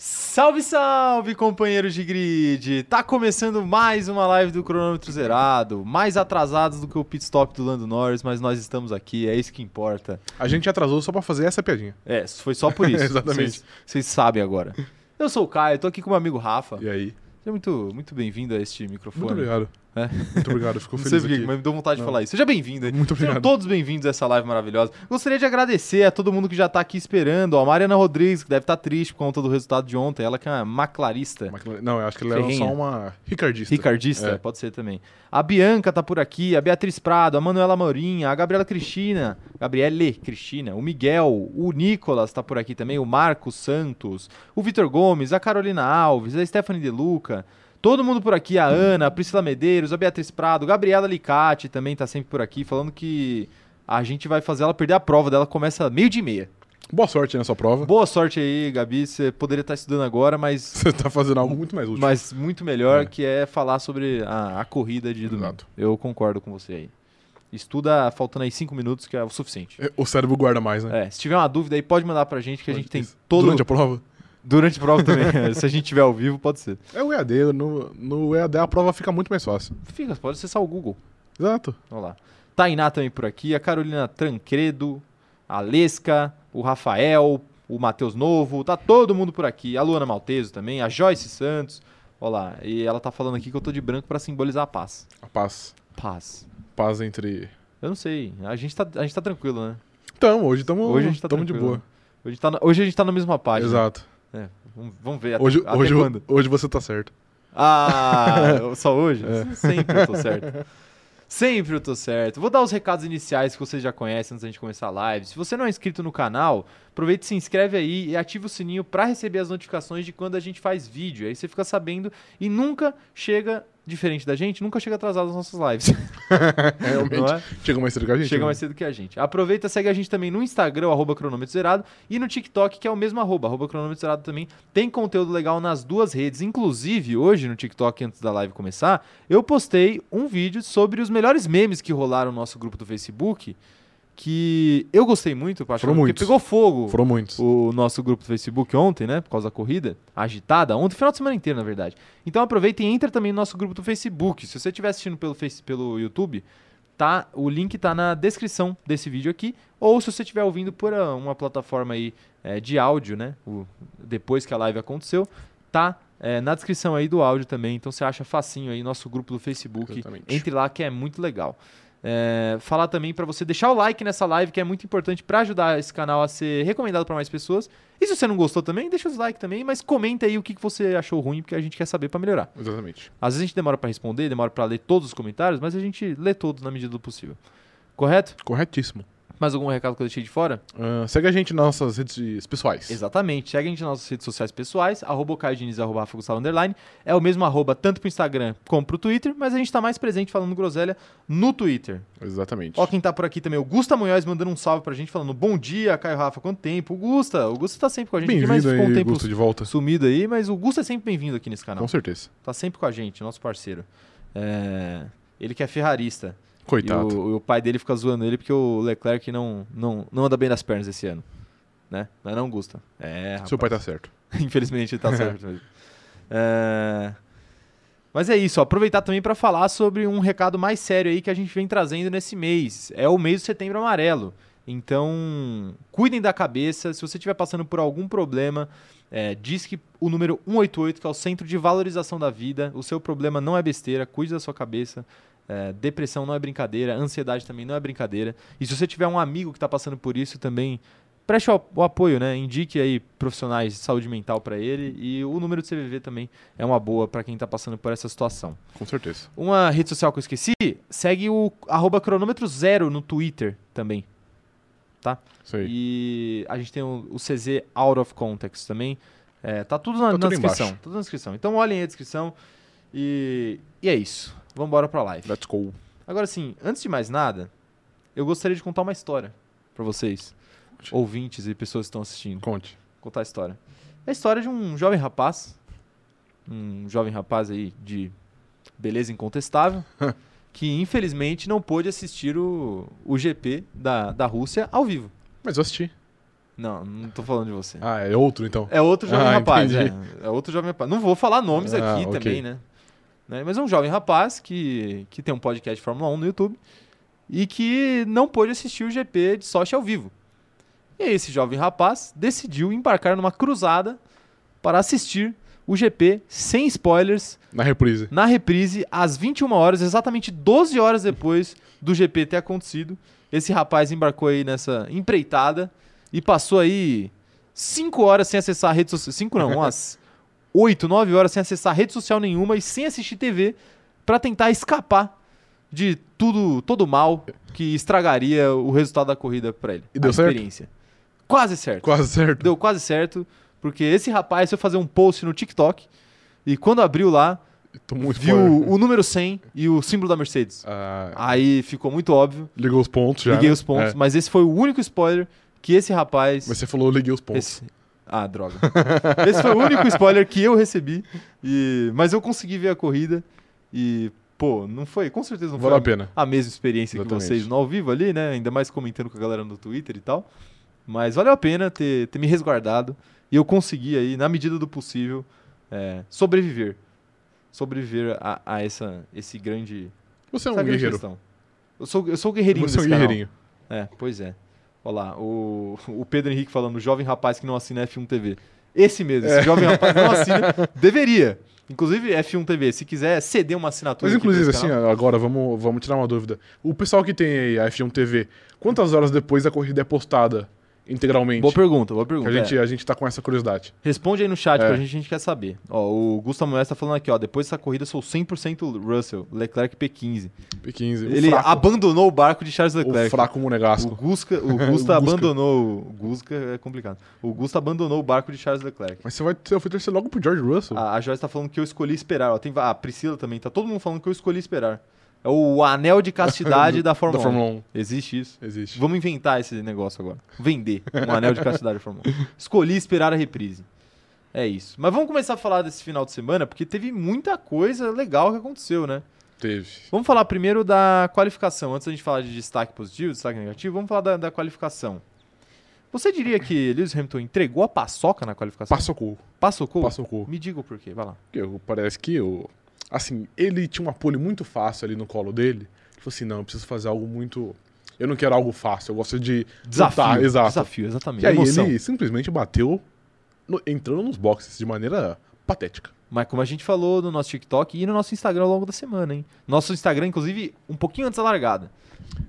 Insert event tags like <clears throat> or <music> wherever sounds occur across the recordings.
Salve, salve, companheiros de grid! Tá começando mais uma live do cronômetro zerado, mais atrasados do que o pit stop do Lando Norris, mas nós estamos aqui, é isso que importa. A gente atrasou só pra fazer essa piadinha. É, foi só <laughs> por isso. Exatamente. Vocês- Vocês sabem agora. Eu sou o Caio, tô aqui com o meu amigo Rafa. E aí? Seja muito, muito bem-vindo a este microfone. Tá. Muito obrigado. É. Muito obrigado, fico Não sei feliz porquê, aqui. mas me deu vontade de Não. falar isso. Seja bem-vindo. Muito Sejam obrigado. todos bem-vindos a essa live maravilhosa. Gostaria de agradecer a todo mundo que já tá aqui esperando. Ó, a Mariana Rodrigues, que deve estar triste por conta do resultado de ontem. Ela que é uma maclarista. Mas- Não, eu acho que ele era Ferrenha. só uma ricardista. Ricardista, É. pode ser também. A Bianca tá por aqui, a Beatriz Prado, a Manuela Mourinha, a Gabriela Cristina, Gabriele Cristina, o Miguel, o Nicolas tá por aqui também, o Marcos Santos, o Vitor Gomes, a Carolina Alves, a Stephanie De Luca, todo mundo por aqui, a Ana, a Priscila Medeiros, a Beatriz Prado, a Gabriela Alicate também tá sempre por aqui, falando que a gente vai fazer ela perder a prova dela, começa meio de <laughs> meia. Boa sorte nessa prova. Boa sorte aí, Gabi, você poderia estar estudando agora, mas... <laughs> Você tá fazendo algo muito mais útil. Mas muito melhor É. que é falar sobre a, a corrida de domingo. Exato. Eu concordo com você aí. Estuda faltando aí cinco minutos, que é o suficiente. É, O cérebro guarda mais, né? É, se tiver uma dúvida aí, pode mandar pra gente, que a gente tem Isso. todo. Durante a prova? <laughs> Durante a prova também. <laughs> se a gente tiver ao vivo, pode ser. É o EAD. No, no EAD a prova fica muito mais fácil. Fica, pode acessar o Google. Exato. Vamos lá. Tainá também por aqui, a Carolina Trancredo, a Lesca, o Rafael, o Matheus Novo, tá todo mundo por aqui. A Luana Malteso também, a Joyce Santos. Olha lá, e ela tá falando aqui que eu tô de branco pra simbolizar a paz. A paz. Paz. Paz entre... Eu não sei. A gente tá, a gente tá tranquilo, né? Então, hoje estamos Hoje a gente tá tamo de tranquilo. boa. Hoje, tá na, hoje a gente tá na mesma página. Exato. É, vamos, vamos ver até, Hoje, até hoje, quando. hoje você tá certo. <laughs> Ah, só hoje? Sempre eu tô certo. Sempre eu tô certo. Vou dar os recados iniciais que vocês já conhecem antes da gente começar a live. Se você não é inscrito no canal, aproveita e se inscreve aí e ativa o sininho pra receber as notificações de quando a gente faz vídeo. Aí você fica sabendo e nunca chega, diferente da gente, nunca chega atrasado nas nossas lives. Realmente. Não <laughs> é? Chega mais cedo que a gente. Chega né? mais cedo que a gente. Aproveita, segue a gente também no Instagram, arroba cronômetro zerado, e no TikTok, que é o mesmo arroba, arroba cronômetro zerado também. Tem conteúdo legal nas duas redes. Inclusive, hoje no TikTok, antes da live começar, eu postei um vídeo sobre os melhores memes que rolaram no nosso grupo do Facebook, que eu gostei muito, Paixão, Foram porque muitos. pegou fogo Foram muitos. o nosso grupo do Facebook ontem, né? Por causa da corrida agitada, ontem, final de semana inteiro, na verdade. Então aproveita e entra também no nosso grupo do Facebook. Se você estiver assistindo pelo, face, pelo YouTube, tá, o link tá na descrição desse vídeo aqui. Ou se você estiver ouvindo por ah, uma plataforma aí eh, de áudio, né? o- depois que a live aconteceu, tá eh, na descrição aí do áudio também. Então você acha facinho aí nosso grupo do Facebook. Exatamente. Entre lá que é muito legal. É, falar também pra você deixar o like nessa live, que é muito importante pra ajudar esse canal a ser recomendado pra mais pessoas. E se você não gostou também, deixa os like também, mas comenta aí o que, que você achou ruim, porque a gente quer saber pra melhorar. Exatamente. Às vezes a gente demora pra responder, demora pra ler todos os comentários, mas a gente lê todos na medida do possível. Correto? Corretíssimo. Mais algum recado que eu deixei de fora? Ah, segue a gente nas nossas redes pessoais. Exatamente. Segue a gente nas nossas redes sociais pessoais, arroba o Caio Diniz, arroba Rafa Gustavo Underline. É o mesmo arroba tanto pro Instagram como pro Twitter, mas a gente tá mais presente falando groselha no Twitter. Exatamente. Ó, quem tá por aqui também, o Gusta Munhoz mandando um salve pra gente, falando bom dia, Caio Rafa, quanto tempo? O Gusta, o Gusta tá sempre com a gente aqui, mas Bem-vindo ficou um aí, tempo Gusto, de volta. sumido aí, mas o Gusta é sempre bem-vindo aqui nesse canal. Com certeza. Tá sempre com a gente, nosso parceiro. É, Ele que é ferrarista. E Coitado. o, o pai dele fica zoando ele porque o Leclerc não, não, não anda bem das pernas esse ano. Né? Mas não Gusta. É, rapaz. Seu pai tá certo. <laughs> Infelizmente ele tá certo mesmo. É, Mas é isso, ó. aproveitar também para falar sobre um recado mais sério aí que a gente vem trazendo nesse mês. É o mês de setembro amarelo. Então, cuidem da cabeça. Se você estiver passando por algum problema, é, diz que o número 188, que é o Centro de Valorização da Vida, o seu problema não é besteira, cuide da sua cabeça. É, depressão não é brincadeira, ansiedade também não é brincadeira. E se você tiver um amigo que está passando por isso também, preste o, o apoio, né? Indique aí profissionais de saúde mental para ele e o número do CVV também é uma boa para quem está passando por essa situação. Com certeza. Uma rede social que eu esqueci, segue o arroba cronômetro zero no Twitter também. Isso aí. E a gente tem o, o CZ Out of Context também. É, tá tudo na, Tá na tudo descrição. embaixo. Tudo na descrição. Então olhem aí a descrição. E, e é isso. Vamos embora pra live. Let's go. Agora sim, antes de mais nada, eu gostaria de contar uma história pra vocês, ouvintes e pessoas que estão assistindo. Conte. Contar a história. É a história de um jovem rapaz, um jovem rapaz aí de beleza incontestável, que infelizmente não pôde assistir o, o GP da, da Rússia ao vivo. Mas eu assisti. Não, não tô falando de você. Ah, é outro então. É outro jovem Ah, rapaz, é. entendi. É outro jovem rapaz. Não vou falar nomes Ah, aqui ok. também, né? Né? Mas é um jovem rapaz que, que tem um podcast de Fórmula 1 no YouTube e que não pôde assistir o GP de Sochi ao vivo. E aí esse jovem rapaz decidiu embarcar numa cruzada para assistir o GP sem spoilers Na reprise. na reprise às 21 horas, exatamente 12 horas depois do GP ter acontecido. Esse rapaz embarcou aí nessa empreitada e passou aí 5 horas sem acessar a rede social. 5 não, <laughs> umas 8, 9 horas sem acessar rede social nenhuma e sem assistir TV pra tentar escapar de tudo, todo o mal que estragaria o resultado da corrida pra ele. E deu a certo? experiência. Quase certo. Quase certo. Deu quase certo, porque esse rapaz foi fazer um post no TikTok e quando abriu lá, Tomou um viu spoiler. o número 100 e o símbolo da Mercedes. Ah, Aí ficou muito óbvio, ligou os pontos já. liguei né? os pontos, É. mas esse foi o único spoiler que esse rapaz. Mas você falou, liguei os pontos. esse- Ah, droga. <laughs> esse foi o único spoiler que eu recebi, e... mas eu consegui ver a corrida e, pô, não foi, com certeza não Valeu a foi pena. a mesma experiência que Exatamente. vocês no ao vivo ali, né? Ainda mais comentando com a galera no Twitter e tal. Mas valeu a pena ter, ter me resguardado e eu consegui aí, na medida do possível, é, sobreviver. Sobreviver a, a essa, esse grande Você é um essa grande guerreiro. questão. Eu sou, eu sou guerreirinho Você é um desse canal. guerreirinho. É, pois é. Olha lá, o, <laughs> o Pedro Henrique falando, o jovem rapaz que não assina F1 TV. Esse mesmo, É. esse jovem rapaz não assina, <laughs> deveria. Inclusive, F1 TV, se quiser ceder uma assinatura. Mas aqui pra inclusive, esse assim, canal- agora vamos, vamos tirar uma dúvida. O pessoal que tem aí a F1 TV, quantas horas depois a corrida é postada integralmente? Boa pergunta, boa Que pergunta. a é. gente, a gente tá com essa curiosidade. Responde aí no chat É. pra gente, a gente quer saber. Ó, o Gustavo Moés tá falando aqui, ó. Depois dessa corrida, sou 100% Russell, Leclerc P15. P15. o Ele fraco, abandonou o barco de Charles o Leclerc. fraco O monegasco. Gusca, o <laughs> O Gusca. Gusta abandonou. O Gusca é complicado. O Gusta abandonou o barco de Charles Leclerc. Mas você vai ter, eu fui torcer logo pro George Russell. A, a Joyce tá falando que eu escolhi esperar. Ó, tem, va- a Priscila também, tá todo mundo falando que eu escolhi esperar. É o anel de <laughs> castidade da Fórmula 1. Da Fórmula 1. Existe isso. Existe. Vamos inventar esse negócio agora. Vender um anel de castidade da Fórmula 1. Escolhi esperar a reprise. É isso. Mas vamos começar a falar desse final de semana, porque teve muita coisa legal que aconteceu, né? Teve. Vamos falar primeiro da qualificação. Antes da gente falar de destaque positivo, destaque negativo, vamos falar da, da qualificação. Você diria que Lewis Hamilton entregou a paçoca na qualificação? Passou cu. Passocou? Passou cu. Me diga o porquê, vai lá. Porque eu- parece que eu. Assim, ele tinha uma pole muito fácil ali no colo dele. Ele falou assim: não, eu preciso fazer algo muito. Eu não quero algo fácil, eu gosto de. Desafio. lutar", tá, exato. Desafio, exatamente. E aí Emoção. ele simplesmente bateu, no- entrando nos boxes de maneira patética. Mas como a gente falou no nosso TikTok e no nosso Instagram ao longo da semana, hein? Nosso Instagram, inclusive, um pouquinho antes da largada.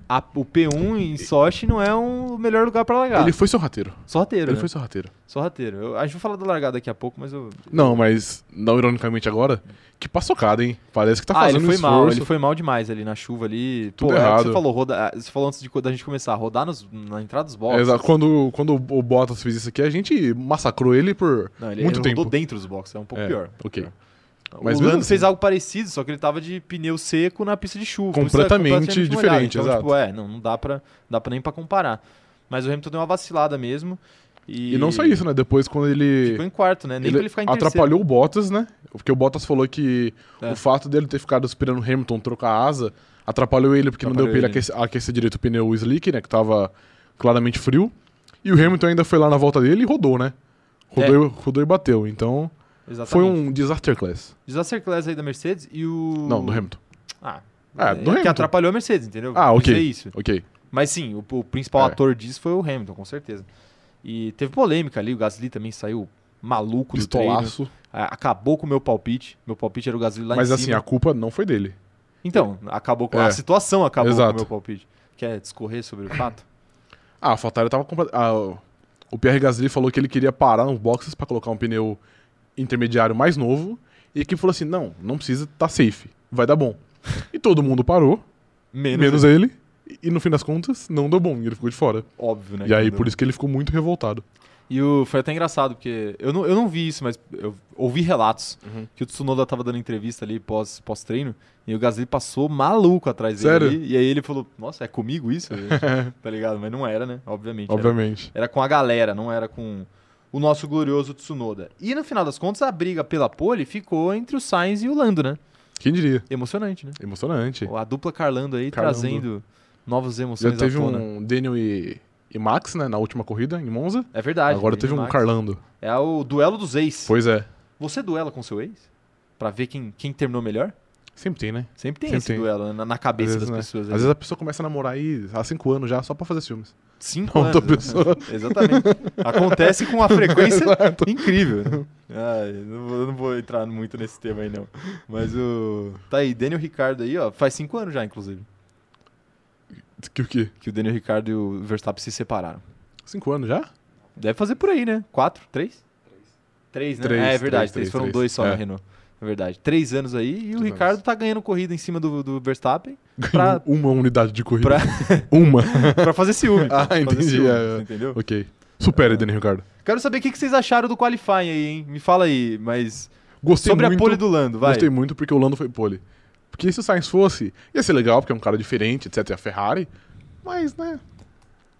A- o P1 em Sochi não é um- o melhor lugar pra largar. Ele foi sorrateiro. Sorrateiro, Ele né? foi sorrateiro. Sorrateiro. Eu- a gente vai falar da largada daqui a pouco, mas eu... Não, mas, não ironicamente agora, que passocada, hein? Parece que tá ah, fazendo ele foi um mal, esforço. ele foi mal demais ali na chuva ali. Tudo Pô, é o que você errado. falou, roda, você falou antes de, co- da gente começar, rodar nos- na entrada dos boxes. Exato. Quando, quando o Bottas fez isso aqui, a gente massacrou ele por Não, ele, muito ele tempo. rodou dentro dos boxes, é um pouco É, pior. ok. Mas Mas o mesmo Lando assim- fez algo parecido, só que ele tava de pneu seco na pista de chuva. Então isso é Completamente molhado. diferente, então, exato. Tipo, é, não, não dá, pra, não dá pra nem pra comparar. Mas o Hamilton deu uma vacilada mesmo. E, E não só isso, né? Depois quando ele. Ficou em quarto, né? Nem pra ele ficar em terceiro. atrapalhou o Bottas, né? Porque o Bottas falou que É. o fato dele ter ficado esperando o Hamilton trocar a asa atrapalhou ele, porque não deu pra Atrapalhou ele ele, aquecer, aquecer direito o pneu slick, né? Que tava claramente frio. E o Hamilton ainda foi lá na volta dele e rodou, né? Rodou, e- rodou e bateu. Então É. Exatamente. foi um disaster class. Disaster class aí da Mercedes e o... Não, do Hamilton. Ah, Ah, é, do que Hamilton. atrapalhou a Mercedes, entendeu? Ah, ok. Isso é isso. Ok. Mas sim, o, o principal É. ator disso foi o Hamilton, com certeza. E teve polêmica ali, o Gasly também saiu maluco do treino. Pistolaço. A- Acabou com o meu palpite. Meu palpite era o Gasly lá Mas em assim, cima. a culpa não foi dele. Então, acabou com É. a situação acabou Exato. com o meu palpite. Quer discorrer sobre o <clears throat> fato? Ah, a Fatari tava complet... ah, o- O Pierre Gasly falou que ele queria parar nos boxes pra colocar um pneu intermediário mais novo. E que falou assim: não, não precisa, tá safe, vai <laughs> dar bom. E todo mundo parou, Menos, menos ele. E no fim das contas, não deu bom, e ele ficou de fora. óbvio, né? e aí, quando- por isso que ele ficou muito revoltado. E o, foi até engraçado, porque eu não, eu não vi isso, mas eu ouvi relatos Uhum. que o Tsunoda tava dando entrevista ali pós- pós-treino, e o Gasly passou maluco atrás Sério? dele. ali, E aí ele falou, nossa, é comigo <laughs> isso? tá ligado? Mas não era, né? Obviamente. era- Obviamente. Era com a galera, não era com o nosso glorioso Tsunoda. E no final das contas, a briga pela pole ficou entre o Sainz e o Lando, né? Quem diria? Emocionante, né? Emocionante. A dupla Carlando aí Carlando. trazendo novas Já emoções teve à tona. um Daniel e e Max, né, na última corrida, em Monza. É verdade. Agora Benjamin teve um Max. Carlando. É o duelo dos ex. Pois é. Você duela com seu ex? Pra ver quem, quem terminou melhor? Sempre tem, né? Sempre tem Sempre esse tem. duelo né, na, na Às cabeça vezes, das né? pessoas. Às ali. vezes a pessoa começa a namorar aí há cinco anos já, só pra fazer <laughs> filmes. Cinco é Outra anos. né? pessoa. <laughs> <laughs> Exatamente. Acontece com uma frequência incrível. <laughs> né? Ai, não, vou, eu não vou entrar muito nesse tema aí, não. Mas o. Tá aí, Daniel Ricardo aí, ó. Faz cinco anos já, inclusive, Que o quê? que o Daniel Ricardo e o Verstappen se separaram. Cinco anos já? Deve fazer por aí, né? Quatro? Três? Três, né? Três, é, três, verdade. Três, três, foram três. dois só É. na Renault. É verdade. Três anos aí e o Três Ricardo anos. tá ganhando corrida em cima do, do <laughs> Verstappen pra, Ganhou um, Uma unidade de corrida. pra, <laughs> Uma. pra fazer ciúme. <laughs> pra Ah, fazer entendi, ciúme, é, é. você entendeu? ok. É. Supera, aí, Daniel Ricardo. Quero saber o que que vocês acharam do qualifying aí, hein? Me fala aí, mas. Gostei Sobre muito. a pole do Lando, vai. Gostei muito porque o Lando foi pole. Porque se o Sainz fosse, ia ser legal, porque é um cara diferente, etc. É a Ferrari. Mas, né?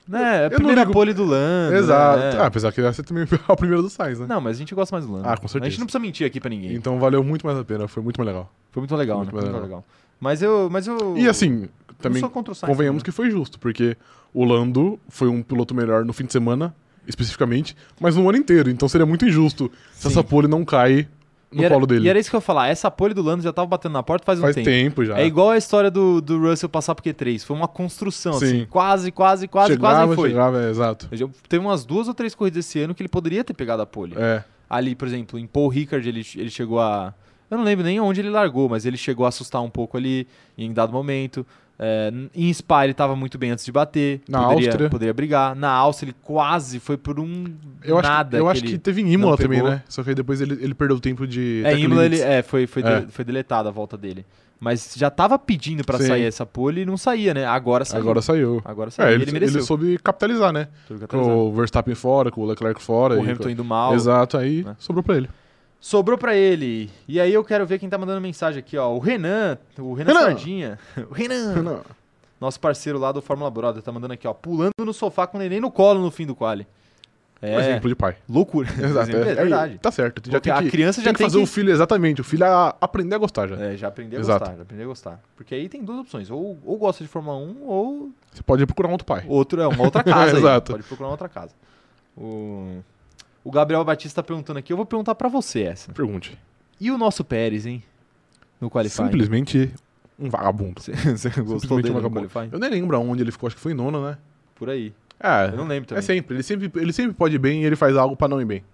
Né, é a não primeira ligo- pole do Lando. Exato. né? Ah, apesar que ia ser também <laughs> a primeira do Sainz, né? Não, mas a gente gosta mais do Lando. Ah, com A certeza. gente não precisa mentir aqui pra ninguém. Então valeu muito mais a pena, foi muito mais legal. Foi muito legal, Muito né? Foi muito legal. legal. Mas eu. Mas eu E assim, eu também sou contra o né? Sainz, convenhamos que foi justo, porque o Lando foi um piloto melhor no fim de semana, especificamente, mas no ano inteiro. Então seria muito injusto se Sim. essa pole não cai no e era, colo dele. E era isso que eu ia falar. Essa pole do Lando já tava batendo na porta faz um Faz tempo. tempo, já. É igual a história do, do Russell passar pro Q3. Foi uma construção, assim. Sim. Quase, quase, quase, chegava, quase foi. chegava, é, exato. Eu- Teve umas duas ou três corridas esse ano que ele poderia ter pegado a pole. É. Ali, por exemplo, em Paul Ricard, ele, ele chegou a. Eu não lembro nem onde ele largou, mas ele chegou a assustar um pouco ali em dado momento. É, n- em Spa ele estava muito bem antes de bater. Na poderia, Áustria. Poderia brigar. Na Áustria ele quase foi por um Eu acho, nada. que, eu acho que ele- teve em Imola não também, pegou. né? Só que aí depois ele, ele perdeu o tempo de. É, tech Imola ele, limits. é, foi, foi, de- Tá É. foi deletada a volta dele. Mas já tava pedindo pra Sim. sair essa pole e não saía, né? Agora saiu. Agora saiu. Agora saiu. É, E Ah, ele, ele, mereceu. ele soube capitalizar, né? Soube Com catalisar. o Verstappen fora, com o Leclerc fora. o e- Hamilton indo mal. Exato, aí né? sobrou pra ele. Sobrou pra ele. E aí eu quero ver quem tá mandando mensagem aqui, ó. O Renan, o Renan, Renan! Sardinha. <laughs> O Renan. Não, Nosso parceiro lá do Fórmula Brother tá mandando aqui, ó. Pulando no sofá com o neném no colo no fim do quali. É, Um Exemplo de pai. loucura. <laughs> Exato, é, verdade. Tá certo. Já Porque tem a que, criança tem já que tem fazer que- o filho, exatamente. O filho a aprender a gostar já. É, já aprendeu a Exato. gostar, já aprendeu a gostar. Porque aí tem duas opções, ou, ou gosta de Fórmula 1 ou Você pode procurar um outro pai. outro, é uma outra <laughs> casa. aí. Exato. Pode procurar uma outra casa. O, o Gabriel Batista tá perguntando aqui, eu vou perguntar pra você essa. Pergunte. E o nosso Pérez, hein? No qualifying. Simplesmente um vagabundo. Você, você gostou Simplesmente um dele no vagabundo. qualifying? Eu nem lembro aonde ele ficou, acho que foi em nono, né? Por aí. Eu não É. lembro É também. sempre. Ele sempre, ele sempre pode ir bem e ele faz algo pra não ir bem.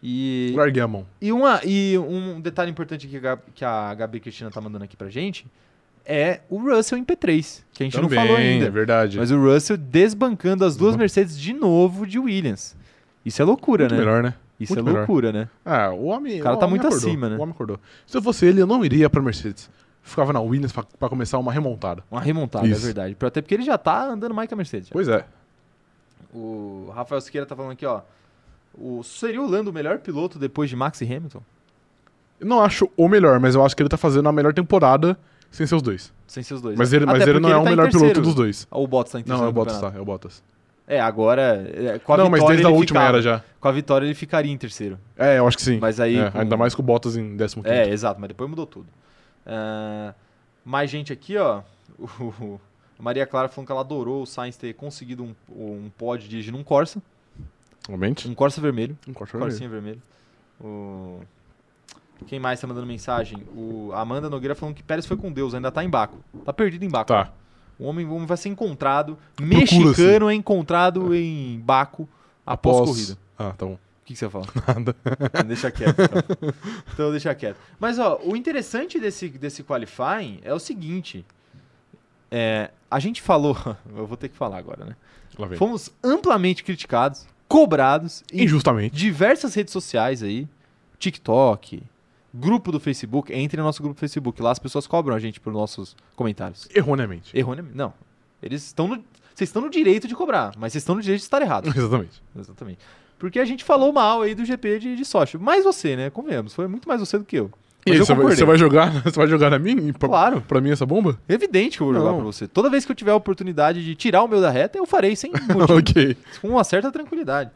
E, Larguei a mão. e, uma, e um detalhe importante que a, Gab- que a Gabi Cristina tá mandando aqui pra gente é o Russell em P3, que a gente Também, não falou ainda. é verdade. Mas o Russell desbancando as duas Desban- Mercedes de novo de Williams. Isso é loucura, Muito né? melhor, né? Isso muito é melhor. loucura, né? Ah, o homem. O cara tá homem muito acordou. acima, né? O homem acordou. Se eu fosse ele, eu não iria pra Mercedes. Ficava na Williams pra, pra começar uma remontada. Uma remontada, Isso. é verdade. Até porque ele já tá andando mais que a Mercedes. já. Pois é. O Rafael Siqueira tá falando aqui, ó. O, seria o Lando o melhor piloto depois de Max e Hamilton? Eu não acho o melhor, mas eu acho que ele tá fazendo a melhor temporada sem seus dois. Sem seus dois. Mas ele, Até mas ele porque não é o tá em melhor piloto terceiro. dos dois. Ah, O Bottas tá em terceiro Não, é no o Bottas, campeonato. tá, é o Bottas. É, agora. é, Com a Não, vitória, mas desde ele a última ficava. era já. Com a vitória ele ficaria em terceiro. É, eu acho que sim. Mas aí. É, com- Ainda mais com o Bottas em 15. É, exato, mas depois mudou tudo. Ah, mais gente aqui, ó. <laughs> O- a Maria Clara falando que ela adorou o Sainz ter conseguido um, um pod dirigindo um Corsa. Realmente? Um Corsa vermelho. Um corte vermelho. Corsinha vermelho. O- Quem mais tá mandando mensagem? O a Amanda Nogueira falando que Pérez foi com Deus, ainda tá em Baco. Tá perdido em Baco. Tá. O homem, o homem vai ser encontrado. Procura-se. mexicano assim. é encontrado em Baco após, Pós- corrida. Ah, tá bom. O que, que você fala? Nada. Deixa quieto. Então. então deixa quieto. Mas ó, o interessante desse, desse qualifying é o seguinte. É, a gente falou, <laughs> eu vou ter que falar agora, né? Lá vem. Fomos amplamente criticados, cobrados em Injustamente. diversas redes sociais aí, TikTok, grupo do Facebook, entre no nosso grupo do Facebook, lá as pessoas cobram a gente por nossos comentários. Erroneamente. Erroneamente, não. Eles estão no vocês estão no direito de cobrar, mas vocês estão no direito de estar errados. <laughs> Exatamente. Exatamente. Porque a gente falou mal aí do GP de, de Sochi. Mais você, né? Convenhamos. Foi muito mais você do que eu. E Mas aí, eu você vai, concordei. você vai jogar, <laughs> você vai jogar na mim? Pra, Claro. Pra mim essa bomba? Evidente que eu vou jogar Não. pra você. Toda vez que eu <laughs> tiver a oportunidade de tirar o meu da reta, eu farei sem motivo. ok. com uma certa tranquilidade.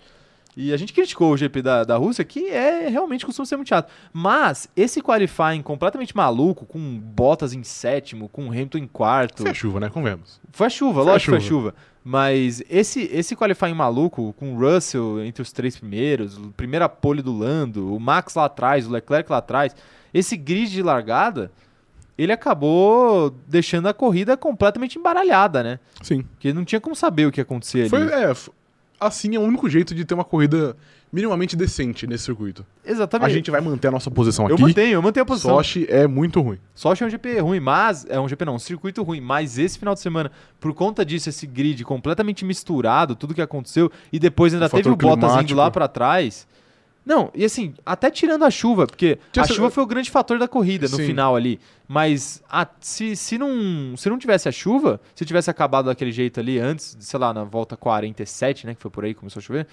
E a gente criticou o GP da, da Rússia, que é realmente costuma ser muito chato. Mas esse qualifying completamente maluco, com Bottas em sétimo, com Hamilton em quarto. Isso é chuva, né? Convenhamos. Foi a chuva, Foi a lógico que foi a chuva. chuva. Mas esse, esse qualifying maluco, com o Russell entre os três primeiros, o primeira pole do Lando, o Max lá atrás, o Leclerc lá atrás, esse grid de largada, ele acabou deixando a corrida completamente embaralhada, né? Sim. Porque não tinha como saber o que ia acontecer ali. Foi, é, f- assim é o único jeito de ter uma corrida minimamente decente nesse circuito. Exatamente. A gente vai manter a nossa posição eu aqui. mantenho, eu mantenho a posição. Sochi é muito ruim. Sochi é um GP ruim, mas. É um GP não, um circuito ruim. Mas esse final de semana, por conta disso, esse grid completamente misturado, tudo que aconteceu, e depois ainda O teve fator o Bottas indo climático. lá pra trás. Não, e assim, até tirando a chuva, porque Tinha a essa- chuva foi o grande fator da corrida no Sim. final ali. Mas a- se, se, não, se não tivesse a chuva, se tivesse acabado daquele jeito ali antes, sei lá, na volta 47, né, que foi por aí, que começou a chover,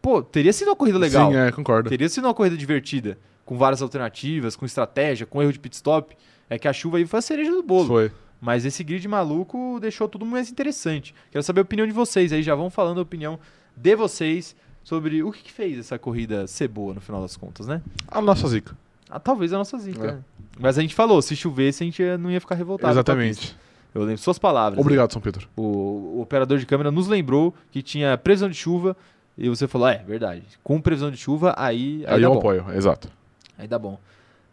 pô, teria sido uma corrida legal. Sim, é, concordo. <laughs> Teria sido uma corrida divertida, com várias alternativas, com estratégia, com erro de pit stop. É que a chuva aí foi a cereja do bolo. Foi. Mas esse grid maluco deixou tudo mais interessante. Quero saber a opinião de vocês aí, já vão falando a opinião de vocês sobre o que, que fez essa corrida ser boa no final das contas, né? A nossa zica. Ah, talvez a nossa zica. É. né? Mas a gente falou, se chovesse a gente eh, não ia ficar revoltado. com a pista. Exatamente. Eu lembro suas palavras. né? Obrigado, São Pedro. O, o operador de câmera nos lembrou que tinha previsão de chuva e você falou, é, verdade. Com previsão de chuva, aí, aí, Aí é um dá eu bom. apoio, exato. Aí dá bom.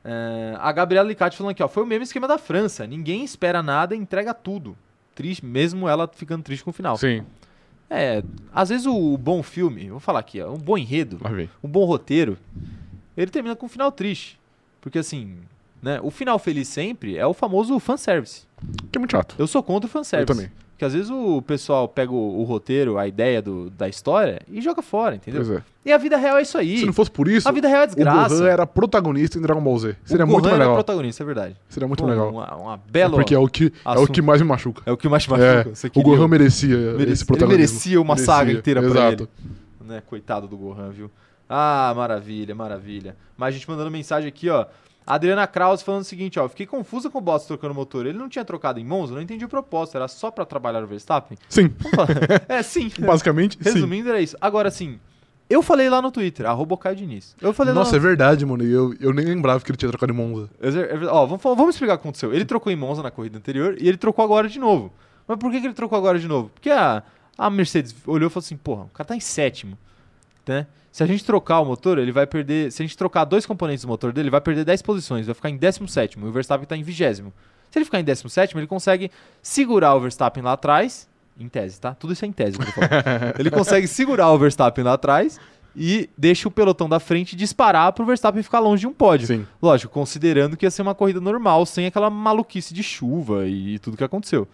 É, a Gabriela Licati falando aqui, ó. Foi o mesmo esquema da França. Ninguém espera nada e entrega tudo. Triste, mesmo ela ficando triste com o final. Sim, É, às vezes o, o bom filme, vou falar aqui, ó, um bom enredo, lá vem. um bom roteiro, ele termina com um final triste. Porque assim, né? O final feliz sempre é o famoso fanservice. Que é muito chato. Eu sou contra o Eu fanservice. também. Porque às vezes o pessoal pega o, o roteiro, a ideia do- da história e joga fora, entendeu? Pois é. E a vida real é isso aí. Se não fosse por isso, a vida real é o desgraça. Gohan era protagonista em Dragon Ball Z. Seria o muito Gohan mais era legal. protagonista, é verdade. Seria muito Pô, legal. Uma, uma bela. Porque é o, que, é o assunto. que mais me machuca. é o que mais te É, machuca. Você o queria Gohan merecia merece- esse ele protagonismo. merecia uma saga Merecia, inteira pra exato. ele. Né? Coitado do Gohan, viu? Ah, maravilha, maravilha. Mas a gente mandando mensagem aqui, ó. A Adriana Krause falando o seguinte, ó. Fiquei confusa com o Bottas trocando motor. Ele não tinha trocado em Monza? Não entendi o propósito. Era só pra trabalhar o Verstappen? <laughs> Sim, Vamos <laughs> falar. é, sim. basicamente, sim. Resumindo, era isso. Agora, sim. Eu falei lá no Twitter, arroba o Caio Diniz. Eu falei lá no Nossa, é verdade, mano. e Eu, eu nem lembrava que ele tinha trocado de Monza. É ver- é ver- Ó, vamos, fa- vamos explicar o que aconteceu. Ele trocou em Monza na corrida anterior e ele trocou agora de novo. Mas por que, que ele trocou agora de novo? Porque a, a Mercedes olhou e falou assim: porra, o cara tá em sétimo. Né? Se a gente trocar o motor, ele vai perder. Se a gente trocar dois componentes do motor dele, ele vai perder 10 posições, vai ficar em 17. E o Verstappen tá em 20. Se ele ficar em 17, ele consegue segurar o Verstappen lá atrás. Em tese, tá? Tudo isso é em tese. que eu tô falando. ele consegue segurar o Verstappen lá atrás e deixa o pelotão da frente disparar pro Verstappen ficar longe de um pódio. Sim. Lógico, considerando que ia ser uma corrida normal, sem aquela maluquice de chuva e tudo que aconteceu.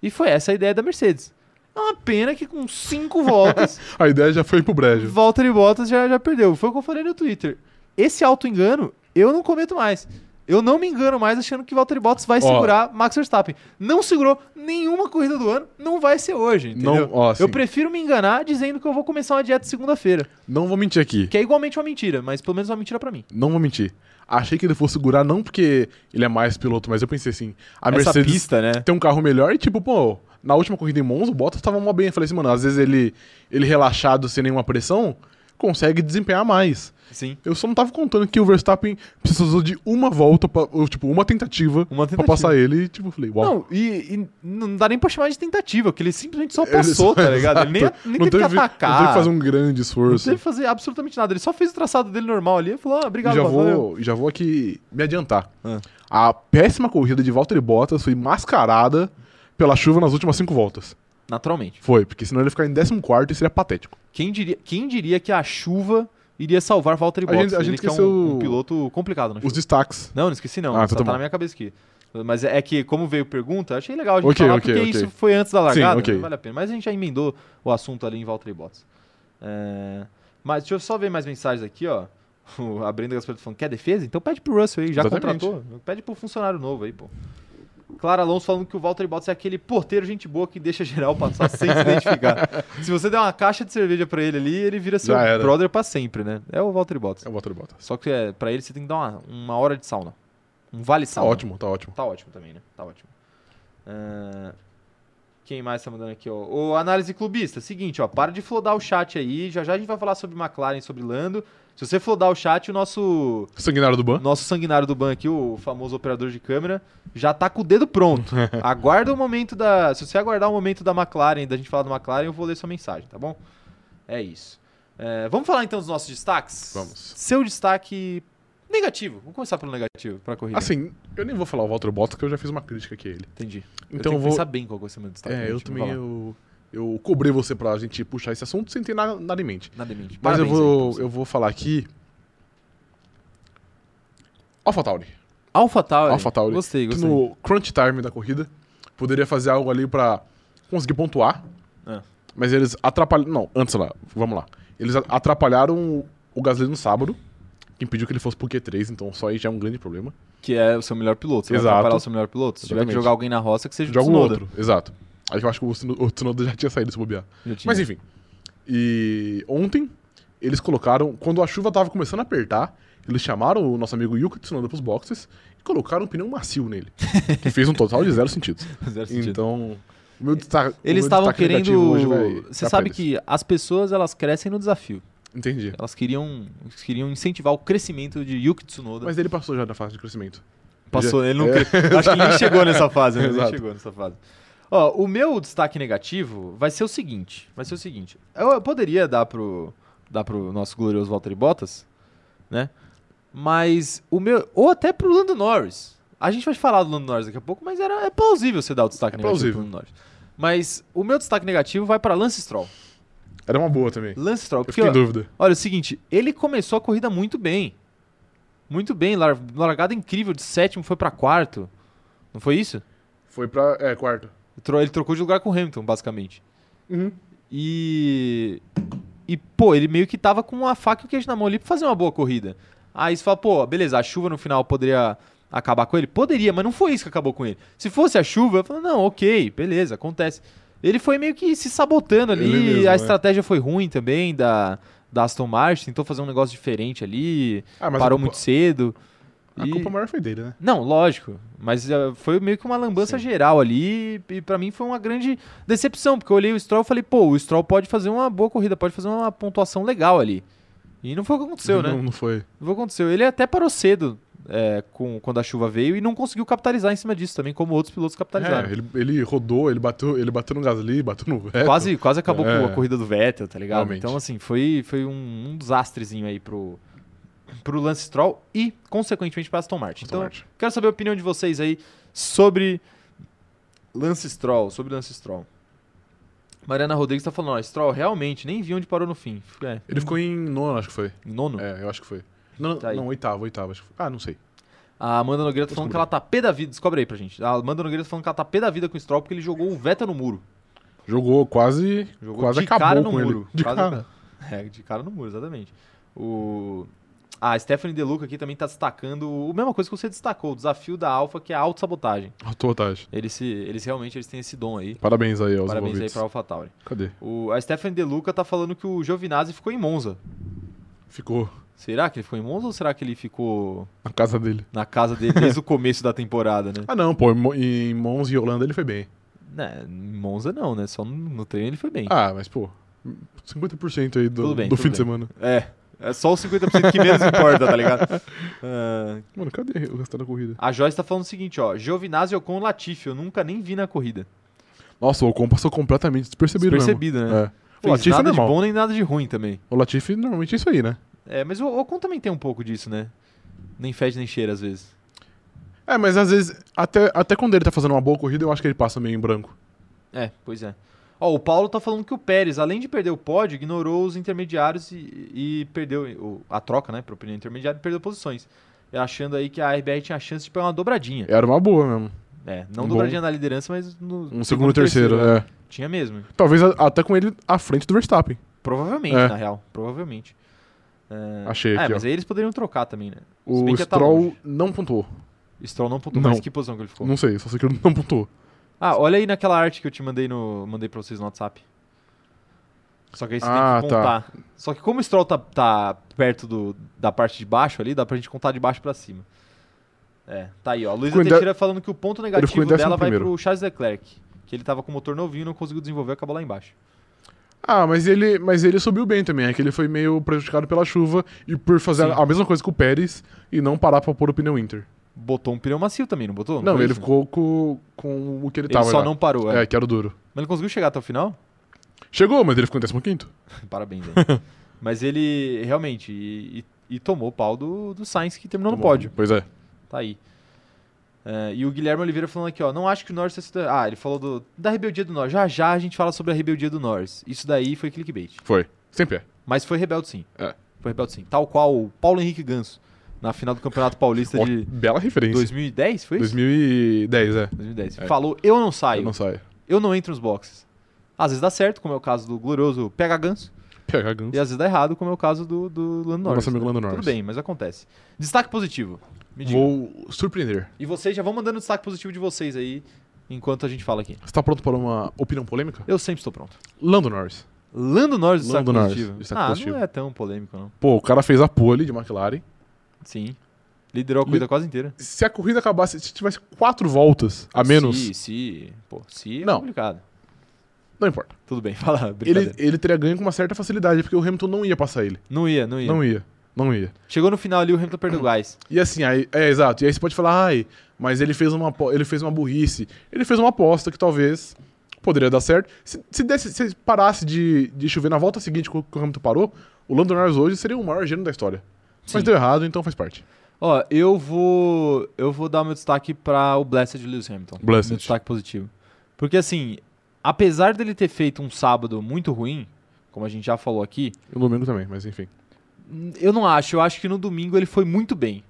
E foi essa a ideia da Mercedes. É uma pena que com <laughs> cinco voltas, A ideia já foi ir pro brejo. Valtteri Bottas já, já perdeu. Foi o que eu falei no Twitter. Esse auto-engano eu não cometo mais. Eu não me engano mais achando que Valtteri Bottas vai Ó. segurar Max Verstappen. Não segurou nenhuma corrida do ano, não vai ser hoje, entendeu? Não, ó, assim, eu prefiro me enganar dizendo que eu vou começar uma dieta segunda-feira, não vou mentir aqui. que é igualmente uma mentira, mas pelo menos é uma mentira pra mim. Não vou mentir. Achei que ele fosse segurar não porque ele é mais piloto, mas eu pensei assim, a Essa Mercedes pista, né? tem um carro melhor e tipo, pô, na última corrida em Monza, o Bottas tava mó bem. Eu falei assim, mano, às vezes ele, ele relaxado, sem nenhuma pressão, consegue desempenhar mais. Sim. Eu só não tava contando que o Verstappen precisou de uma volta, pra, ou, tipo, uma tentativa, Uma pra tentativa. passar ele e tipo, eu falei, uau. Não, e, e não dá nem pra chamar de tentativa, porque ele simplesmente só Ele <laughs> passou, só- tá ligado? Ele nem, Exato. nem teve, que atacar. Não teve que fazer um grande não esforço. teve que fazer absolutamente nada. Ele só fez o traçado dele normal ali e falou: ah, E obrigado, já Bob, valeu. vou, já vou aqui me adiantar. Ah. A péssima corrida de Valtteri Bottas foi mascarada pela chuva nas últimas cinco voltas. Naturalmente. Foi, porque senão ele ia ficar em 14 e seria patético. Quem diria, quem diria que a chuva iria salvar Valtteri A gente- Bottas? a Ele gente que é um- esqueceu um, piloto complicado, né? Os destaques. Não, não esqueci não. Ah, então só tá tá, bom. na minha cabeça aqui. Mas é que, como veio pergunta, achei legal a gente Ok, falar, ok, porque ok. isso foi antes da largada, Sim, ok. não vale a pena. Mas a gente já emendou o assunto ali em Valtteri Bottas. É, Mas deixa eu só ver mais mensagens aqui, ó. <laughs> O- A Brenda Gaspar falando, quer defesa? Então pede pro Russell aí, já Exatamente. contratou. Pede pro funcionário novo aí, pô. Clara Alonso falando que o Valtteri Bottas é aquele porteiro gente boa que deixa geral passar sem se identificar. <laughs> Se você der uma caixa de cerveja pra ele ali, ele vira seu Já era. brother pra sempre, né? É o Valtteri Bottas. É o Valtteri Bottas. Só que é, pra ele você tem que dar uma, uma hora de sauna. Um vale Tá sauna. ótimo, tá ótimo. Tá ótimo também, né? Tá ótimo. Ah, Quem mais tá mandando aqui, ó? O análise clubista. Seguinte, ó, para de flodar o chat aí. Já já a gente vai falar sobre McLaren, sobre Lando. Se você flodar o chat, o nosso Sanguinário do Ban. nosso sanguinário do ban aqui, o famoso operador de câmera, já tá com o dedo <laughs> pronto. Aguarda o momento da. Se você aguardar o momento da McLaren, da gente falar do McLaren, eu vou ler sua mensagem, tá bom? É isso. É, vamos falar então dos nossos destaques? Vamos. Seu destaque negativo. Vamos começar pelo negativo, pra corrida. Assim, eu nem vou falar o Walter Bottas, que eu já fiz uma crítica aqui a ele. Entendi. Então eu tenho eu que vou. pensar bem qual vai ser o meu destaque. É, negativo, eu vou também lá. eu, eu cobrei você pra gente puxar esse assunto sem ter na- nada em mente. Nada em mente. Mas eu Parabéns aí pra vou, você. eu vou falar aqui. AlphaTauri. AlphaTauri. AlphaTauri. Gostei, Que gostei. no crunch time da corrida poderia fazer algo ali pra conseguir pontuar. É. Mas eles atrapalharam. Não, antes lá, vamos lá. Eles a- atrapalharam o- o Gasly no sábado, que impediu que ele fosse pro Q3, então só aí já é um grande problema. Que é o seu melhor piloto. Você vai Exato. atrapalhar o seu melhor piloto. Se tiver que Exatamente. jogar alguém na roça, que seja o Joga um Tsunoda. outro, exato. Aí eu acho que o Tsuno- o Tsunoda já tinha saído se bobear. Já tinha. Mas enfim. E ontem eles colocaram, quando a chuva tava começando a apertar, eles chamaram o nosso amigo Yuka Tsunoda pros boxes e colocaram um pneu macio nele. <laughs> que fez um total de zero sentido. Zero sentido. Então, o meu destaque. o meu Eles estavam destaque querendo. negativo hoje vai- Você sabe vai pra eles. que as pessoas elas crescem no desafio. Entendi. Elas queriam, eles queriam incentivar o crescimento de Yuki Tsunoda. Mas ele passou já na fase de crescimento. Passou, ele não. cre- Acho que ele nem chegou nessa <laughs> fase, né? Ele nem Exato. chegou nessa fase. Ó, o meu destaque negativo vai ser o seguinte. Vai ser o seguinte. Eu, eu poderia dar pro, dar pro nosso glorioso Valtteri Bottas, né? Mas o meu. Ou até pro Lando Norris. A gente vai falar do Lando Norris daqui a pouco, mas era, é plausível você dar o destaque É negativo plausível. pro Lando Norris. Mas o meu destaque negativo vai para Lance Stroll. Era uma boa também. Lance Stroll, Eu porque fiquei em ó, dúvida. Olha, é o seguinte, ele começou a corrida muito bem. Muito bem, lar- largada incrível, de sétimo foi pra quarto. Não foi isso? Foi pra. É, quarto. Tro- Ele trocou de lugar com o Hamilton, basicamente. Uhum. E. E, pô, ele meio que tava com a faca e o queijo na mão ali pra fazer uma boa corrida. Aí você fala, pô, beleza, a chuva no final poderia acabar com ele? Poderia, mas não foi isso que acabou com ele. Se fosse a chuva, eu falo, não, ok, beleza, acontece. Ele foi meio que se sabotando ali, Ele mesmo, a né? estratégia foi ruim também da, da Aston Martin, tentou fazer um negócio diferente ali, Ah, mas parou a culpa, muito cedo. A e- culpa maior foi dele, né? Não, lógico. Mas eh, foi meio que uma lambança geral ali. E pra mim foi uma grande decepção, porque eu olhei o Stroll e falei, pô, o Stroll pode fazer uma boa corrida, pode fazer uma pontuação legal ali. E não foi o que aconteceu, né? não, não foi. Não foi o que aconteceu. Ele até parou cedo eh, com, quando a chuva veio e não conseguiu capitalizar em cima disso também, como outros pilotos capitalizaram. É, ele, ele rodou, ele bateu, ele bateu no Gasly, bateu no Vettel. Quase, quase acabou com a É. corrida do Vettel, tá ligado? Realmente. Então, assim, foi, foi um, um desastrezinho aí pro, pro Lance Stroll e, consequentemente, pra Aston Martin. Aston Então, Martin. quero saber a opinião de vocês aí sobre Lance Stroll, sobre Lance Stroll. Mariana Rodrigues tá falando, ó, Stroll realmente, nem vi onde parou no fim. É, Ele ficou em nono, acho que foi. em nono. É, eu acho que foi. Não, Tá aí. não oitavo, oitavo, acho que foi. Ah, não sei. A Amanda Nogueira tá falando que ela tá pé da vida, descobre aí pra gente. A Amanda Nogueira tá falando que ela tá pé da vida com o Stroll porque ele jogou o Vettel no muro. Jogou quase. Jogou quase de acabou cara no com ele. muro. De Quase- cara. <laughs> É, de cara no muro, exatamente. O... A Stephanie Deluca aqui também tá destacando o- a mesma coisa que você destacou, o desafio da Alfa, que é a autossabotagem. Altou, Tati. Eles, se- eles realmente eles têm esse dom aí. Parabéns aí aos Parabéns aí envolvidos. pra Alpha Tauri. Cadê? O... A Stephanie Deluca tá falando que o Giovinazzi ficou em Monza. Ficou Será que ele ficou em Monza ou será que ele ficou na casa dele. na casa dele desde o começo da temporada, né? Ah, não, pô. em Mo- Em Mons e Holanda ele foi bem. <laughs> Né, em Monza não, né? Só no, no treino ele foi bem. Ah, mas, pô. 50% aí do, Tudo bem, do tudo fim de bem. semana. É, é só os 50% que menos importa, tá ligado? Ah, Mano, cadê o resto da corrida? A Joyce tá falando o seguinte, ó. Giovinazzi Ocon Latifi, eu nunca nem vi na corrida. Nossa, o Ocon passou completamente despercebido Percebido, mesmo. né? É. O Fez Latifi é nada de normal. bom nem nada de ruim também. O Latifi normalmente é isso aí, né? É, mas o Ocon também tem um pouco disso, né? Nem fede nem cheira às vezes. É, mas às vezes, até, até quando ele tá fazendo uma boa corrida, eu acho que ele passa meio em branco. É, pois é. Ó, o Paulo tá falando que o Pérez, além de perder o pódio, ignorou os intermediários e, e perdeu o- a troca, né, para o pneu intermediário e perdeu posições. É Achando aí que a RBR tinha a chance de pegar uma dobradinha. Era uma boa mesmo. É, não Um dobradinha na liderança, mas no Um segundo e terceiro, né? é. Tinha mesmo. Talvez a- até com ele à frente do Verstappen. Provavelmente, É. na real. Provavelmente. É, Achei É, aqui, ó. mas aí eles poderiam trocar também, né? Se bem O que tá Stroll longe. não pontuou. Stroll não pontuou, Não. mas que posição que ele ficou? Não sei, só sei que ele não pontuou. Ah, olha aí naquela arte que eu te mandei no mandei pra vocês no WhatsApp. Só que aí você Ah, tem que tá. contar. Só que como o Stroll tá, tá perto do, da parte de baixo ali, dá pra gente contar de baixo pra cima. É, tá aí, ó. A Luísa Ficou em de- Teixeira falando que o ponto ficou em negativo décimo dela vai é primeiro. pro Charles Leclerc, que Que ele tava com o motor novinho, não conseguiu desenvolver, acabou lá embaixo. Ah, mas ele, mas ele subiu bem também. É que ele foi meio prejudicado pela chuva e por fazer Sim. a mesma coisa que o Pérez e não parar pra pôr o pneu Inter. Botou um pneu macio também, não botou? Não, foi ele isso? ficou com, com o que ele, Ele tava. só já. não parou, é. É, que era o duro. Mas ele conseguiu chegar até o final? <laughs> Chegou, mas ele ficou em 15. Parabéns, <laughs> velho. Mas ele realmente. E, e- e tomou o pau do, do Sainz, que terminou no pódio. Pois é. Tá aí. É, e o Guilherme Oliveira falando aqui, ó. Não acho que o Norris tenha sido. Ah, ele falou do- da rebeldia do Norris. Já já a gente fala sobre a rebeldia do Norris. Isso daí foi clickbait. Foi. Sempre é. Mas foi rebelde sim. É. Foi rebelde sim. Tal qual o Paulo Henrique Ganso na final do Campeonato Paulista Ó, de Bela referência. 2010, foi isso? 2010, é. 2010. É. Falou, eu não saio, Eu não saio. eu não entro nos boxes. Às vezes dá certo, como é o caso do glorioso Pega Ganso. PH Guns. E às vezes dá errado, como é o caso do, do Lando Norris. Nosso amigo Lando Tudo Norris. bem, mas acontece. Destaque positivo. Me diga. Vou surpreender. E vocês já vão mandando o destaque positivo de vocês aí, enquanto a gente fala aqui. Você tá pronto para uma opinião polêmica? Eu sempre estou pronto. Lando Norris. Lando Norris, destaque Lando Norris, positivo. destaque ah, positivo. não é tão polêmico, não. Pô, o cara fez a pole de McLaren. Sim. Liderou a corrida quase inteira. Se a corrida acabasse, se tivesse quatro voltas a menos, Se, se. Pô, se é Não. complicado. não importa. Tudo bem, <laughs> fala. Ele, Brincadeira. ele teria ganho com uma certa facilidade, porque o Hamilton não ia passar ele. Não ia, não ia. Não ia. Não ia. Chegou no final ali, o Hamilton perdeu o gás. E assim, aí, é exato. E aí você pode falar, ai, mas ele fez uma, apo- ele fez uma burrice. Ele fez uma aposta que talvez poderia dar certo. Se, se, desse- se parasse de, de chover na volta seguinte que o que o Hamilton parou, o Lando Norris hoje seria o maior gênio da história. Mas Sim. deu errado, então faz parte. Ó, eu vou. Eu vou dar meu destaque para o Blessed Lewis Hamilton. Blessed. Meu destaque positivo. Porque assim, apesar dele ter feito um sábado muito ruim, como a gente já falou aqui, E no domingo também, mas enfim. n- eu não acho. Eu acho que no domingo ele foi muito bem.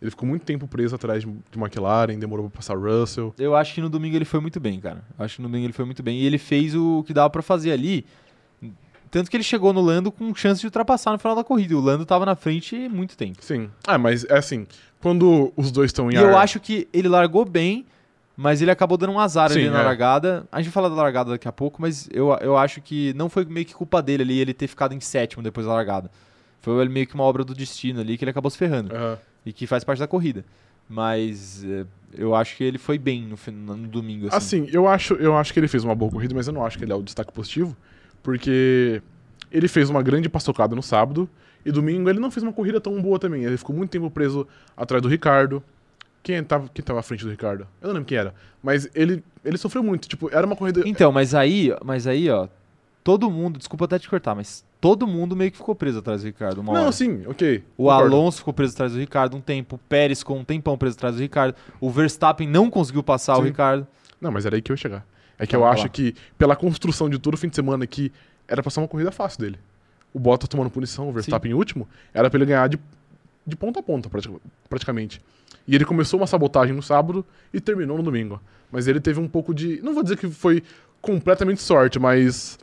Ele ficou muito tempo preso atrás de, de McLaren, demorou pra passar Russell. Eu acho que no domingo ele foi muito bem, cara. Eu acho que no domingo ele foi muito bem. E ele fez o que dava pra fazer ali. Tanto que ele chegou no Lando com chance de ultrapassar no final da corrida. E o Lando tava na frente muito tempo. Sim. Ah, mas é assim, quando os dois estão em E ar... eu acho que ele largou bem, mas ele acabou dando um azar ali Sim, na é. largada. A gente fala da largada daqui a pouco, mas eu, eu acho que não foi meio que culpa dele ali ele ter ficado em sétimo depois da largada. Foi meio que uma obra do destino ali que ele acabou se ferrando. Aham. E que faz parte da corrida. Mas eh, eu acho que ele foi bem no, fin- no domingo, assim. Assim, eu acho, eu acho que ele fez uma boa corrida, mas eu não acho que ele é o destaque positivo, porque ele fez uma grande paçocada no sábado e domingo ele não fez uma corrida tão boa também. Ele ficou muito tempo preso atrás do Ricardo. Quem tava, quem tava à frente do Ricardo? Eu não lembro quem era, mas ele, ele sofreu muito. Tipo, era uma corrida. Então, mas aí, mas aí, ó, todo mundo, desculpa até te cortar, mas todo mundo meio que ficou preso atrás do Ricardo. Uma Não, hora. sim, ok. O concordo. Alonso ficou preso atrás do Ricardo um tempo, o Pérez ficou um tempão preso atrás do Ricardo, o Verstappen não conseguiu passar o Sim. Ricardo. Não, mas era aí que eu ia chegar. É que Tá, eu vai acho lá. que, pela construção de todo o fim de semana aqui, era pra ser uma corrida fácil dele. O Bottas tomando punição, o Verstappen em último, era pra ele ganhar de, de ponta a ponta, pratica- praticamente. E ele começou uma sabotagem no sábado e terminou no domingo. Mas ele teve um pouco de. Não vou dizer que foi completamente sorte, mas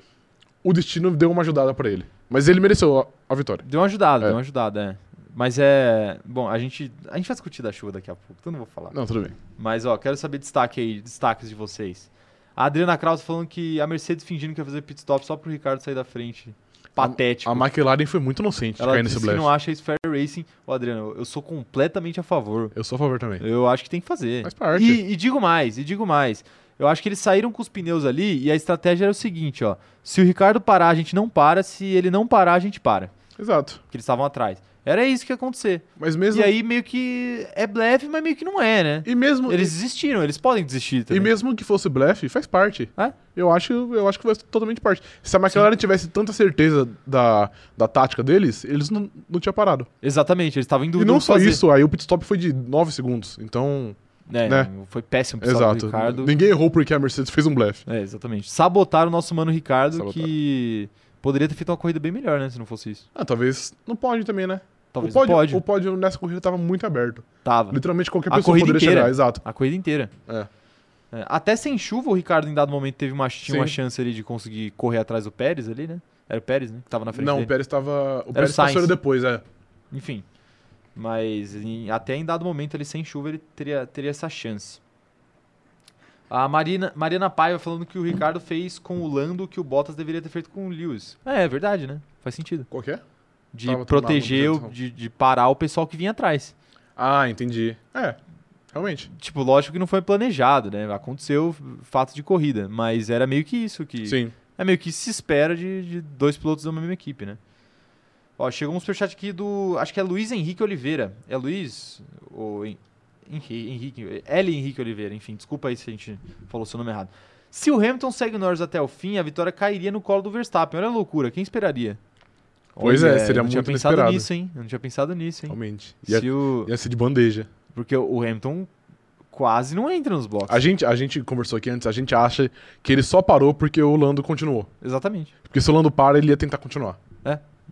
o destino deu uma ajudada pra ele. Mas ele mereceu a, a vitória. Deu uma ajudada, É. deu uma ajudada, é. Mas é. Bom, a gente. A gente vai discutir da chuva daqui a pouco, então não vou falar. Não, tudo bem. Mas, ó, quero saber destaque aí, destaques de vocês. A Adriana Krause falando que a Mercedes fingindo que ia fazer pit stop só pro Ricardo sair da frente. Patético. A McLaren foi muito inocente de Ela cair nesse disse que blefe. não acha isso fair racing. Ô, Adriano, eu sou completamente a favor. Eu sou a favor também. Eu acho que tem que fazer. Faz parte. E, e digo mais, e digo mais. Eu acho que eles saíram com os pneus ali e a estratégia era o seguinte, ó. Se o Ricardo parar, a gente não para. Se ele não parar, a gente para. Exato. Porque eles estavam atrás. Era isso que ia acontecer. Mas mesmo. E aí meio que é blefe, mas meio que não é, né? e mesmo Eles desistiram, eles podem desistir também. E mesmo que fosse blefe, faz parte. É? Eu acho, eu acho que faz totalmente parte. Se a McLaren tivesse tanta certeza da, da tática deles, eles não, não tinham parado. Exatamente, eles estavam em e dúvida. não do que só fazer. isso, aí o pit stop foi de 9 segundos. Então, É, né? Foi péssimo pro exato. Ricardo. Ninguém errou porque a Mercedes fez um blefe. É, exatamente. Sabotaram o nosso mano Ricardo, Sabotaram. que poderia ter feito uma corrida bem melhor, né? Se não fosse isso. Ah, talvez não pode também, né? Talvez o pódio, não pode. O pódio nessa corrida tava muito aberto. Tava. Literalmente qualquer A pessoa corrida poderia inteira. chegar, exato. A corrida inteira. É. É, Até sem chuva, o Ricardo em dado momento teve uma, tinha uma Sim. chance ali de conseguir correr atrás do Pérez ali, né? Era o Pérez, né? Que tava na frente Não, o dele. Pérez tava. O o Pérez Sainz. passou ele depois, é. Enfim. Mas em- até em dado momento ali sem chuva ele teria, teria essa chance. A Marina, Mariana Paiva falando que o Ricardo fez com o Lando o que o Bottas deveria ter feito com o Lewis. É, é verdade, né? Faz sentido. Qual que é? De Tava tomando proteger, o- atenção. de, de parar o pessoal que vinha atrás. Ah, entendi. É. Realmente. Tipo, lógico que não foi planejado, né? Aconteceu fato de corrida, mas era meio que isso que. Sim. É meio que se espera de, de dois pilotos da mesma equipe, né? Ó, chegou um superchat aqui do. Acho que é Luiz Henrique Oliveira. É Luiz? Ou Hen- Henri- Henrique. L. Henrique Oliveira, enfim, desculpa aí se a gente falou seu nome errado. Se o Hamilton segue o Norris até o fim, a vitória cairia no colo do Verstappen. Olha a loucura, quem esperaria? Pois é, seria eu não tinha muito pensado inesperado. nisso, hein? Eu não tinha pensado nisso, hein? Realmente. Ia, Se o... ia ser de bandeja. Porque o Hamilton quase não entra nos boxes. A gente, a gente conversou aqui antes, a gente acha que ele só parou porque o Lando continuou. Exatamente. Porque se o Lando para, ele ia tentar continuar.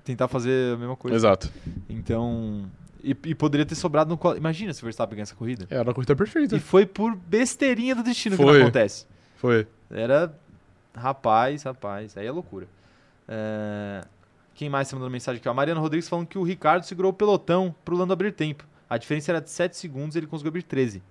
Tentar fazer a mesma coisa. Exato. Então. E, e poderia ter sobrado no colo. Imagina se o Verstappen ganha essa é, corrida. Era a corrida perfeita. E foi por besteirinha do destino que é. Foi. não acontece. Foi. Era. Rapaz, rapaz. Aí é loucura. É, Quem mais tá mandando mensagem aqui? A Mariana Rodrigues falando que o Ricardo segurou o pelotão pro Lando abrir tempo. A diferença era de 7 segundos ele conseguiu abrir 13.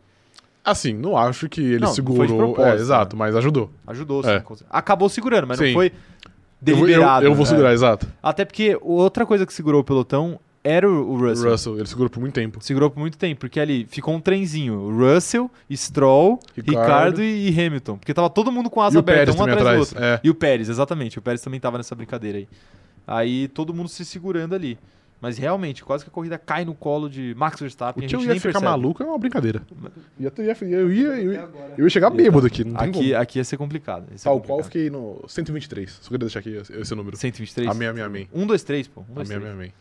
Assim, não acho que ele Não, não foi de segurou. propósito, é, exato, mas ajudou. Ajudou, É. sim. com- Acabou segurando, mas Sim. não foi Eu vou- eu- deliberado. Eu, vou né? segurar, exato. Até porque outra coisa que segurou o pelotão era o o O Russell. Russell. ele segurou por muito tempo. Segurou por muito tempo, porque ali ficou um trenzinho. Russell, Stroll, Ricardo. Ricardo, e e Hamilton. Porque tava todo mundo com a asa e o aberta, Pérez um também atrás do atrás. outro. É. E o Pérez, exatamente. O Pérez também tava nessa brincadeira aí. Aí todo mundo se segurando ali. Mas realmente, quase que a corrida cai no colo de Max Verstappen. O a que eu gente ia nem ficar percebe. maluco é uma brincadeira. Ia ter- ia- eu, ia, eu, ia, eu ia chegar bêbado aqui, não tem Aqui, aqui ia ser complicado. Ia ser Tal qual complicado. eu fiquei no 123. Só queria deixar aqui esse esse número. 123? Amém, amém, amém. 1, 2, 3, Um, pô. 1, 2, Amém, 3. amém, amém.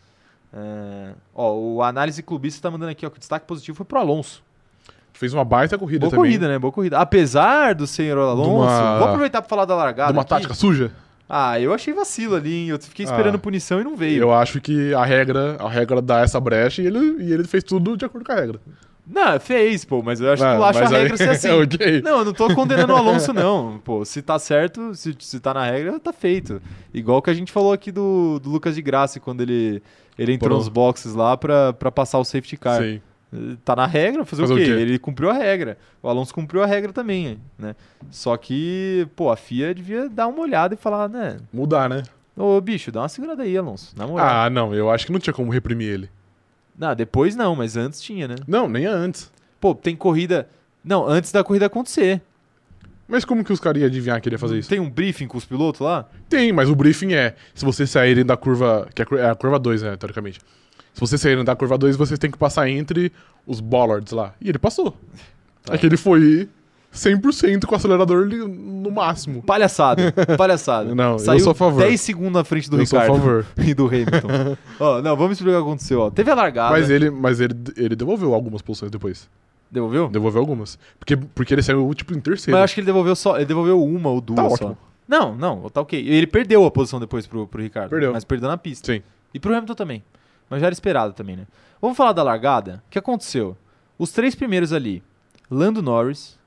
É, Ó, o análise clubista tá mandando aqui, ó, que o destaque positivo foi pro Alonso. Fez uma baita corrida Boa também. corrida, né? Boa corrida. Apesar do senhor Alonso, uma- vou aproveitar pra falar da largada. De uma aqui. tática suja. Ah, eu achei vacilo ali, hein? Eu fiquei Ah. esperando punição e não veio. Eu acho que a regra, a regra dá essa brecha e ele, e ele fez tudo de acordo com a regra. Não, fez, pô, mas eu acho Ah, que eu acho a mas aí- <laughs> regra ser assim. é ok. Não, eu não tô condenando o Alonso, não. Pô, se tá certo, se, se tá na regra, tá feito. Igual que a gente falou aqui do, do Lucas de Graça, quando ele, ele entrou Pô. nos boxes lá pra, pra passar o safety car. Sim. Tá na regra, fazer, Fazer o, o quê? quê? Ele cumpriu a regra. O Alonso cumpriu a regra também, né? Só que, pô, a FIA devia dar uma olhada e falar, né? Mudar, né? Ô, bicho, dá uma segurada aí, Alonso. Na moral. Ah, não, eu acho que não tinha como reprimir ele. Não, depois não, mas antes tinha, né? Não, nem antes. Pô, tem corrida. Não, antes da corrida acontecer. Mas como que os caras iam adivinhar que ele ia fazer isso? Tem um briefing com os pilotos lá? Tem, mas o briefing é: se vocês saírem da curva. Que é a cur- é a curva 2, né, teoricamente. Se vocês saírem da curva 2, vocês têm que passar entre os bollards lá. E ele passou. Tá. É que ele foi 100% com o acelerador li- no máximo. <laughs> Palhaçada, palhaçada. Não, eu Saiu sou a favor. 10 segundos na frente do Eu sou a Ricardo favor. <laughs> e do <laughs> Hamilton. ó, não, vamos explicar o que aconteceu. Ó. Teve a largada. mas ele, mas ele, ele devolveu algumas posições depois. Devolveu? Devolveu algumas. Porque, porque ele saiu, tipo, em terceiro. Mas eu acho que ele devolveu só. Ele devolveu uma ou duas Tá só. ótimo. Não, não, tá ok. Ele perdeu a posição depois pro, pro Ricardo. Perdeu. Mas perdeu na pista. Sim. E pro Hamilton também. Mas já era esperado também, né? Vamos falar da largada? O que aconteceu? Os três primeiros ali, Lando Norris.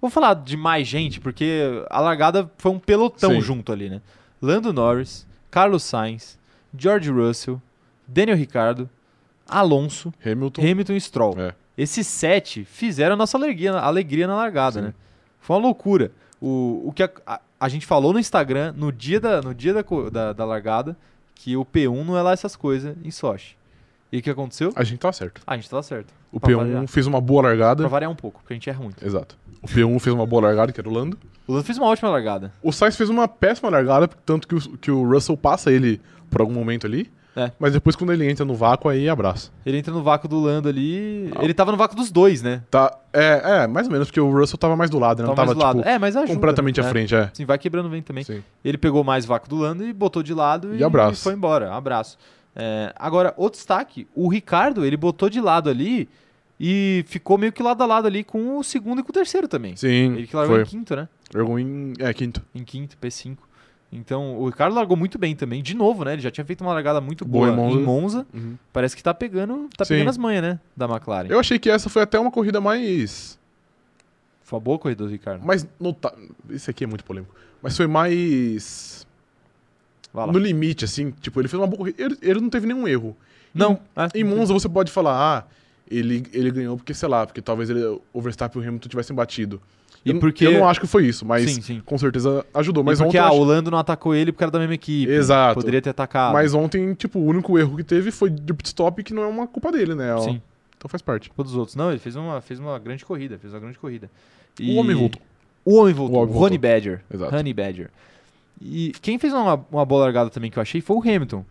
Vou falar de mais gente, porque a largada foi um pelotão Sim. junto ali, né? Lando Norris, Carlos Sainz, George Russell, Daniel Ricciardo, Alonso, Hamilton. Hamilton e Stroll. É. Esses sete fizeram a nossa alegria, alegria na largada, Sim. né? Foi uma loucura. O, o que a, a- a gente falou no Instagram, no dia, da, no dia da, co- da, da largada, que o P1 não é lá essas coisas em Sochi. E o que aconteceu? A gente tava certo. Ah, a gente tava certo. O é Pra P1 variar. fez uma boa Pra largada. variar um pouco, porque a gente erra muito. Exato. O P1 fez uma boa largada, que era o Lando. O Lando fez uma ótima largada. O Sainz fez uma péssima largada, tanto que o, que o Russell passa ele por algum momento ali. É. Mas depois, quando ele entra no vácuo, aí abraça. Ele entra no vácuo do Lando ali. Ah. Ele tava no vácuo dos dois, né? Tá, é, é, mais ou menos, porque o Russell tava mais do lado, né? não Tava mais tava, do lado. tipo, é, mas ajuda, completamente né? à frente, é. Sim, vai quebrando o vento também. Sim. Ele pegou mais vácuo do Lando e botou de lado E e, abraço. foi embora. Abraço. É, agora, outro destaque: o Ricardo, ele botou de lado ali e ficou meio que lado a lado ali com o segundo e com o terceiro também. Sim, Ele que largou foi. em quinto, né? Largou em... É, quinto. Em quinto, P5. Então, o Ricardo largou muito bem também. De novo, né? Ele já tinha feito uma largada muito Boa boa, em Monza. Uhum. em Monza. Parece que tá pegando, tá Sim. pegando as manhas, né? Da McLaren. Eu achei que essa foi até uma corrida mais... Foi uma boa corrida do Ricardo. mais nota... Isso aqui é muito polêmico. Mas foi mais... Vai lá. No limite, assim. Tipo, ele fez uma boa corrida. Ele, ele não teve nenhum erro. Não. é. Em Monza você pode falar, ah, ele, ele ganhou porque, sei lá, porque talvez ele, o Verstappen e o Hamilton tivessem batido. E Eu- porque- Eu não acho que foi isso, mas Sim, sim. com certeza ajudou. Mas Mas porque ontem, eu ah, acho- o Lando não atacou ele porque era da mesma equipe. Exato. Poderia ter atacado. mas ontem, tipo, o único erro que teve foi de pit stop, que não é uma culpa dele, né? É uma- Sim. Então faz parte. Todos os outros. Não, ele fez uma, fez uma grande corrida, fez uma grande corrida. O E- homem voltou. O homem voltou. O O, homem Honey Badger. Exato. Honey Badger. E quem fez uma, uma boa largada também que eu achei foi o Hamilton.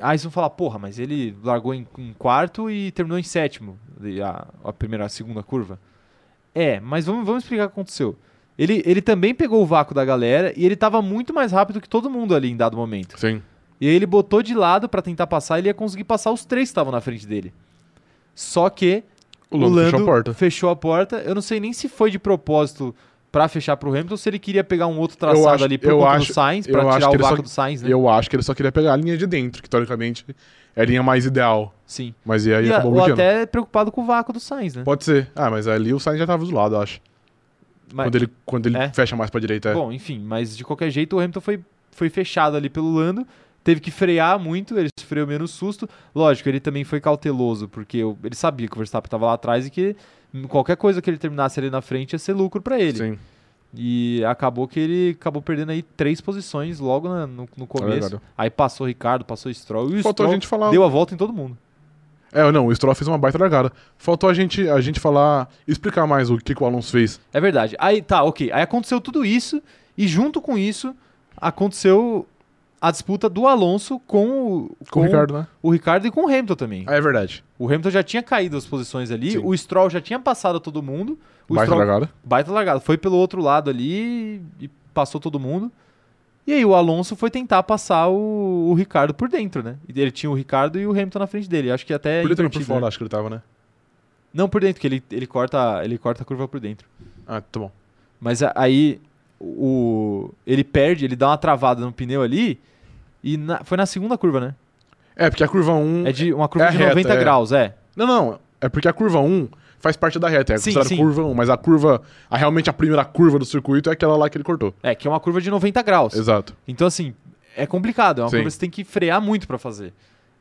Aí vocês vão falar, porra, mas ele largou em, em quarto e terminou em sétimo. de- A, a primeira, a segunda curva. É, mas vamos, vamos explicar o que aconteceu. Ele, ele também pegou o vácuo da galera e ele tava muito mais rápido que todo mundo ali em dado momento. Sim. E aí ele botou de lado pra tentar passar, ele ia conseguir passar os três que estavam na frente dele. Só que O Lando, fechou a porta. fechou a porta. Eu não sei nem se foi de propósito pra fechar pro Hamilton, se ele queria pegar um outro traçado Eu acho- ali por eu conta do acho- Sainz, eu pra acho tirar que o ele vácuo só- do Sainz, né? Eu acho que ele só queria pegar a linha de dentro, que teoricamente é a linha mais ideal. Sim. Mas e aí e a, acabou ou bloqueando. até preocupado com o vácuo do Sainz, né? Pode ser. Ah, mas ali o Sainz já tava do lado, eu acho. Mas- quando ele, quando ele É. fecha mais pra direita. é. Bom, enfim, mas de qualquer jeito o Hamilton foi, foi fechado ali pelo Lando, teve que frear muito, ele sofreu menos susto. Lógico, ele também foi cauteloso, porque o- ele sabia que o Verstappen estava lá atrás e que hum, qualquer coisa que ele terminasse ali na frente ia ser lucro para ele. Sim, E acabou que ele acabou perdendo aí três posições logo na- no, no começo. É verdade. aí passou o Ricardo, passou o Stroll e o Faltou a Stroll gente falar. deu a volta em todo mundo. É, não, o Stroll fez uma baita largada. Faltou a gente, a gente falar, explicar mais o que, que o Alonso fez. É verdade. Aí tá, ok. Aí aconteceu tudo isso e junto com isso aconteceu a disputa do Alonso com o, Com o Ricardo, né? o Ricardo e com o Hamilton também. Ah, é verdade. O Hamilton já tinha caído as posições ali, Sim. o Stroll já tinha passado todo mundo. O Baita Stroll largada. baita largado, foi pelo outro lado ali e passou todo mundo. E aí o Alonso foi tentar passar o, o Ricardo por dentro, né? E Ele tinha o Ricardo e o Hamilton na frente dele. Acho que até por dentro ou por invertido, fora, né? acho que ele tava, né? Não por dentro, que ele, ele corta ele corta a curva por dentro. Ah, tá bom. Mas a- aí o ele perde, ele dá uma travada no pneu ali e na- foi na segunda curva, né? É, porque a curva 1. É de uma curva É a de reta, 90 é. graus, é. Não, não. É porque a curva 1 faz parte da reta. É Sim, considerada sim. curva 1, mas a curva. A, realmente a primeira curva do circuito é aquela lá que ele cortou. É, que é uma curva de 90 graus. Exato. Então, assim, é complicado. É uma Sim. curva que você tem que frear muito pra fazer.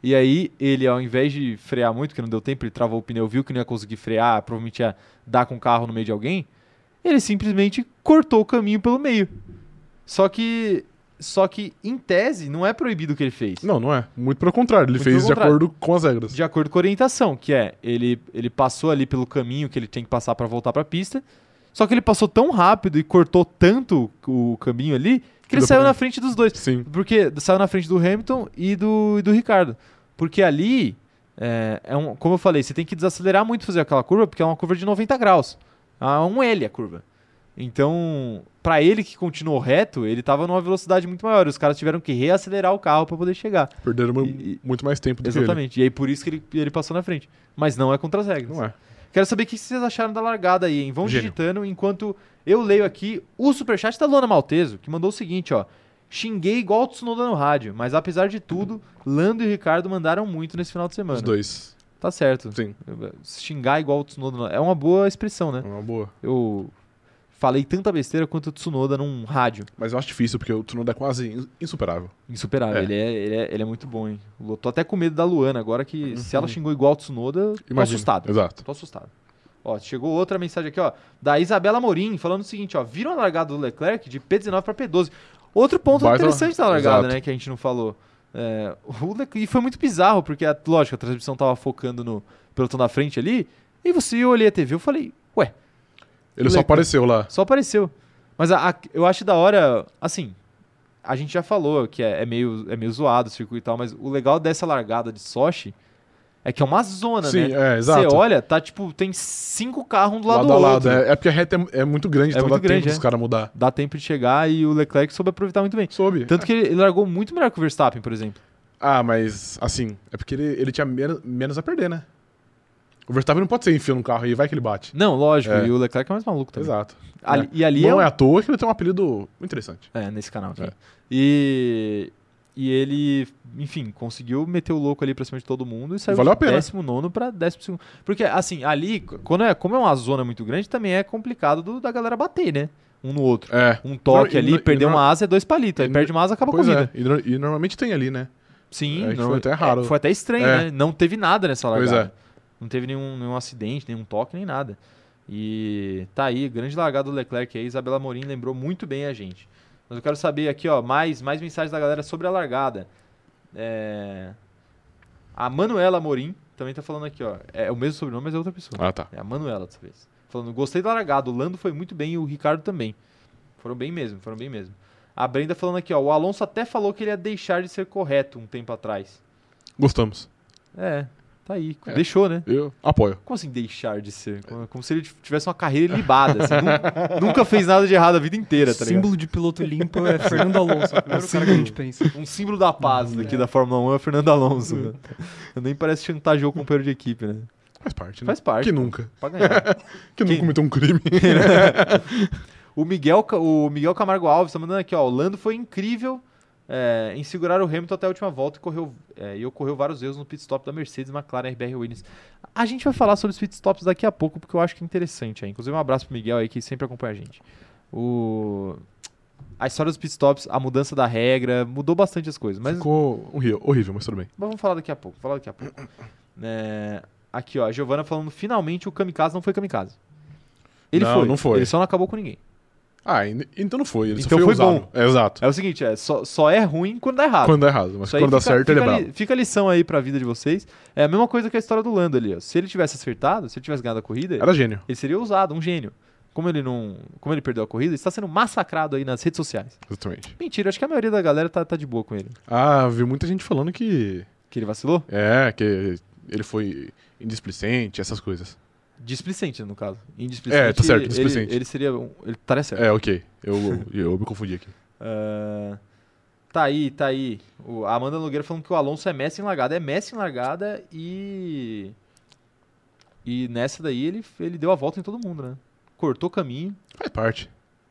E aí, ele, ao invés de frear muito, que não deu tempo, ele travou o pneu, viu que não ia conseguir frear, provavelmente ia dar com o carro no meio de alguém. Ele simplesmente cortou o caminho pelo meio. Só que. Só que, em tese, não é proibido o que ele fez. Não, não é. Muito pelo contrário, ele Muito fez pelo de contrário. acordo com as regras. De acordo com a orientação, que é ele, ele passou ali pelo caminho que ele tem que passar pra voltar pra pista. Só que ele passou tão rápido e cortou tanto o caminho ali que Que ele deu saiu pra- na frente dos dois. Sim. Porque saiu na frente do Hamilton e do, e do Ricardo. Porque ali, é, é um, como eu falei, você tem que desacelerar muito pra fazer aquela curva, porque é uma curva de 90 graus. É um L a curva. Então, pra ele que continuou reto, ele tava numa velocidade muito maior. Os caras tiveram que reacelerar o carro pra poder chegar. Perderam mu- E- muito mais tempo do Exatamente. E aí por isso que ele, ele passou na frente. Mas não é contra as que regras. ele. Não é. Quero saber o que vocês acharam da largada aí, hein? Vão Gênio. digitando enquanto eu leio aqui o superchat da Lona Malteso, que mandou o seguinte, ó. Xinguei igual o Tsunoda no rádio, mas apesar de tudo, Lando e Ricardo mandaram muito nesse final de semana. Os dois. Tá certo. Sim. Xingar igual o Tsunoda no... é uma boa expressão, né? É uma boa. Eu falei tanta besteira quanto o Tsunoda num rádio. Mas eu acho difícil, porque o Tsunoda é quase in- insuperável. Insuperável. É. Ele, é, ele, é, ele é muito bom, hein? Eu Tô até com medo da Luana agora que se Uhum. ela xingou igual o Tsunoda, eu tô Imagina. assustado. Exato. Tô assustado. Ó, chegou outra mensagem aqui, ó, da Isabela Morim, falando o seguinte, ó, viram a largada do Leclerc de P19 para P12. Outro ponto Baita- interessante da largada, Exato. né, que a gente não falou. É, o Lec- E foi muito bizarro, porque, a- lógico, a transmissão tava focando no pelotão da frente ali, e você, eu olhei a TV, eu falei, ué, Ele só Leclerc. apareceu lá. só apareceu. Mas a- a- eu acho da hora, assim, a gente já falou que é, é meio, é meio zoado o circuito e tal, mas o legal dessa largada de Sochi é que é uma zona, né? Sim, é, exato. Você olha, tá tipo, tem cinco carros um do lado, lado a do lado. outro. É, é porque a reta é, é muito É grande, então muito dá tempo grande, dos é. caras mudar. Dá tempo de chegar e o Leclerc soube aproveitar muito bem. Soube. Tanto que ele, ele largou muito melhor que o Verstappen, por exemplo. Ah, mas assim, é porque ele, ele tinha menos, menos a perder, né? O Verstappen não pode ser enfio no carro e vai que ele bate. Não, lógico, É. e o Leclerc é mais maluco também. Exato. Ali- E ali é, não um- é à toa que ele tem um apelido muito interessante. É, nesse canal aqui. É. E, e ele, enfim, conseguiu meter o louco ali pra cima de todo mundo e saiu Valeu a de pena. 19 pra 12. Porque, assim, ali, c- quando é, como é uma zona muito grande, também é complicado do- da galera bater, né? Um no outro. É. Um toque Não, e ali, no- e perder no- uma asa é dois palitos. Aí e no- perde uma asa, acaba a Pois comida. é. E, no- e normalmente tem ali, né? Sim, É, que não- foi até é, raro. foi até estranho, É. né? Não teve nada nessa Pois é. largada. Não teve nenhum, nenhum acidente, nenhum toque, nem nada. E tá aí, grande largada do Leclerc aí. Isabela Morim lembrou muito bem a gente. Mas eu quero saber aqui, ó, mais, mais mensagens da galera sobre a largada. É, A Manuela Morim também tá falando aqui, ó. É o mesmo sobrenome, mas é outra pessoa. Ah, tá. É a Manuela dessa vez. Falando, gostei da largada. O Lando foi muito bem e o Ricardo também. Foram bem mesmo, foram bem mesmo. A Brenda falando aqui, ó. O Alonso até falou que ele ia deixar de ser correto um tempo atrás. Gostamos. É, tá aí. É. Deixou, né? Eu apoio. Como assim deixar de ser? Como, como se ele tivesse uma carreira libada. assim, nu- <laughs> nunca fez nada de errado a vida inteira, tá ligado? Símbolo de piloto limpo é Fernando Alonso. É o primeiro cara que a gente pensa. Um símbolo da paz Uhum. daqui É. da Fórmula 1 é o Fernando Alonso. né? Nem parece chantageou o companheiro de equipe, né? Faz parte, né? Faz parte. Que nunca. Pra ganhar. Que- Que, nunca cometeu um crime. O Miguel, Ca- o Miguel Camargo Alves tá mandando aqui, ó. O Lando foi incrível é, em segurar o Hamilton até a última volta e, correu, é, e ocorreu vários erros no pit stop da Mercedes, McLaren, RBR Williams. A gente vai falar sobre os pit stops daqui a pouco, porque eu acho que é interessante aí. Inclusive, um abraço pro Miguel aí que sempre acompanha a gente. O... A história dos pit stops, a mudança da regra, mudou bastante as coisas. <laughs> Mas Ficou horrível, horrível, mas tudo bem. mas vamos falar daqui a pouco, falar daqui a pouco. <clears throat> É, aqui, ó, a Giovana falando, finalmente o kamikaze não foi kamikaze. Ele Não, foi. não foi. Ele só não acabou com ninguém. Ah, en- então não foi. Ele Então só foi foi, usado. bom. É, exato. É o seguinte, é, só, só é ruim quando dá errado. Quando dá errado, mas Isso aí quando dá fica- certo, ele é fica bravo. li- Fica a lição aí pra vida de vocês. É a mesma coisa que a história do Lando ali, ó. Se ele tivesse acertado, se ele tivesse ganhado a corrida, Era gênio. ele seria ousado, um gênio. Como ele não. Como ele perdeu a corrida, ele está sendo massacrado aí nas redes sociais. Exatamente. Mentira, acho que a maioria da galera tá, tá de boa com ele. Ah, vi muita gente falando que. Que ele vacilou? É, que ele foi indisplicente, essas coisas. Displicente, no caso. Indisplicente. É, tá certo, ele- displicente. Ele, ele seria. um- ele estaria certo. É, ok. Eu, <laughs> eu, eu me confundi aqui. Ah, tá aí, tá aí. O, a Amanda Nogueira falando que o Alonso é Messi em largada. É Messi em largada e. E nessa daí ele, ele deu a volta em todo mundo, né? Cortou caminho, Faz parte.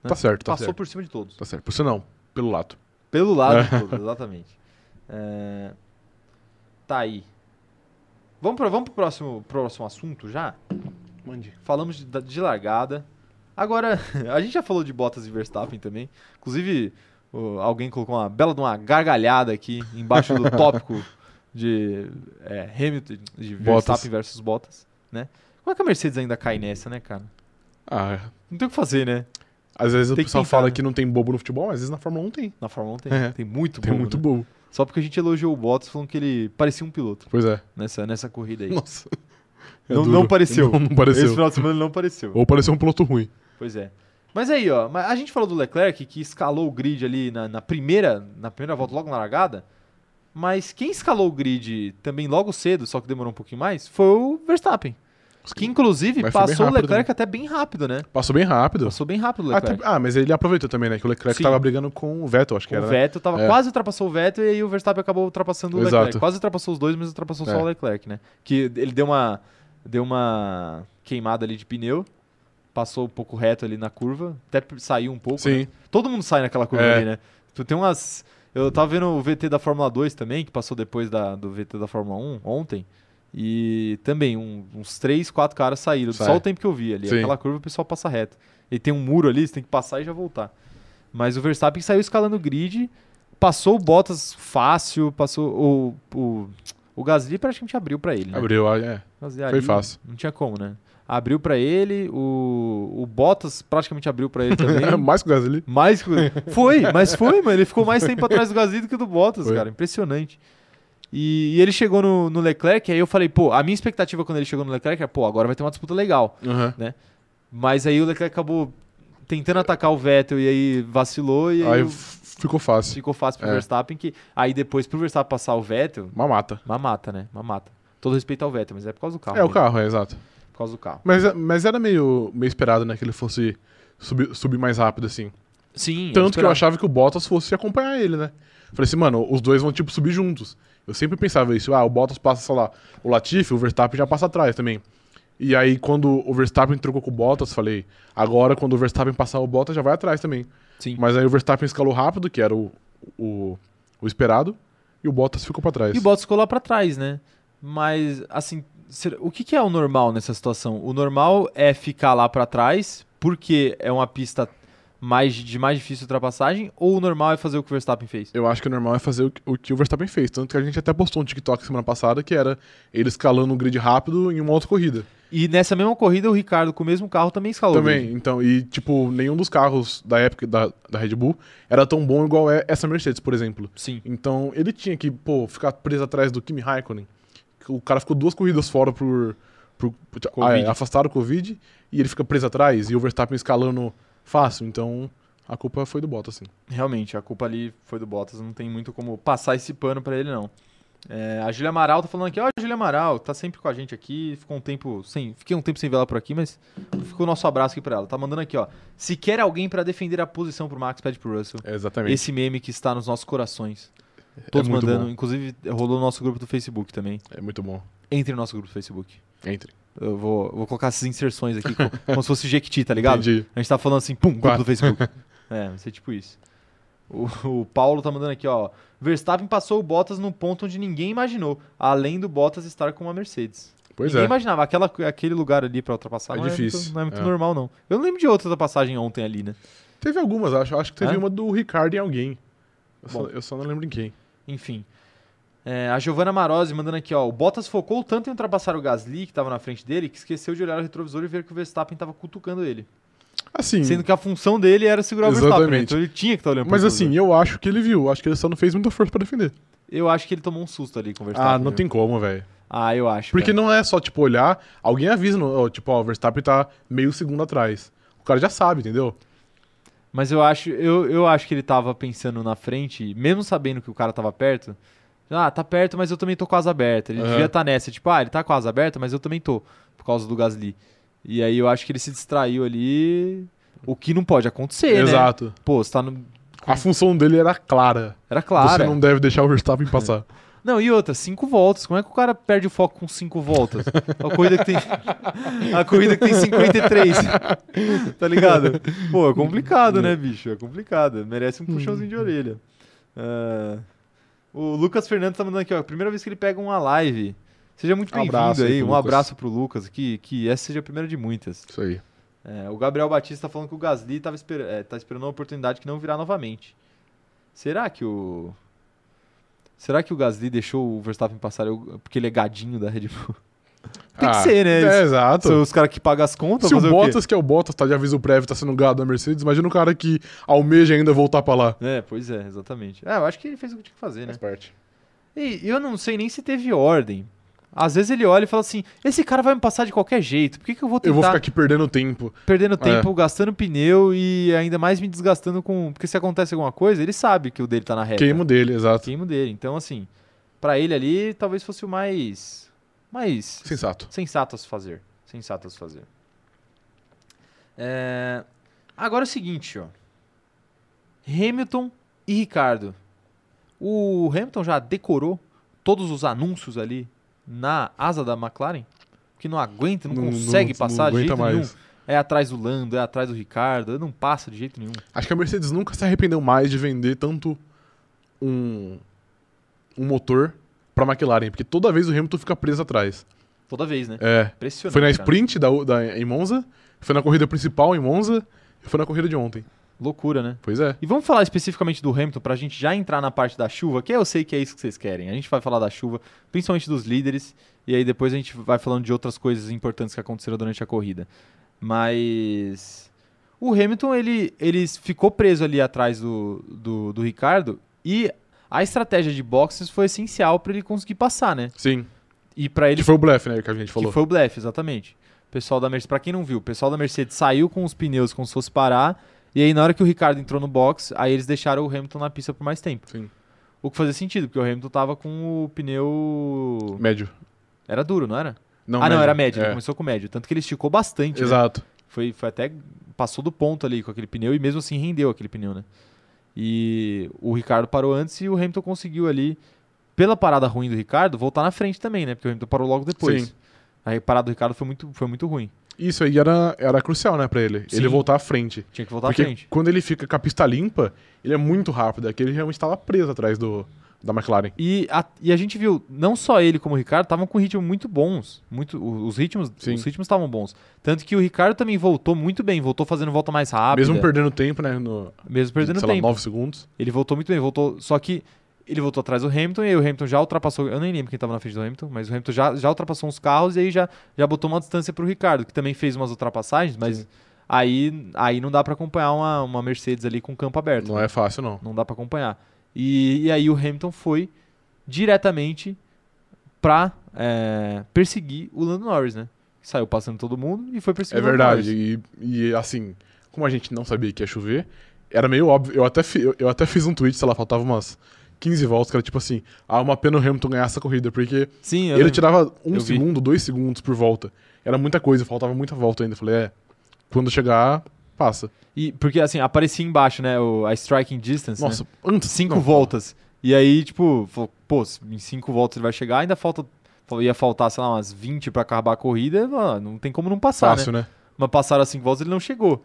Né? Tá certo, tá passou certo. por cima de todos. Tá certo. Por isso não, pelo lado. Pelo <laughs> lado de todos, exatamente. É, tá aí. Vamos, pra, vamos pro próximo, próximo assunto já? Mande. Falamos de, da- de largada. Agora, <laughs> a gente já falou de Bottas e Verstappen também. Inclusive, o- alguém colocou uma bela de uma gargalhada aqui embaixo <laughs> do tópico de é, Hamilton, de Bottas. Verstappen versus Bottas, né? Como é que a Mercedes ainda cai nessa, né, cara? Ah, Não tem o que fazer, né? às vezes o Tem que pessoal tentar, fala né? que não tem bobo no futebol, mas às vezes na Fórmula 1 tem. Na Fórmula 1 tem, É. tem muito Tem bobo, muito né? bobo. Só porque a gente elogiou o Bottas falando que ele parecia um piloto Pois é. nessa, nessa corrida aí. <laughs> Nossa. <laughs> É Não- duro. não pareceu. Não, não Esse pareceu. final de semana ele não apareceu. Ou pareceu um piloto ruim. Pois é. Mas aí, ó, mas a gente falou do Leclerc que escalou o grid ali na, na primeira, na primeira volta, logo na largada. Mas quem escalou o grid também logo cedo, só que demorou um pouquinho mais, foi o Verstappen. Que inclusive Mas foi bem passou o rápido, Então. Leclerc até bem rápido, né? Passou bem rápido. Passou bem rápido o Ah, Leclerc. tem- ah, mas ele aproveitou também, né? Que o Leclerc Sim. tava brigando com o Vettel, acho que era. o né? Vettel tava, É. quase ultrapassou o Vettel e aí o Verstappen acabou ultrapassando o Exato. Leclerc. Quase ultrapassou os dois, mas ultrapassou só É. o Leclerc, né? Que ele deu uma, deu uma queimada ali de pneu, passou um pouco reto ali na curva, até p- saiu um pouco, né? Sim. Todo mundo sai naquela curva É. ali, né? Tu tem umas. Eu tava vendo o VT da Fórmula 2 também, que passou depois da, do VT da Fórmula 1 ontem. E também um- uns 3, 4 caras saíram. Sai. Só o tempo que eu vi ali. Sim. Aquela curva o pessoal passa reto. E tem um muro ali, você tem que passar e já voltar. Mas o Verstappen saiu escalando o grid, passou o Bottas fácil, passou. O, o, o Gasly praticamente abriu pra ele, né? Abriu, ah, é. Mas Foi ali fácil. Não tinha como, né? Abriu pra ele, o, o Bottas praticamente abriu pra <laughs> ele também. Mais que o Gasly. Mais que... <laughs> Foi, mas foi, mano. Ele ficou mais tempo atrás do Gasly do que do Bottas, Foi. cara. Impressionante. E, e ele chegou no, no Leclerc, aí eu falei, pô, a minha expectativa quando ele chegou no Leclerc é, pô, agora vai ter uma disputa legal. Aham. Mas aí o Leclerc acabou tentando atacar o Vettel e aí vacilou e aí, Aí o- f- ficou fácil. ficou fácil pro É. Verstappen, que aí depois pro Verstappen passar o Vettel, Uma mata. mamata, né? Mamata. Todo respeito ao Vettel, mas é por causa do carro. é, o mesmo, carro, é, exato. Por causa do carro. Mas, mas era meio, meio esperado, né? Que ele fosse subir, subir mais rápido, assim. Sim. Tanto que eu esperava. achava que o Bottas fosse acompanhar ele, né? Falei assim, mano, os dois vão, tipo, subir juntos. Eu sempre pensava isso. Ah, o Bottas passa, sei lá, o Latifi, o Verstappen já passa atrás também. E aí, quando o Verstappen trocou com o Bottas, falei, agora, quando o Verstappen passar, o Bottas já vai atrás também. Sim. Mas aí o Verstappen escalou rápido, que era o, o, o esperado, e o Bottas ficou pra trás. E o Bottas ficou lá pra trás, né? Mas, assim, ser- o que, que é o normal nessa situação? O normal é ficar lá pra trás, porque é uma pista mais, de mais difícil ultrapassagem, ou o normal é fazer o que o Verstappen fez? Eu acho que o normal é fazer o que, o que o Verstappen fez. Tanto que a gente até postou um TikTok semana passada que era ele escalando um grid rápido em uma outra corrida. E nessa mesma corrida, o Ricardo com o mesmo carro também escalou. Também, então, e tipo, nenhum dos carros da época da, da Red Bull era tão bom igual é essa Mercedes, por exemplo. Sim. Então ele tinha que, pô, ficar preso atrás do Kimi Raikkonen. O cara ficou duas corridas fora por. por, por ah, Covid. é, afastado do Covid e ele fica preso atrás e o Verstappen escalando fácil. Então a culpa foi do Bottas, assim. Realmente, a culpa ali foi do Bottas, não tem muito como passar esse pano pra ele, não. É, a Júlia Amaral tá falando aqui, ó, Júlia Amaral, tá sempre com a gente aqui, ficou um tempo sem, fiquei um tempo sem ver ela por aqui, mas ficou o nosso abraço aqui pra ela. Tá mandando aqui, ó, se quer alguém pra defender a posição pro Max, pede pro Russell. É, exatamente. É Esse meme que está nos nossos corações. Todos muito mandando, bom. inclusive rolou no nosso grupo do Facebook também. É muito bom. Entre no nosso grupo do Facebook. Entre. Eu vou, vou colocar essas inserções aqui, co- como se fosse Jequiti, tá ligado? Entendi. A gente tá falando assim, pum, grupo Quatro. do <laughs> Facebook. é, vai ser tipo isso. O, o Paulo tá mandando aqui, ó. Verstappen passou o Bottas num ponto onde ninguém imaginou, além do Bottas estar com uma Mercedes. Pois ninguém é. imaginava, aquela, aquele lugar ali pra ultrapassar É não É difícil, muito, não é muito é. normal, não. Eu não lembro de outra passagem ontem ali, né? Teve algumas, acho. Acho que teve É? uma do Ricardo em alguém. Eu só, Bom. eu só não lembro em quem. Enfim. É, a Giovanna Marozzi mandando aqui, ó. O Bottas focou tanto em ultrapassar o Gasly, que tava na frente dele, que esqueceu de olhar o retrovisor e ver que o Verstappen tava cutucando ele. Assim. Sendo que a função dele era segurar o Verstappen. né? Exatamente. Então ele tinha que estar olhando pro Mas retrovisor. assim, eu acho que ele viu. Acho que ele só não fez muita força pra defender. Eu acho que ele tomou um susto ali com o Verstappen. né? Ah, não viu? tem como, velho. Ah, eu acho. Porque cara. não é só, tipo, olhar. Alguém avisa, no, ó, tipo, ó, o Verstappen tá meio segundo atrás. O cara já sabe, entendeu? Mas eu acho, eu, eu acho que ele tava pensando na frente, mesmo sabendo que o cara tava perto. Ah, tá perto, mas eu também tô com a asa aberta. Ele Aham. devia estar nessa, tipo, ah, ele tá com a asa aberta, mas eu também tô, por causa do Gasly. E aí eu acho que ele se distraiu ali, o que não pode acontecer, né? Exato. Pô, você tá no... A função dele era clara. Era claro. Você não deve deixar o Verstappen passar. Não, e outra, cinco voltas. Como é que o cara perde o foco com cinco voltas? A corrida que tem. <laughs> A corrida que tem 53. <laughs> tá ligado? Pô, é complicado, né, bicho? É complicado. Merece um puxãozinho Uhum. de orelha. Ah, o Lucas Fernandes tá mandando aqui, ó. Primeira vez que ele pega uma live. Seja muito bem-vindo Abraço aí aí. pro Um Lucas. abraço pro Lucas. Que, que essa seja a primeira de muitas. Isso aí. É, o Gabriel Batista tá falando que o Gasly tava esper é, tá esperando uma oportunidade que não virá novamente. Será que o. Será que o Gasly deixou o Verstappen passar eu- porque ele é gadinho da Red Bull? <laughs> Tem que ser, né? É, Eles- exato. São os caras que pagam as contas, Se o fazer quê? Bottas, que é o Bottas, tá de aviso prévio, tá sendo gado da Mercedes, imagina o cara que almeja ainda voltar pra lá. É, pois é, exatamente. É, eu acho que ele fez o que tinha que fazer, né? parte. E eu não sei nem se teve ordem. Às vezes ele olha e fala assim: esse cara vai me passar de qualquer jeito, por que, que eu vou tentar Eu vou É. ficar aqui perdendo tempo. perdendo tempo, gastando pneu e ainda mais me desgastando com. Porque se acontece alguma coisa, ele sabe que o dele tá na reta. Queimo dele, exato. queimo dele. Então, assim, pra ele ali, talvez fosse o mais. mais Sensato. sensato a se fazer. Sensato a se fazer. É, Agora é o seguinte, ó. Hamilton e Ricardo. O Hamilton já decorou todos os anúncios ali na asa da McLaren, que não aguenta, não, consegue passar de jeito nenhum. É atrás do Lando, é atrás do Ricardo, não passa de jeito nenhum. Acho que a Mercedes nunca se arrependeu mais de vender tanto um, um motor pra McLaren, porque toda vez o Hamilton fica preso atrás. Toda vez, né? É. Impressionante. Foi na cara. sprint da, da- em Monza, foi na corrida principal em Monza e foi na corrida de ontem. Loucura, né? Pois é. E vamos falar especificamente do Hamilton pra gente já entrar na parte da chuva, que eu sei que é isso que vocês querem. A gente vai falar da chuva, principalmente dos líderes, e aí depois a gente vai falando de outras coisas importantes que aconteceram durante a corrida. Mas o Hamilton ele, ele ficou preso ali atrás do, do, do Ricardo e a estratégia de boxes foi essencial pra ele conseguir passar, né? Sim. E pra ele Que foi o blefe, né, que a gente falou. que foi o blefe, exatamente. O pessoal da Mercedes, pra quem não viu, o pessoal da Mercedes saiu com os pneus como se fosse parar. E aí, na hora que o Ricardo entrou no box, aí eles deixaram o Hamilton na pista por mais tempo. Sim. O que fazia sentido, porque o Hamilton tava com o pneu. Médio. Era duro, não era? Não, ah, não, era médio, É. ele começou com médio. Tanto que ele esticou bastante. né? Exato. Foi, foi até. Passou do ponto ali com aquele pneu e mesmo assim rendeu aquele pneu, né? E o Ricardo parou antes e o Hamilton conseguiu ali, pela parada ruim do Ricardo, voltar na frente também, né? Porque o Hamilton parou logo depois. Sim. A parada do Ricardo foi muito, foi muito ruim. Isso aí era, era crucial, né, pra ele. Sim. Ele voltar à frente. Tinha que voltar porque à frente. quando ele fica com a pista limpa, ele é muito rápido. Aqui ele realmente estava preso atrás do, da McLaren. E a, e a gente viu, não só ele como o Ricardo estavam com ritmo muito bons. Muito, o- os ritmos Sim. os ritmos estavam bons. Tanto que o Ricardo também voltou muito bem, voltou fazendo volta mais rápida. Mesmo perdendo tempo, né, no, mesmo perdendo sei tempo. lá, 9 segundos. ele voltou muito bem, voltou. Só que ele voltou atrás do Hamilton e aí o Hamilton já ultrapassou. Eu nem lembro quem estava na frente do Hamilton, mas o Hamilton já, já ultrapassou uns carros e aí já, já botou uma distância pro Ricardo, que também fez umas ultrapassagens, mas aí, aí não dá para acompanhar uma, uma Mercedes ali com o campo aberto. Não é fácil, não. não dá pra acompanhar. E, e aí o Hamilton foi diretamente pra é, perseguir o Lando Norris, né? Saiu passando todo mundo e foi É perseguindo o Lando verdade. Norris. E, e, assim, como a gente não sabia que ia chover, era meio óbvio. Eu até, fi- eu, eu até fiz um tweet, sei lá, faltava umas 15 voltas, que era tipo assim: ah, uma pena o Hamilton ganhar essa corrida, porque Sim, eu ele lembro. tirava um É. Eu vi. segundo, dois segundos por volta. Era muita coisa, faltava muita volta ainda. Eu falei: é, quando chegar, passa. E, porque assim, aparecia embaixo, né? o- a striking distance. né? Nossa, antes. cinco não, voltas. E aí, tipo, falou, pô, se em cinco voltas ele vai chegar, ainda falta. Ia faltar, sei lá, umas 20 pra acabar a corrida, mano, não tem como não passar, né? Fácil, né? Mas passaram as cinco voltas ele não chegou.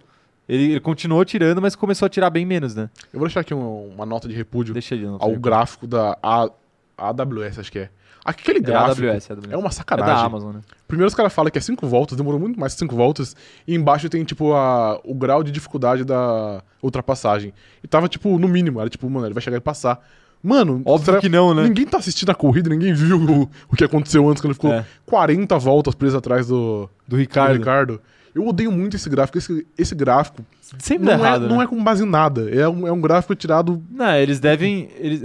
Ele, ele continuou tirando, mas começou a tirar bem menos, né? Eu vou deixar aqui um- uma nota de repúdio Deixa ele não. ao gráfico da A- AWS, acho que é. Aquele é a gráfico é, AWS, é a AWS. uma É da sacanagem. Amazon, né? Primeiro os caras falam que é cinco voltas, demorou muito mais que cinco voltas, e embaixo tem, tipo, a, o grau de dificuldade da ultrapassagem. E tava, tipo, no mínimo, era tipo, mano, ele vai chegar e passar. Mano, Óbvio será- que não, né? ninguém tá assistindo a corrida, ninguém viu o, o que aconteceu antes, quando ele ficou É. 40 voltas preso atrás do, Do do Ricardo. Ricardo. Eu odeio muito esse gráfico, esse, esse gráfico Sempre não, dá errado, é, né? não é com base em nada, é um, é um <laughs> gráfico tirado... Não, eles devem. <laughs> Eles...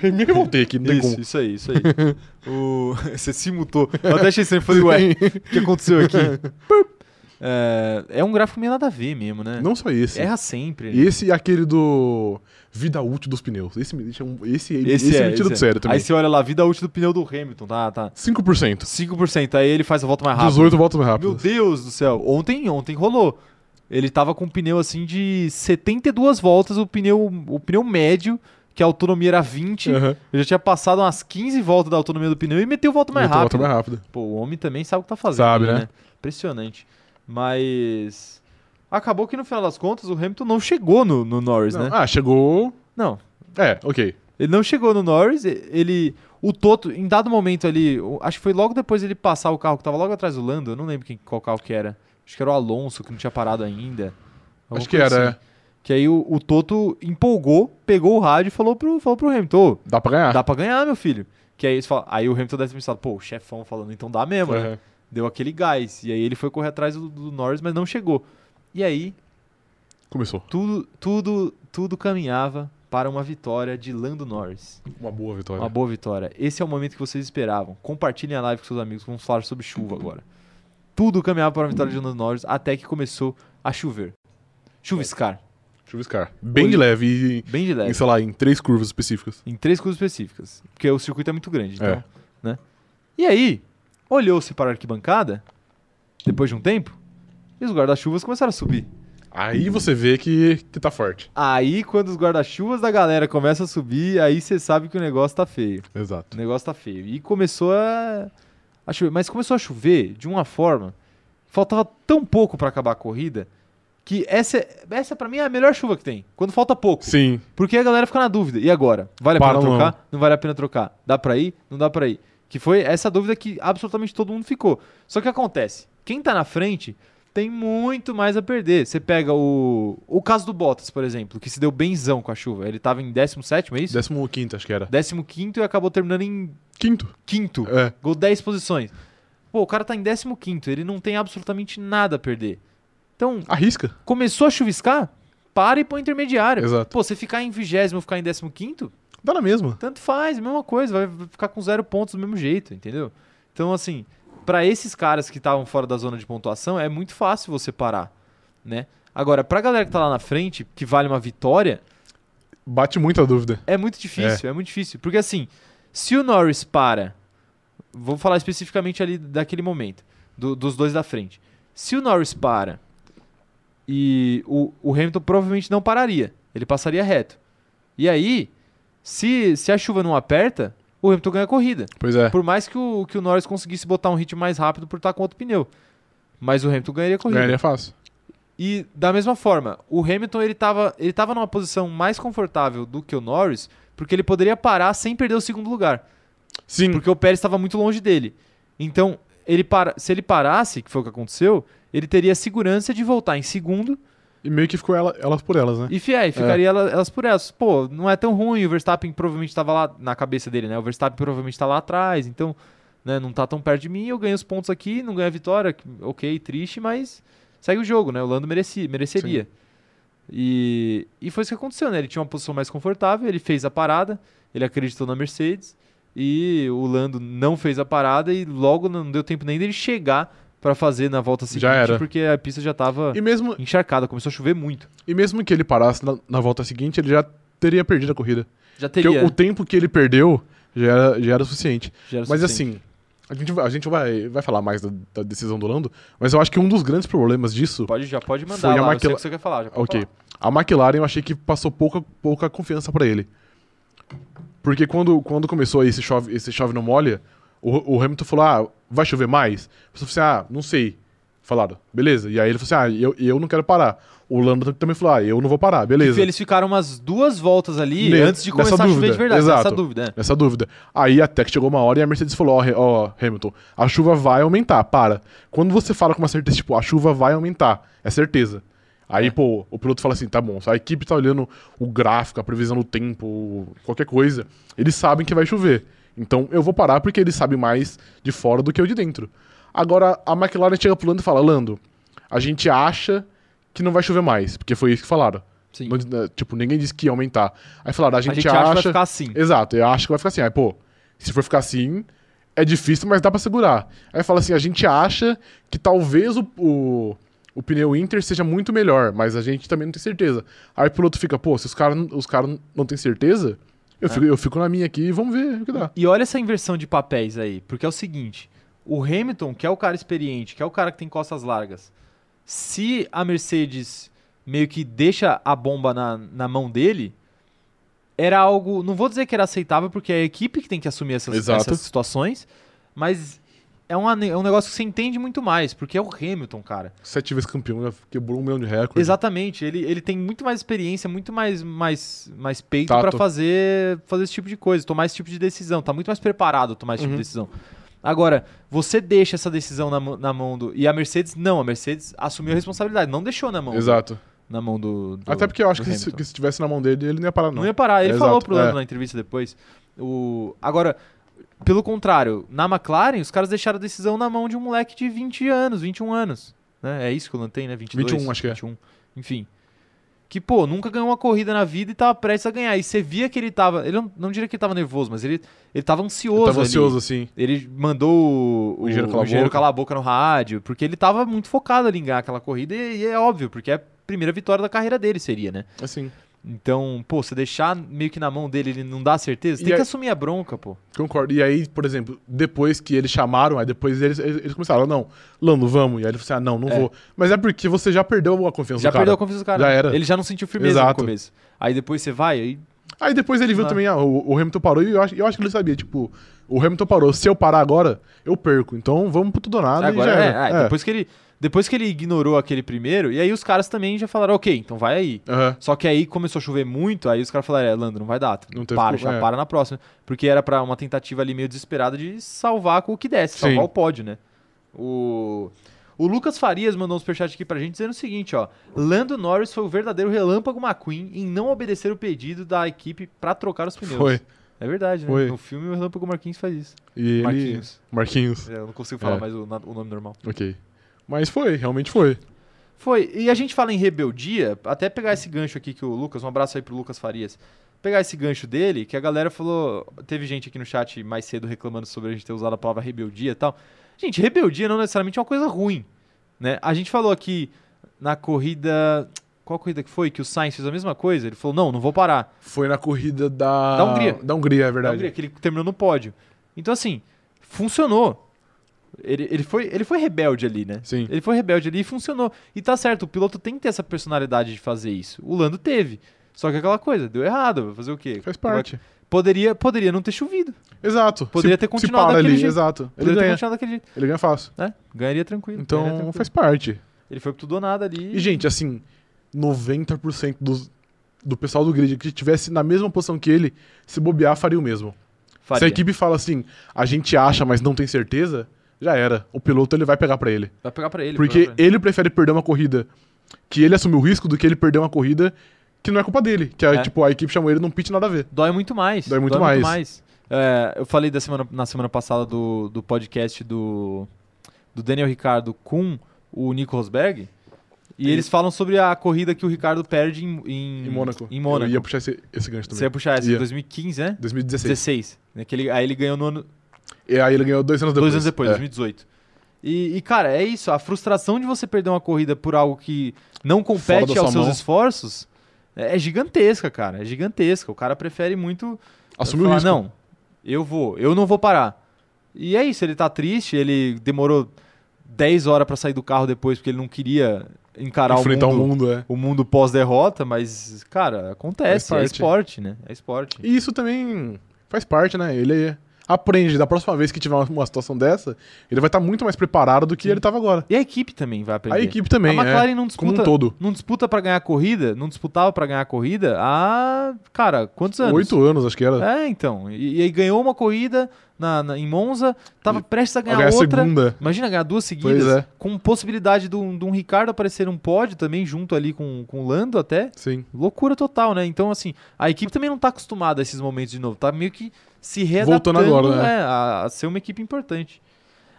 Eu me revoltei aqui, não tem como. Isso, isso aí, isso aí. <laughs> O- Você se mutou. Eu até achei estranho. Falei, ué, o que aconteceu <laughs> aqui? é, é um gráfico meio nada a ver mesmo, né? <laughs> Não só esse. Erra sempre. né? Esse e aquele do Vida Útil dos Pneus. Esse me deixa um. Esse, esse, é, me tira do é. sério também. Aí você olha lá, vida útil do pneu do Hamilton, tá? tá. 5%. 5%, aí ele faz a volta mais rápida. 18 voltas mais Tá Meu rápidas. Deus do céu. Ontem, ontem rolou. Ele tava com um pneu assim de 72 voltas, o pneu, o pneu médio, que a autonomia era 20. Aham. Ele já tinha passado umas 15 voltas da autonomia do pneu e meteu volta mais Oito voltas rápida. mais rápida. Pô, o homem também sabe o que tá fazendo. Sabe, né? Impressionante. Mas. Acabou que no final das contas o Hamilton não chegou no, no Norris, Não, né? Ah, chegou. Não. É, ok. Ele não chegou no Norris, e- ele. O Toto, em dado momento ali, o- acho que foi logo depois ele passar o carro que tava logo atrás do Lando, eu não lembro quem, qual carro que era. Acho que era o Alonso, que não tinha parado ainda. Alguma Acho que coisa era. assim. é. Que aí o, o Toto empolgou, pegou o rádio e falou pro, falou pro Hamilton: "Ô, Dá pra ganhar. dá pra ganhar, meu filho. Que aí, eles falam- aí o Hamilton deve ter pensado: pô, o chefão falando, então dá mesmo, né? Aham. Deu aquele gás. E aí ele foi correr atrás do, do Norris, mas não chegou. E aí, Começou. tudo, tudo, tudo caminhava para uma vitória de Lando Norris. Uma boa vitória. Uma boa vitória. Esse é o momento que vocês esperavam. Compartilhem a live com seus amigos. Vamos falar sobre chuva agora. Tudo caminhava para a vitória de Lando Norris até que começou a chover. Chuviscar, Chuviscar. Bem Olhe- de leve. bem de E, em, leve. sei lá, em três curvas específicas. Em três coisas específicas. Porque o circuito é muito grande, então, É. né? E aí, olhou-se para a arquibancada, depois de um tempo, e os guarda-chuvas começaram a subir. Aí Uhum. você vê que, que tá forte. Aí, quando os guarda-chuvas da galera começam a subir, aí você sabe que o negócio tá feio. Exato. O negócio tá feio. E começou a, a chover. Mas começou a chover de uma forma. Faltava tão pouco pra acabar a corrida. Que essa, é- essa para mim é a melhor chuva que tem. Quando falta pouco. Sim. Porque a galera fica na dúvida. E agora? Vale a Para pena ou não? trocar? Não. vale a pena trocar. Dá pra ir? Não dá pra ir. Que foi essa dúvida que absolutamente todo mundo ficou. Só que acontece. Quem tá na frente tem muito mais a perder. Você pega o. O caso do Bottas, por exemplo, que se deu benzão com a chuva. Ele tava em 17, é isso? Décimo quinto, acho que era. 15 e acabou terminando em Quinto. quinto. É. Gol 10 posições. Pô, o cara tá em 15, ele não tem absolutamente nada a perder. Então, Arrisca. começou a chuviscar? Para e põe intermediário. Exato. Pô, você ficar em vigésimo, ficar em 15, Dá na mesma. tanto faz, mesma coisa, vai ficar com zero pontos do mesmo jeito, entendeu? Então, assim, pra esses caras que estavam fora da zona de pontuação, é muito fácil você parar, né? Agora, pra galera que tá lá na frente, que vale uma vitória, Bate muito a dúvida. é muito difícil, é. muito difícil. Porque assim, se o Norris para, vou falar especificamente ali daquele momento, do- dos dois da frente. Se o Norris para e o, o Hamilton provavelmente não pararia, ele passaria reto. E aí, se, se a chuva não aperta, o Hamilton ganha a corrida. Pois é. Por mais que o, que o Norris conseguisse botar um ritmo mais rápido por estar com outro pneu. Mas o Hamilton ganharia a corrida. Ganharia fácil. E da mesma forma, o Hamilton ele tava, ele tava numa posição mais confortável do que o Norris, porque ele poderia parar sem perder o segundo lugar, Sim. porque o Pérez estava muito longe dele. Então, ele para, se ele parasse, que foi o que aconteceu, ele teria segurança de voltar em segundo E meio que ficou ela- elas por elas, né? e fi- aí ficaria ela- elas, por elas. Pô, não é tão ruim, o Verstappen provavelmente estava lá na cabeça dele, né? O Verstappen provavelmente está lá atrás, então né, não tá tão perto de mim, eu ganho os pontos aqui, não ganho a vitória, que- ok, triste, mas segue o jogo, né? O Lando mereci, mereceria. E, e foi isso que aconteceu, né? Ele tinha uma posição mais confortável, ele fez a parada, ele acreditou na Mercedes, E o Lando não fez a parada e logo não deu tempo nem dele chegar pra fazer na volta seguinte, era. porque a pista já tava E mesmo, encharcada, começou a chover muito. e mesmo que ele parasse na, na volta seguinte, ele já teria perdido a corrida. Já Porque teria. o, o tempo que ele perdeu já era, já era o suficiente. já era Mas suficiente. assim, a gente, vai- a gente vai, vai falar mais da, da decisão do Lando, mas eu acho que um dos grandes problemas disso pode já pode mandar foi a lá, eu sei Maquila- o que você quer falar, já pode Ok. falar. A McLaren eu achei que passou pouca, pouca confiança pra ele. Porque quando, quando começou esse chove, esse chove não molha, o, o Hamilton falou: ah, vai chover mais? A pessoa falou assim: ah, não sei. Falaram, beleza. E aí ele falou assim: ah, eu, eu não quero parar. O Lando também falou: ah, eu não vou parar, beleza. E eles ficaram umas duas voltas ali Ne- antes de nessa começar a chover dúvida, de verdade, exato. essa dúvida, né? Essa dúvida. Aí até que chegou uma hora e a Mercedes falou: ó, He- ó, Hamilton, a chuva vai aumentar, para. Quando você fala com uma certeza, tipo, a chuva vai aumentar, é certeza. Aí, É. pô, o piloto fala assim: tá bom, se a equipe tá olhando o gráfico, a previsão do tempo, qualquer coisa, eles sabem que vai chover. Então eu vou parar porque eles sabem mais de fora do que eu de dentro. Agora a McLaren chega pro Lando e fala: Lando, a gente acha que não vai chover mais, porque foi isso que falaram. Sim. Não- tipo, ninguém disse que ia aumentar. Aí falaram: a gente, que vai acha ficar assim. Exato, eu acho que vai ficar assim. Aí, pô, se for ficar assim, é difícil, mas dá pra segurar. Aí fala assim: a gente acha que talvez o, o, o pneu Inter seja muito melhor, mas a gente também não tem certeza. Aí o piloto fica, pô, se os caras os cara não têm certeza, eu, É. fico, eu fico na minha aqui e vamos ver o que dá. E olha essa inversão de papéis aí, porque é o seguinte: o Hamilton, que é o cara experiente, que é o cara que tem costas largas, se a Mercedes meio que deixa a bomba na, na mão dele, era algo. Não vou dizer que era aceitável, porque é a equipe que tem que assumir essas, Exato. essas situações, mas é um, ane- é um negócio que você entende muito mais, porque é o Hamilton, cara. Sete vezes campeão, já quebrou um milhão de recordes. Exatamente, ele, ele tem muito mais experiência, muito mais, mais, mais peito Tato. pra fazer, fazer esse tipo de coisa, tomar esse tipo de decisão. Tá muito mais preparado tomar esse tipo Uhum. de decisão. Agora, você deixa essa decisão na, mão- na mão do. E a Mercedes, não, a Mercedes assumiu a responsabilidade, não deixou na mão, Exato. na mão do, do- Até porque eu acho do que se, Hamilton. que se tivesse na mão dele, ele não ia parar, Não, não. ia parar. Ele Exato, falou pro Lando é. na entrevista depois. O... Agora, pelo contrário, na McLaren, os caras deixaram a decisão na mão de um moleque de 20 anos, 21 anos. Né? É isso que o Lando tem, né? 22, 21, acho que é. 21. Enfim. Que, pô, nunca ganhou uma corrida na vida e tava prestes a ganhar. E você via que ele tava. Ele não, não diria que ele tava nervoso, mas ele, ele tava ansioso. Eu tava ali. ansioso, assim. Ele mandou o, O engenheiro calar a boca. calar a boca no rádio, porque ele tava muito focado ali em ganhar aquela corrida, e, e é óbvio, porque é a primeira vitória da carreira dele, seria, né? Assim, Então, pô, você deixar meio que na mão dele, ele não dá certeza, E tem aí- que assumir a bronca, pô. concordo. E aí, por exemplo, depois que eles chamaram, aí depois eles, eles eles começaram, "Ah, não, Lando, vamos. E aí ele falou assim, ah, não, não É. vou. Mas é porque você já perdeu a confiança Já do cara. perdeu a confiança do cara. Já era. Ele já não sentiu firmeza no Exato. começo. Aí depois você vai, aí Aí depois ele viu Ah. também, ah, o, o Hamilton parou e eu acho, eu acho que ele sabia, tipo, o Hamilton parou, se eu parar agora, eu perco. Então vamos pro tudo ou nada agora e já é, era. é, Depois que ele depois que ele ignorou aquele primeiro, e aí os caras também já falaram, ok, então vai aí. É. Aham. Só que aí começou a chover muito, aí os caras falaram, é, Lando, não vai dar. Não teve para, como- já é. para na próxima. Porque era pra uma tentativa ali meio desesperada de salvar com o que desse, salvar Sim. o pódio, né? O. O Lucas Farias mandou um superchat aqui pra gente dizendo o seguinte, ó. Lando Norris foi o verdadeiro relâmpago McQueen em não obedecer o pedido da equipe pra trocar os pneus. Foi. É verdade, né? Foi. No filme o relâmpago Marquinhos faz isso. E ele... Marquinhos. Marquinhos. É, Eu não consigo falar É. mais o, na- o nome normal. Ok. Mas foi, realmente foi. Foi. E a gente fala em rebeldia, até pegar esse gancho aqui que o Lucas, um abraço aí pro Lucas Farias. Pegar esse gancho dele, que a galera falou. Teve gente aqui no chat mais cedo reclamando sobre a gente ter usado a palavra rebeldia e tal. Gente, rebeldia não necessariamente é uma coisa ruim. Né? A gente falou aqui na corrida. Qual corrida que foi? Que o Sainz fez a mesma coisa? Ele falou: não, não vou parar. Foi na corrida da... Da Hungria. Da Hungria, é da verdade. Hungria, que ele terminou no pódio. Então, assim, funcionou. Ele, ele, foi, ele foi rebelde ali, né? Sim. Ele foi rebelde ali e funcionou. E tá certo, o piloto tem que ter essa personalidade de fazer isso. O Lando teve. Só que aquela coisa, deu errado, vai fazer o quê? Faz parte. Poderia, poderia não ter chovido. Exato. Poderia Se- ter continuado se para daquele ali, jeito. exato. Ele Poderia ter ganha. continuado daquele jeito, Ele ganha fácil. né? Ganharia tranquilo. ganharia Então É, tranquilo. faz parte. Ele foi pro tudo ou nada ali. E, gente, assim, 90% dos, do pessoal do grid que estivesse na mesma posição que ele, se bobear, faria o mesmo. Se faria. a equipe fala assim, a gente acha, mas não tem certeza, já era. O piloto ele vai pegar pra ele. Vai pegar pra ele. vai Porque pegar pra ele prefere perder uma corrida que ele assumiu o risco do que ele perder uma corrida que não é culpa dele. Que a, É. tipo, a equipe chamou ele num pit nada a ver. Dói muito mais. Dói muito mais. É, eu falei da semana, na semana passada do, do podcast do, do Daniel Ricardo com o Nico Rosberg. E eles falam sobre a corrida que o Ricardo perde em, em, Em Mônaco. Em Mônaco. Eu ia puxar esse, esse gancho Você é também. ia puxar essa, em Ia. 2015, né? 2016. 16. né? Que ele- aí ele ganhou no ano, E aí ele ganhou dois anos depois. dois anos depois, É. 2018. E, e, cara, é isso. A frustração de você perder uma corrida por algo que não Fora da compete sua aos seus mão. esforços é, é gigantesca, cara. É gigantesca. O cara prefere muito É. Assumiu o falar, risco. Não, eu vou, eu não vou parar. E é isso, ele tá triste, ele demorou 10 horas pra sair do carro depois porque ele não queria encarar Enfrentar o o mundo, mundo, é. o mundo pós-derrota, mas, cara, acontece, é Faz parte. esporte, né? É esporte. E isso também faz parte, né? Ele aprende. Da próxima vez que tiver uma- uma situação dessa, ele vai estar muito mais preparado do que ele estava agora. E a equipe também vai aprender. A equipe também, A McLaren é. não Como um disputa, todo. não disputa para ganhar corrida, não disputava pra ganhar corrida há, cara, quantos anos? Oito anos, acho que era. É, então. E, e aí ganhou uma corrida na, na- em Monza, tava prestes a Vai ganhar, ganhar a outra. segunda. Imagina ganhar duas Pois seguidas, é, com possibilidade de um, de um Ricardo aparecer num pódio também, junto ali com, com o Lando até. sim. Loucura total, né? Então, assim, a equipe também não tá acostumada a esses momentos de novo. Tá meio que se readaptando Voltando agora, né? né, a, a ser uma equipe importante.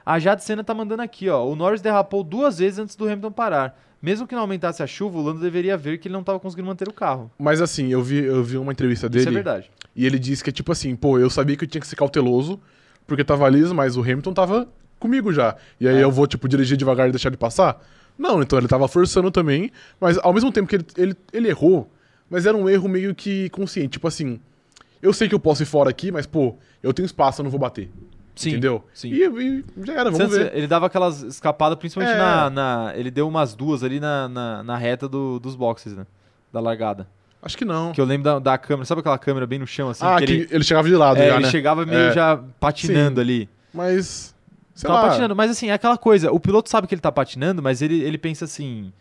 A Jade Senna tá mandando aqui, ó. O Norris derrapou duas vezes antes do Hamilton parar. Mesmo que não aumentasse a chuva, o Lando deveria ver que ele não tava conseguindo manter o carro. Mas assim, eu vi, eu vi uma entrevista Isso é dele verdade. e ele disse que é tipo assim, pô, eu sabia que eu tinha que ser cauteloso porque tava liso, mas o Hamilton tava comigo já. E aí É. eu vou, tipo, dirigir devagar e deixar ele passar? Não, então ele tava forçando também, mas ao mesmo tempo que ele, ele, ele errou, mas era um erro meio que consciente, tipo assim, eu sei que eu posso ir fora aqui, mas pô, eu tenho espaço, eu não vou bater, Sim. entendeu? sim. E, e já era, vamos Santos, ver. Ele dava aquelas escapadas, principalmente É. na, na- Ele deu umas duas ali na, na, na reta do- dos boxes, né? Da largada. Acho que não. Que eu lembro da, da câmera, sabe aquela câmera bem no chão, assim? ah, que que ele, ele, chegava de lado é, já, ele né? chegava meio É. já patinando ali. Mas, sei Tava lá, patinando, mas assim, é aquela coisa, o piloto sabe que ele tá patinando, mas ele, ele pensa assim.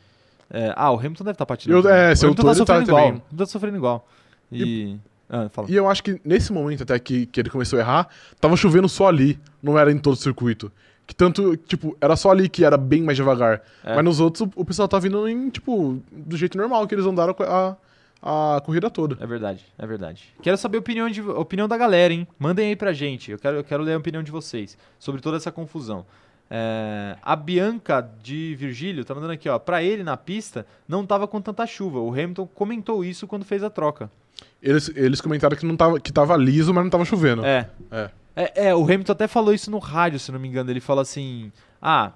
é, ah, o Hamilton deve estar tá patinando. Eu- também. é, o se eu Hamilton tô, tá ele tá sofrendo igual. também. O Hamilton tá sofrendo igual. E. Ah, fala. E eu acho que nesse momento até que, que ele começou a errar, tava chovendo só ali, não era em todo o circuito. Que tanto, tipo, era só ali que era bem mais devagar. É. Mas nos outros, o- o pessoal tava vindo em, tipo, do jeito normal que eles andaram a, a corrida toda. É verdade, é verdade. Quero saber a opinião, de, a opinião da galera, hein? Mandem aí pra gente. Eu quero, eu quero ler a opinião de vocês sobre toda essa confusão. É, a Bianca de Virgílio tá mandando aqui, ó. Pra ele, na pista, não tava com tanta chuva. O Hamilton comentou isso quando fez a troca. Eles, eles comentaram que, não tava, que tava liso, mas não tava chovendo. É. É. É, é, o Hamilton até falou isso no rádio, se não me engano. Ele fala assim: Ah,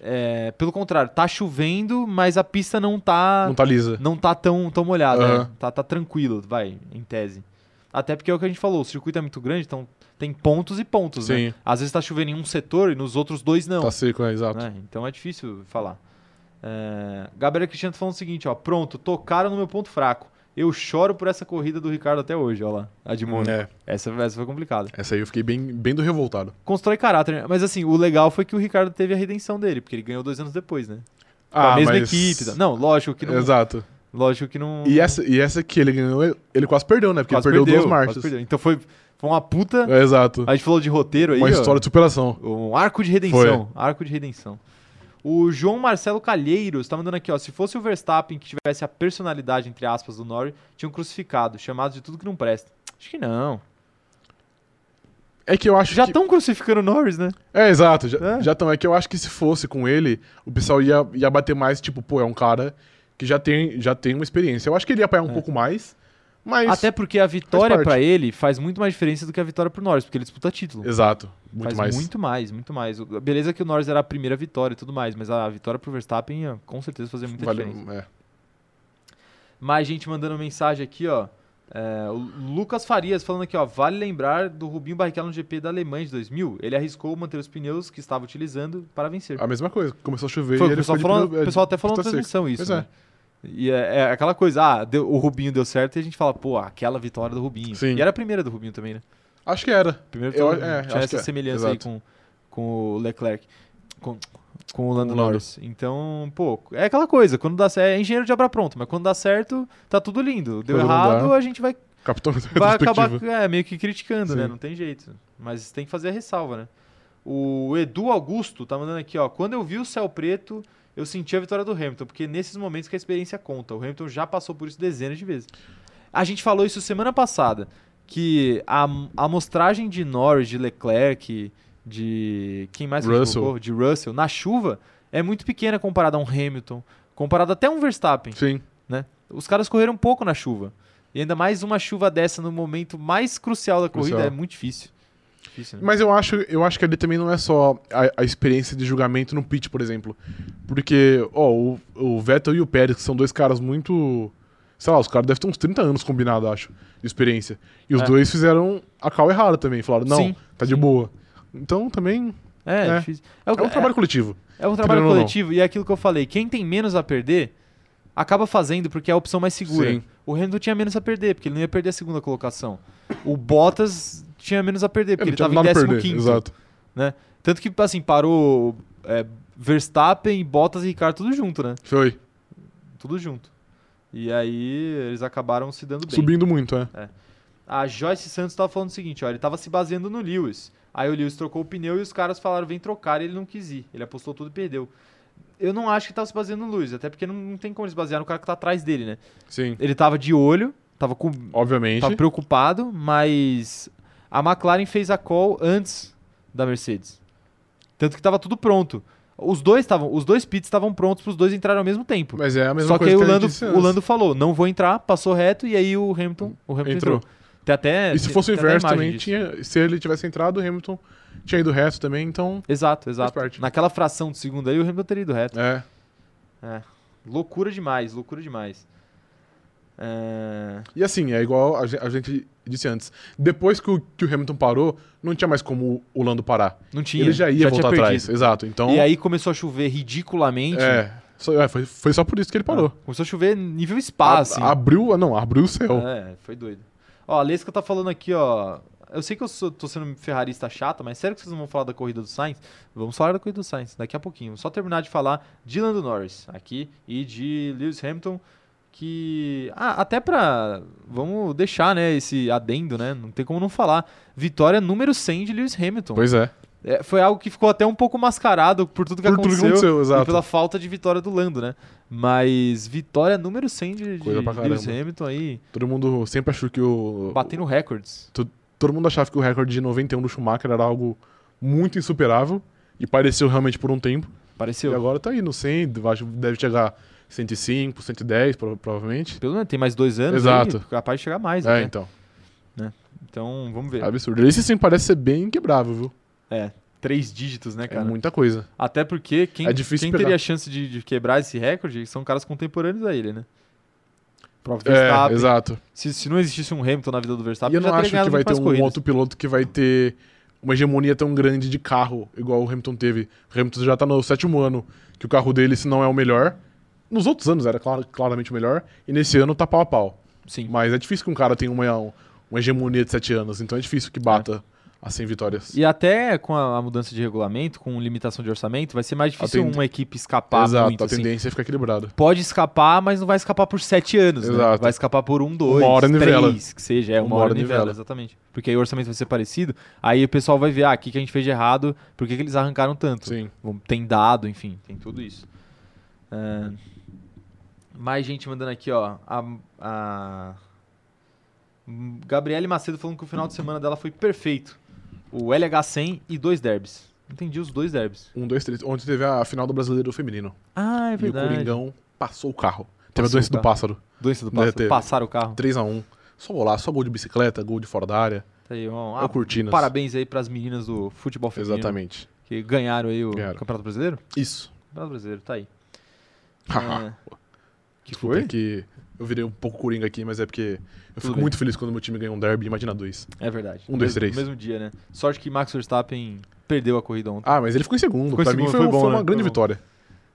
é, pelo contrário, tá chovendo, mas a pista não tá Não tá lisa. não tá tão, tão molhado, Aham. né? tá, tá tranquilo, vai, em tese. Até porque é o que a gente falou, o circuito é muito grande, então tem pontos e pontos, né? Sim, Às vezes tá chovendo em um setor e nos outros dois não. tá seco, é, exato. né? Então é difícil falar. É... Gabriela Cristiano tá falando o seguinte, ó, pronto, tocaram no meu ponto fraco. Eu choro por essa corrida do Ricardo até hoje, ó lá, a de Mônaco. É, Essa, essa foi complicada. essa aí eu fiquei bem, bem do revoltado. Constrói caráter, né? mas assim, o legal foi que o Ricardo teve a redenção dele, porque ele ganhou dois anos depois, né? Com Ah, a mesma equipe. tá? Não, lógico que não. Exato. Lógico que não. E essa, e essa que ele ganhou, ele- ele quase perdeu, né? Porque Quase ele perdeu, duas quase marchas. perdeu. Então foi, foi uma puta. É, exato. A gente falou de roteiro aí. Uma ó. história de superação. Um arco de redenção. Arco de redenção. O João Marcelo Calheiros tá mandando aqui, ó. Se fosse o Verstappen que tivesse a personalidade, entre aspas, do Norris, tinham crucificado, chamado de tudo que não presta. Acho que não. É que eu acho Já que... estão crucificando o Norris, né? É, exato. Já É. estão. É. que eu acho que se fosse com ele, o pessoal ia, ia bater mais, tipo, pô, é um cara que já tem, já tem uma experiência. Eu acho que ele ia apanhar um É. pouco mais, mas. Até porque a vitória É parte. pra ele faz muito mais diferença do que a vitória pro Norris, porque ele disputa título. Exato. Muito faz mais. muito mais, muito mais. O- Beleza é que o Norris era a primeira vitória e tudo mais, mas a vitória pro Verstappen ia, com certeza fazia muita Valeu, diferença. é. Mais gente mandando mensagem aqui, ó. É, o Lucas Farias falando aqui, ó. Vale lembrar do Rubinho Barrichello no GP da Alemanha de 2000. Ele arriscou manter os pneus que estava utilizando para vencer. A mesma coisa. Começou a Foi o chover e que o Ah, ele pessoal, ficou de falou, primeiro- o pessoal até falou na tá seco. transmissão isso. Pois é. né? E é, é aquela coisa, ah, deu- o Rubinho deu certo e a gente fala, pô, aquela vitória do Rubinho. Sim. E era a primeira do Rubinho também, né? Acho que era. Primeira Eu- vitória do é, Rubinho. Tinha acho que essa é. semelhança aí Exato. com, com o Leclerc. Com, com o Lando Com o Lando. Norris. Então, pô, é aquela coisa. Quando dá certo, é engenheiro de obra pronto, mas quando dá certo, tá tudo lindo. Deu Quando não errado, dá. a gente vai Capitão <laughs> vai retrospectiva. acabar é, meio que criticando, né? Sim. Não tem jeito. Mas tem que fazer a ressalva, né? O Edu Augusto tá mandando aqui, ó. Quando eu vi o céu preto, eu senti a vitória do Hamilton, porque nesses momentos que a experiência conta. O Hamilton já passou por isso dezenas de vezes. A gente falou isso semana passada, que a a amostragem de Norris, de Leclerc, de quem mais que a gente Russell. colocou? de Russell na chuva é muito pequena comparada a um Hamilton, Comparado até um Verstappen, Sim. né? Os caras correram pouco na chuva. E ainda mais uma chuva dessa no momento mais crucial da corrida Crucial. é muito difícil. Difícil, né? Mas eu acho, eu acho que ali também não é só a, a experiência de julgamento no pit, por exemplo. Porque, ó, o, o Vettel e o Pérez, que são dois caras muito. Sei lá, os caras devem ter uns 30 anos combinado, acho, de experiência. E os É. dois fizeram a cal errada também. Falaram, não, Sim, tá de sim. boa. Então também É, é. difícil. É, o- é um é- trabalho coletivo. é um trabalho querendo ou não. coletivo e é aquilo que eu falei. Quem tem menos a perder acaba fazendo porque é a opção mais segura. Sim. O Hamilton tinha menos a perder porque ele não ia perder a segunda colocação. O Bottas tinha menos a perder porque não ele tinha estava nada a em perder, 15 Exato. Tanto que, assim, parou é, Verstappen, Bottas e Ricardo tudo junto, né? Foi. Tudo junto. E aí eles acabaram se dando bem. Subindo muito, é. A Joyce Santos tava falando o seguinte, ó, ele tava se baseando no Lewis. Aí o Lewis trocou o pneu e os caras falaram, vem trocar, e ele não quis ir. Ele apostou tudo e perdeu. Eu não acho que tava se baseando no Lewis, até porque não, não tem como eles basear no cara que tá atrás dele, né? Sim. Ele tava de olho, tava, com, Obviamente. tava preocupado, mas a McLaren fez a call antes da Mercedes. Tanto que tava tudo pronto. Os dois estavam, os dois pits estavam prontos para os dois entrarem ao mesmo tempo. Mas é a mesma Só que coisa aí o que a gente Lando, disse o antes. Lando falou, não vou entrar, passou reto, e aí o Hamilton, o Hamilton entrou. Entrou. Tem até, E se tem- fosse o tem até inverso imagem também, disso. tinha, se ele tivesse entrado, o Hamilton tinha ido reto também, então. Exato, exato. parte. Naquela fração de segundo aí, o Hamilton teria ido reto. É. Loucura demais, loucura demais. É, E assim, é igual a gen- a gente disse antes. Depois que o, que o Hamilton parou, não tinha mais como o Lando parar. Não tinha. ele já ia tinha voltar atrás. perdido. Exato. Então. E aí começou a chover ridiculamente. é, só- é, foi, foi só por isso que ele parou. Começou a chover nível A- espaço. assim. Abriu. ah, Não, abriu o céu. Ah, É, foi doido. Ó, a Lesca tá falando aqui, ó. Eu sei que eu sou, tô sendo um ferrarista chato, mas sério que vocês não vão falar da corrida do Sainz? Vamos falar da corrida do Sainz daqui a pouquinho. Só terminar de falar de Lando Norris aqui e de Lewis Hamilton, que. Ah, até pra. Vamos deixar, né, esse adendo, né? Não tem como não falar. Vitória número 100 de Lewis Hamilton. Pois é. É, foi algo que ficou até um pouco mascarado por tudo que Por tudo que aconteceu. aconteceu, E exato. pela falta de vitória do Lando, né? Mas vitória número 100 de, de Coisa pra Lewis caramba. Hamilton aí, Todo mundo sempre achou que o. batendo recordes. Todo mundo achava que o recorde de 91 do Schumacher era algo muito insuperável. E pareceu realmente por um tempo. E Pareceu. agora tá aí no 100, acho que deve chegar 105, 110, prova- provavelmente. Pelo menos tem mais dois anos. Exato. aí, capaz de chegar mais. é, né? então. Então, vamos ver. Absurdo. Esse sim parece ser bem quebrável, viu? Três dígitos, né, É cara? muita coisa. Até porque quem, É difícil quem pegar. teria a chance de, de quebrar esse recorde são caras contemporâneos a ele, né? Próprio É, Verstappen. exato. se, se não existisse um Hamilton na vida do E Verstappen, eu ele já teria não acho ganhado que vai muito ter mais um corridas. outro piloto que vai ter uma hegemonia tão grande de carro, igual o Hamilton teve. O Hamilton já tá no sétimo ano, que o carro dele, se não é o melhor. Nos outros anos era clar- claramente o melhor, e nesse ano tá pau a pau. Sim. Mas é difícil que um cara tenha uma, uma hegemonia de sete anos, então é difícil que bata as 100 vitórias. E até com a, a mudança de regulamento, com limitação de orçamento, vai ser mais difícil tend- uma equipe escapar Exato, muito. a assim. tendência é ficar equilibrada. Pode escapar, mas não vai escapar por sete anos, né? Exato. Vai escapar por um, dois, hora três, nivela. que seja. É, uma, hora, nivela, exatamente. Porque aí o orçamento vai ser parecido, aí o pessoal vai ver, ah, o que, que a gente fez de errado, por que, que eles arrancaram tanto? Sim. Vão- Tem dado, enfim, tem tudo isso. É, Mais gente mandando aqui, ó. A, a... M- Gabriele Macedo falando que o final de semana dela foi perfeito. O LH100 e dois derbys. Entendi os dois derbys. Um, dois, três. Ontem teve a final do Brasileiro Feminino. Ah, é E o verdade. Coringão passou o carro. Teve Passou a doença o do carro. pássaro. Doença do Né, pássaro. teve. Passaram o carro. 3x1. Só lá, só gol de bicicleta, gol de fora da área. Tá aí, um, Ah, ah, cortinas. Parabéns aí pras meninas do futebol feminino Exatamente. que ganharam aí o Ganharam. Campeonato Brasileiro. Isso. Campeonato Brasileiro, <laughs> tá aí. Haha. É. que Ah, Desculpa, foi? é que eu virei um pouco coringa aqui, mas é porque eu fico bem. muito feliz quando meu time ganha um derby. Imagina dois. É verdade. Um, dois, Mesmo- três. Mesmo dia, né? Sorte que Max Verstappen perdeu a corrida ontem. Ah, mas ele ficou em segundo. Ficou em pra segundo, mim foi, foi um- bom, foi né? uma grande Foi bom. vitória.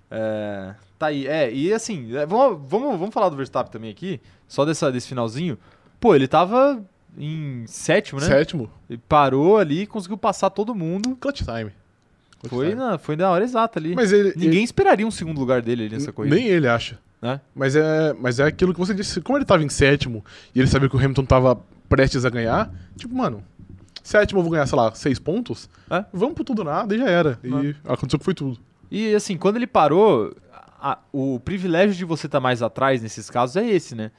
É, tá aí. É, e assim, é, vamos, vamos, vamos falar do Verstappen também aqui, só dessa, desse finalzinho. Pô, ele tava em sétimo, né? Sétimo. E parou ali e conseguiu passar todo mundo. Clutch time. Clutch Foi time. na, foi na hora exata ali. Mas ele, Ninguém esperaria um segundo lugar dele ali nessa corrida. Nem ele acha. Né? Mas, é, mas é aquilo que você disse. Como ele tava em sétimo e ele sabia que o Hamilton tava prestes a ganhar, tipo, mano, sétimo eu vou ganhar, sei lá, seis pontos, É. vamos pro tudo ou nada e já era. E aconteceu que foi tudo. E assim, quando ele parou, a- o privilégio de você estar mais atrás nesses casos é esse, né?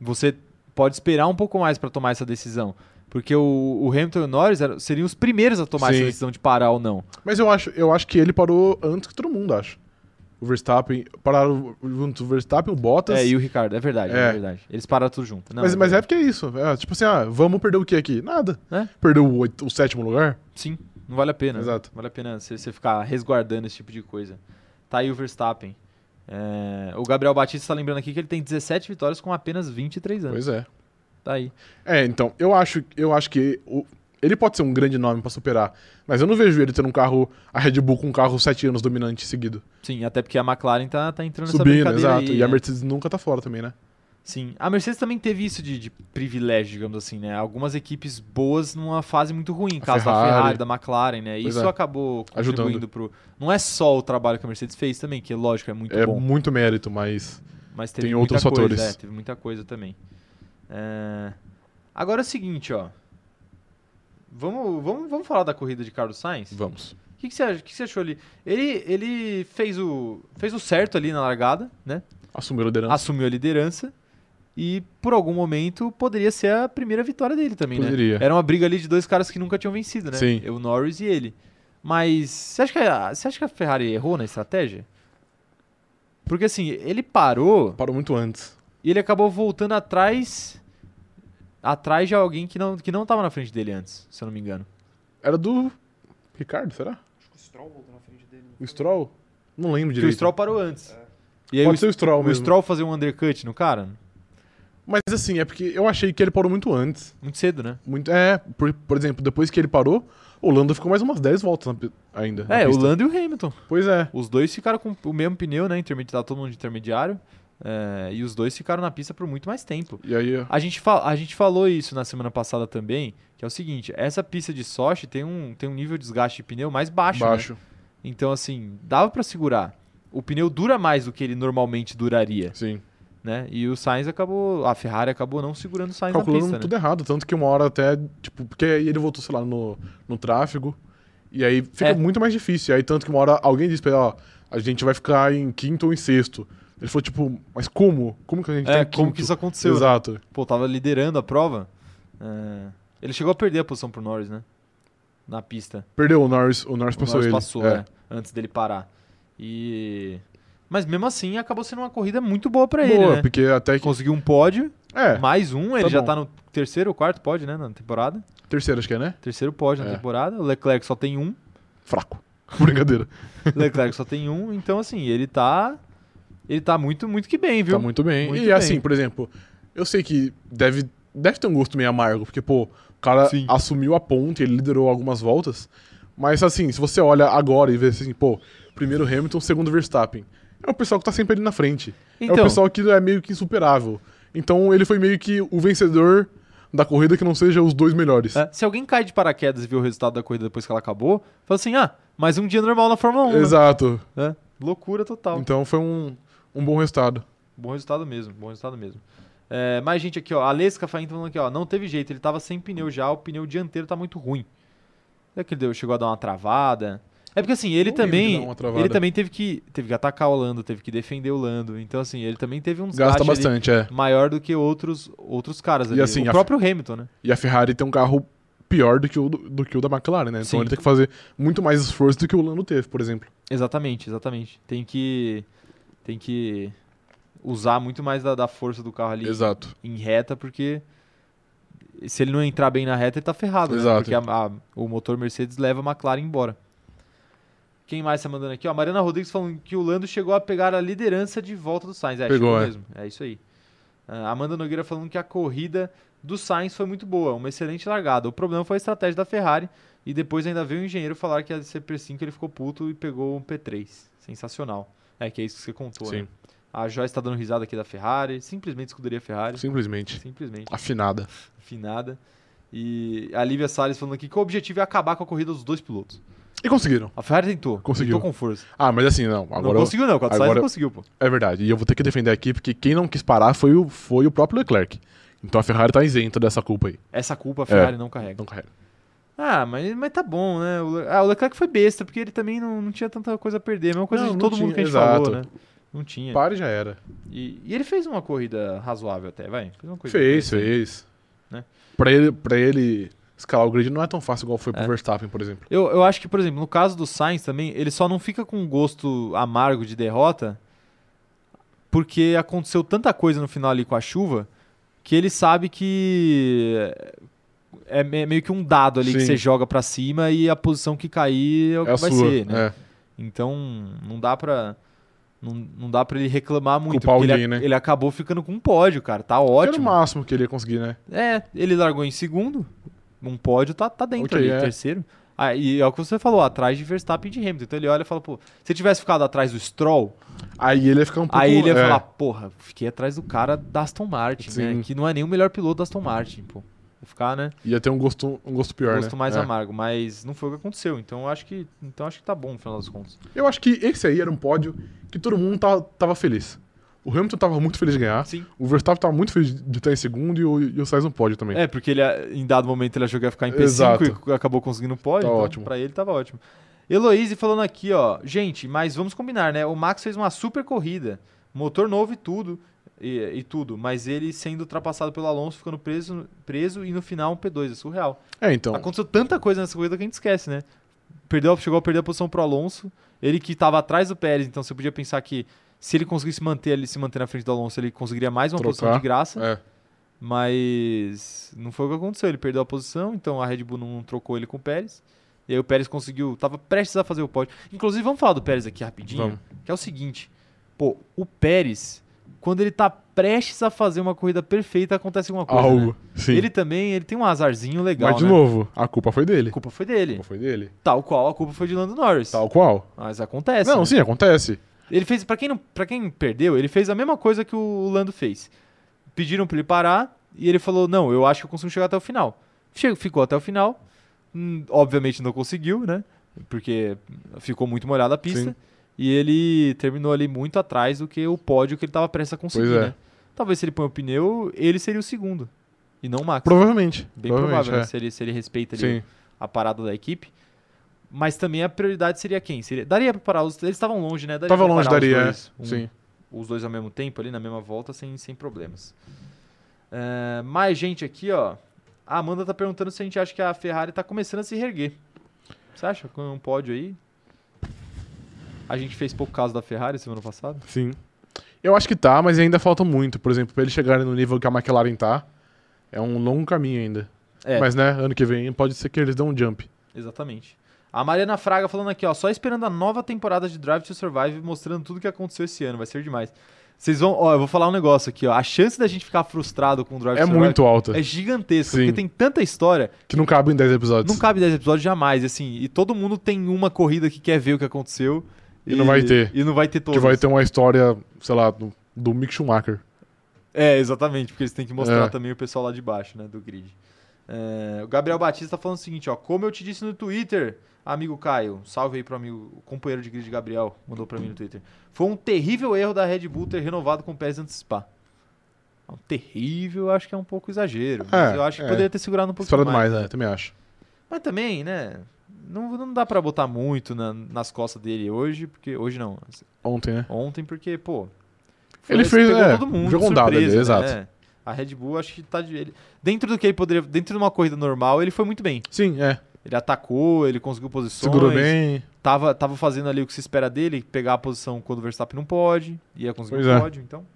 Você pode esperar um pouco mais para tomar essa decisão. Porque o, o Hamilton e o Norris eram- seriam os primeiros a tomar Sim. essa decisão de parar ou não. Mas eu acho, eu acho que ele parou antes que todo mundo, acho. o Verstappen. Pararam junto o Verstappen, o Bottas. É, e o Ricardo, é verdade, é, É. verdade. Eles pararam tudo junto. Não, mas, é mas é verdade. porque é isso. É, tipo assim, ah, vamos perder o que aqui? Nada. É. Perdeu o, oito- o sétimo lugar? Sim, não vale a pena. Exato. Não vale a pena você você ficar resguardando esse tipo de coisa. Tá aí o Verstappen. É, o Gabriel Batista tá lembrando aqui que ele tem 17 vitórias com apenas 23 anos. Pois é. Tá aí. É, então, eu acho, eu acho que o- ele pode ser um grande nome pra superar, mas eu não vejo ele tendo um carro, a Red Bull com um carro sete anos dominante seguido. Sim, até porque a McLaren tá, tá entrando nessa Subindo, brincadeira exato. aí, e a né? Mercedes nunca tá fora também, né? Sim. A Mercedes também teve isso de, de privilégio, digamos assim, né? Algumas equipes boas numa fase muito ruim, caso da Ferrari. Ferrari, da McLaren, né? Pois isso é. acabou Ajudando. contribuindo pro. Não é só o trabalho que a Mercedes fez também, que lógico é muito é bom. muito mérito, mas. Mas teve Tem muita outros coisa, fatores. É, teve muita coisa também. É, Agora é o seguinte, ó. Vamos, vamos, vamos falar da corrida de Carlos Sainz? O Vamos. que, que, você, ach- o que que você achou ali? Ele, ele fez, o, fez o certo ali na largada, né? Assumiu a liderança. Assumiu a liderança. E por algum momento poderia ser a primeira vitória dele também, Poderia. né? Era uma briga ali de dois caras que nunca tinham vencido, né? Sim. O Norris e ele. Mas você acha, que a, você acha que a Ferrari errou na estratégia? Porque assim, ele parou. Parou muito antes. E ele acabou voltando atrás atrás de alguém que não, que não tava na frente dele antes, se eu não me engano. Era do. Ricardo, será? Acho que o Stroll voltou na frente dele. O Stroll? Não lembro Porque o direito. Stroll parou antes. É. E aí Pode o, ser o Stroll o mesmo. Stroll fazer um undercut no cara? Mas assim, é porque eu achei que ele parou muito antes. Muito cedo, né? Muito, é, por, por exemplo, depois que ele parou, o Lando ficou mais umas 10 voltas na pi- ainda. na É, o pista. Lando e o Hamilton. Pois é. Os dois ficaram com o mesmo pneu, né? Intermediário, todo mundo de intermediário. É, e os dois ficaram na pista por muito mais tempo. E aí, ó, A gente, fa- a gente falou isso na semana passada também, que é o seguinte, essa pista de Sochi tem um, tem um nível de desgaste de pneu mais baixo, né? baixo. Então, assim, dava pra segurar. O pneu dura mais do que ele normalmente duraria, Sim. né? E o Sainz acabou, a Ferrari acabou não segurando o Sainz Calculando na pista, né? tudo errado. Tanto que uma hora até, tipo, porque aí ele voltou, sei lá, no, no tráfego. E aí fica É. muito mais difícil. E aí, tanto que uma hora alguém disse pra ele, ó, a gente vai ficar em quinto ou em sexto. Ele falou, tipo, mas como? Como que a gente né? É, tá em como quinto? que isso aconteceu? né? Exato. Pô, tava liderando a prova. É, Ele chegou a perder a posição pro Norris, né? Na pista. Perdeu o Norris, o Norris O passou Norris ele. passou, É. né? Antes dele parar. E... Mas mesmo assim, acabou sendo uma corrida muito boa pra ele, Boa, né? porque até que. Conseguiu um pódio, É, mais um. Ele já bom. tá no terceiro ou quarto pódio, né? Na temporada. terceiro acho que é, né? Terceiro pódio na É. temporada. O Leclerc só tem um. <laughs> Fraco. Brincadeira. Leclerc só tem um, então assim, ele tá. Ele tá muito, muito que bem, viu? Tá muito bem. Muito e bem. assim, por exemplo, eu sei que deve, deve ter um gosto meio amargo, porque, pô, o cara Sim. assumiu a ponta, ele liderou algumas voltas. Mas assim, se você olha agora e vê assim, pô, primeiro Hamilton, segundo Verstappen. É o pessoal que tá sempre ali na frente. é Então. o pessoal que é meio que insuperável. Então ele foi meio que o vencedor da corrida que não seja os dois melhores. É, Se alguém cai de paraquedas e vê o resultado da corrida depois que ela acabou, fala assim: ah, mais um dia normal na Fórmula 1. né? Exato. É, Loucura total. Então foi um, um bom resultado. Bom resultado mesmo, bom resultado mesmo. É, mais gente aqui, ó. A Lesca Fain tá falando aqui, ó. Não teve jeito, ele tava sem pneu já, o pneu dianteiro tá muito ruim. Será que ele deu- chegou a dar uma travada? É porque assim, ele Não lembro de dar também. uma travada. Ele também teve que, teve que atacar o Lando, teve que defender o Lando. Então, assim, ele também teve um desgaste Gasta ali bastante, é. maior do que outros, outros caras E ali. assim, o a- próprio Hamilton, né? E a Ferrari tem um carro pior do que o, do que o da McLaren, né? Então Sim. ele tem que fazer muito mais esforço do que o Lando teve, por exemplo. Exatamente, exatamente. Tem que tem que usar muito mais da, da força do carro ali Exato. em reta, porque se ele não entrar bem na reta, ele tá ferrado, né? Exato. Porque a- a- o motor Mercedes leva a McLaren embora. Quem mais tá mandando aqui? Ó, a Mariana Rodrigues falando que o Lando chegou a pegar a liderança de volta do Sainz. É, Pegou, chegou é. mesmo. É isso aí. Ah, Amanda Nogueira falando que a corrida do Sainz foi muito boa, uma excelente largada. O problema foi a estratégia da Ferrari e depois ainda veio o engenheiro falar que a CP5 ele ficou puto e pegou um P3. Sensacional. É que é isso que você contou, né? Sim. A Joyce tá dando risada aqui da Ferrari, simplesmente escuderia Ferrari. Simplesmente. Simplesmente, Afinada. afinada. E a Lívia Salles falando aqui que o objetivo é acabar com a corrida dos dois pilotos. E conseguiram. A Ferrari tentou. Conseguiu. Tentou com força. Ah, mas assim, não. Agora não conseguiu, não. Com a do Sainz agora- não conseguiu, pô. é verdade. E eu vou ter que defender aqui, porque quem não quis parar foi o, foi o próprio Leclerc. Então a Ferrari tá isenta dessa culpa aí. Essa É. culpa a Ferrari não carrega. Não carrega. Ah, mas, mas tá bom, né? O Le- ah, o Leclerc foi besta, porque ele também não, não tinha tanta coisa a perder. A mesma coisa Não, de não todo mundo tinha, que a gente exato. falou, né? Não tinha. Pare já era. E, e ele fez uma corrida razoável até, vai. Fez uma corrida fez, interessante. fez. Né? Pra, ele, pra ele escalar o grid não é tão fácil igual foi pro Verstappen, por exemplo. Eu, eu acho que, por exemplo, no caso do Sainz também, ele só não fica com um gosto amargo de derrota porque aconteceu tanta coisa no final ali com a chuva que ele sabe que é me- meio que um dado ali que Sim. você joga pra cima e a posição que cair é o É que a vai sua. ser, né? é. Então, não dá pra. Não, não dá para ele reclamar muito, Culpar porque ele, alguém, a- né? ele acabou ficando com um pódio, cara. Tá Que Era o ótimo. máximo que ele ia conseguir, né? É, ele largou em segundo. Um pódio tá, tá dentro Ok, ali, é. terceiro. Ah, e é o que você falou, atrás de Verstappen e de Hamilton. Então ele olha e fala, pô, se eu tivesse ficado atrás do Stroll, Aí ele ia ficar um pouco... aí ele ia é, falar, porra, fiquei atrás do cara da Aston Martin, né? Sim. Que não é nem o melhor piloto da Aston Martin, pô. Vou ficar, né? Ia ter um gosto, um gosto pior, gosto né? mais É. amargo, mas não foi o que aconteceu. Então eu acho que, então eu acho que tá bom no final das contas. Eu acho que esse aí era um pódio que todo mundo tava, tava feliz. O Hamilton tava muito feliz de ganhar. Sim. O Verstappen tava muito feliz de estar em segundo e o, e o Sainz no pódio também. É, porque ele, em dado momento ele achou que ia ficar em P5 Exato. e acabou conseguindo o pódio. Tá então, ótimo. Pra ele tava ótimo. Heloise falando aqui, ó. Gente, mas vamos combinar, né? O Max fez uma super corrida. Motor novo e tudo. E, e tudo. Mas ele sendo ultrapassado pelo Alonso, ficando preso, preso e no final um P2. É surreal. É, então. Aconteceu tanta coisa nessa corrida que a gente esquece, né? Perdeu, chegou a perder a posição pro Alonso. Ele que estava atrás do Pérez, então você podia pensar que se ele conseguisse manter ali, se manter na frente do Alonso, ele conseguiria mais uma posição Trocar. de graça. É. Mas não foi o que aconteceu. Ele perdeu a posição, então a Red Bull não trocou ele com o Pérez. E aí o Pérez conseguiu, tava prestes a fazer o pódio. Inclusive, vamos falar do Pérez aqui rapidinho, Vamos. que é o seguinte. Pô, o Pérez, quando ele tá prestes a fazer uma corrida perfeita, acontece alguma coisa, né? Algo. Sim. Ele também, ele tem um azarzinho legal, Mas, de né? novo, a culpa foi dele. A A culpa foi dele. culpa foi dele. Tal qual a culpa foi de Lando Norris. Tal qual. Mas acontece. não, né? sim, acontece. Ele fez, para quem não, para quem perdeu, ele fez a mesma coisa que o Lando fez. Pediram pra ele parar e ele falou: "Não, eu acho que eu consigo chegar até o final". Chegou, ficou até o final. Hum, Obviamente não conseguiu, né? Porque ficou muito molhada a pista. Sim. E ele terminou ali muito atrás do que o pódio que ele tava prestes a conseguir, Pois é. né? Talvez se ele põe o pneu, ele seria o segundo. E não o Max. Provavelmente. Bem provavelmente, provável, né? Se ele, se ele respeita é. ali o- Sim. a parada da equipe. Mas também a prioridade seria quem? Seria... Daria pra parar os. Eles estavam longe, né? Daria Tava pra longe, parar os daria. é. dois, um- Sim. Os dois ao mesmo tempo ali, na mesma volta, sem, sem problemas. É, mais gente aqui, ó. A Amanda tá perguntando se a gente acha que a Ferrari tá começando a se reerguer. Você acha? Com um pódio aí? A gente fez pouco caso da Ferrari semana passada. Sim. Eu acho que tá, mas ainda falta muito. Por exemplo, pra eles chegarem no nível que a McLaren tá, é um longo caminho ainda. É. Mas, né, ano que vem pode ser que eles dão um jump. Exatamente. A Mariana Fraga falando aqui, ó, só esperando a nova temporada de Drive to Survive, mostrando tudo que aconteceu esse ano, vai ser demais. Vocês vão, ó, eu vou falar um negócio aqui, ó, a chance da gente ficar frustrado com o Drive É to Survive muito alta. é gigantesca, Sim. porque tem tanta história, Que não cabe em 10 episódios. não cabe 10 episódios jamais, assim, e todo mundo tem uma corrida que quer ver o que aconteceu. E não vai ter. E não vai ter todas. Que vai ter uma história, sei lá, do, do Mick Schumacher. É, exatamente, porque eles têm que mostrar É. também o pessoal lá de baixo, né, do grid. É, o Gabriel Batista tá falando o seguinte, ó, como eu te disse no Twitter, amigo Caio, salve aí pro amigo, o companheiro de grid Gabriel, mandou pra mim no Twitter. Foi um terrível erro da Red Bull ter renovado com o Pérez antes do Spa. Um terrível, eu acho que é um pouco exagero, mas É, eu acho que é. poderia ter segurado um pouquinho História mais. demais, né? Também acho. Mas também, né, não, não dá pra botar muito na- nas costas dele hoje, porque hoje não, Ontem, né? ontem, porque, pô. Ele fez, pegou é, todo mundo. jogou um de dado ali, surpresa, exato. né? A Red Bull, acho que tá de. Ele, dentro do que ele poderia. Dentro de uma corrida normal, ele foi muito bem. Sim, é. Ele atacou, ele conseguiu posições. Segurou bem. Tava, tava fazendo ali o que se espera dele, pegar a posição quando o Verstappen não pode. Ia conseguir Pois um é. pódio, então.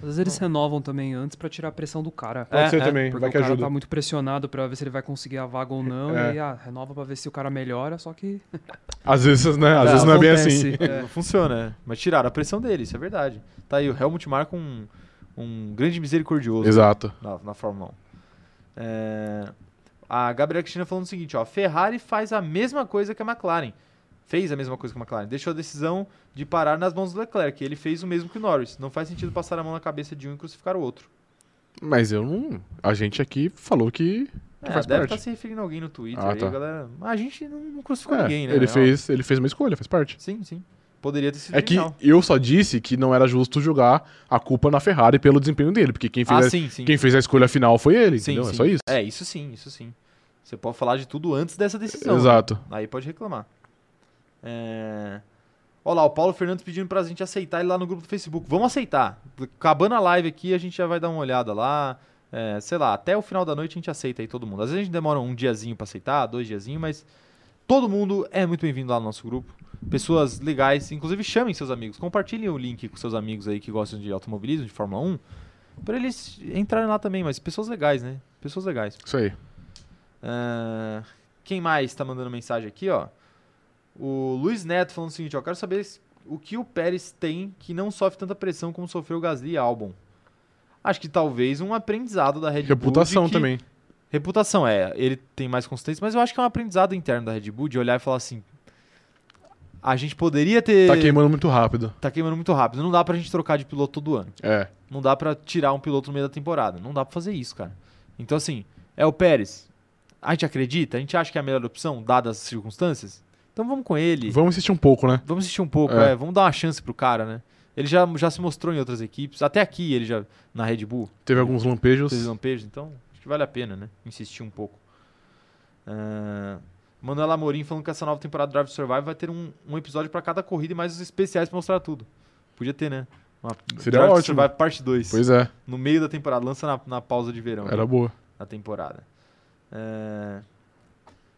Às vezes eles renovam também antes pra tirar a pressão do cara. É, Pode ser é, também, Porque vai o que cara ajuda. tá muito pressionado pra ver se ele vai conseguir a vaga ou não. É. E aí, ah, renova pra ver se o cara melhora, só que. Às vezes, né? Às Não, vezes não é bem acontece. assim. É. Não funciona, né? Mas tiraram a pressão dele, isso é verdade. Tá aí, o Helmut Marko um, um grande misericordioso. Exato. na, na Fórmula 1. É, a Gabriela Cristina falando o seguinte, ó, a Ferrari faz a mesma coisa que a McLaren. Fez a mesma coisa que a McLaren. Deixou a decisão de parar nas mãos do Leclerc. Ele fez o mesmo que o Norris. Não faz sentido passar a mão na cabeça de um e crucificar o outro. Mas eu não. A gente aqui falou que. É, Faz deve parte. estar se referindo a alguém no Twitter. Ah, aí, tá. galera. Mas a gente não, não crucificou é, ninguém, né? ele, Ó, fez, ele fez uma escolha, faz parte. Sim, sim. Poderia ter sido É que genial. eu só disse que não era justo jogar a culpa na Ferrari pelo desempenho dele, porque quem fez, Ah, a, sim, sim. quem fez a escolha final foi ele, sim, entendeu? sim. É só isso. É, isso sim, isso sim. Você pode falar de tudo antes dessa decisão. né? Exato. Aí pode reclamar. É... Olha lá, o Paulo Fernandes pedindo pra gente aceitar ele lá no grupo do Facebook. Vamos aceitar. Acabando a live aqui, a gente já vai dar uma olhada lá. é, sei lá, até o final da noite a gente aceita aí todo mundo. Às vezes a gente demora um diazinho pra aceitar, dois diazinhos, mas todo mundo é muito bem-vindo lá no nosso grupo. Pessoas legais, inclusive chamem seus amigos, compartilhem o link com seus amigos aí que gostam de automobilismo, de Fórmula 1, pra eles entrarem lá também, mas pessoas legais, né? Pessoas legais. Isso aí. Ah, quem mais tá mandando mensagem aqui, ó? O Luiz Neto falando o seguinte, ó, quero saber s- o que o Pérez tem que não sofre tanta pressão como sofreu o Gasly e Albon. Acho que talvez um aprendizado da Red Bull. de Reputação que- é também. Reputação, é. Ele tem mais consistência, mas eu acho que é um aprendizado interno da Red Bull de olhar e falar assim. A gente poderia ter. Tá queimando muito rápido. tá queimando muito rápido. Não dá pra gente trocar de piloto todo ano. É. Não dá pra tirar um piloto no meio da temporada. Não dá pra fazer isso, cara. Então, assim, é o Pérez. A gente acredita? A gente acha que é a melhor opção, dadas as circunstâncias? Então vamos com ele. Vamos insistir um pouco, né? Vamos assistir um pouco, É. é, Vamos dar uma chance pro cara, né? Ele já, já se mostrou em outras equipes. Até aqui ele já. Na Red Bull. Teve alguns lampejos. Esses lampejos, então acho que vale a pena, né? Insistir um pouco. Ah, Manuel Amorim falando que essa nova temporada do Drive to Survive vai ter um, um episódio pra cada corrida e mais os especiais pra mostrar tudo. Podia ter, né? Uma Seria Drive to ótimo. Survive parte 2. Pois é, No meio da temporada, lança na, na pausa de verão. né? era boa. na temporada. É,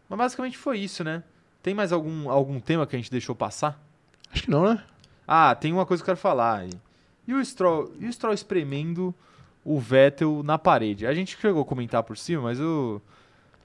Mas basicamente foi isso, né? Tem mais algum, algum tema que a gente deixou passar? Acho que não, né? Ah, tem uma coisa que eu quero falar. aí. E o Stroll, e o Stroll espremendo o Vettel na parede? A gente chegou a comentar por cima, mas eu,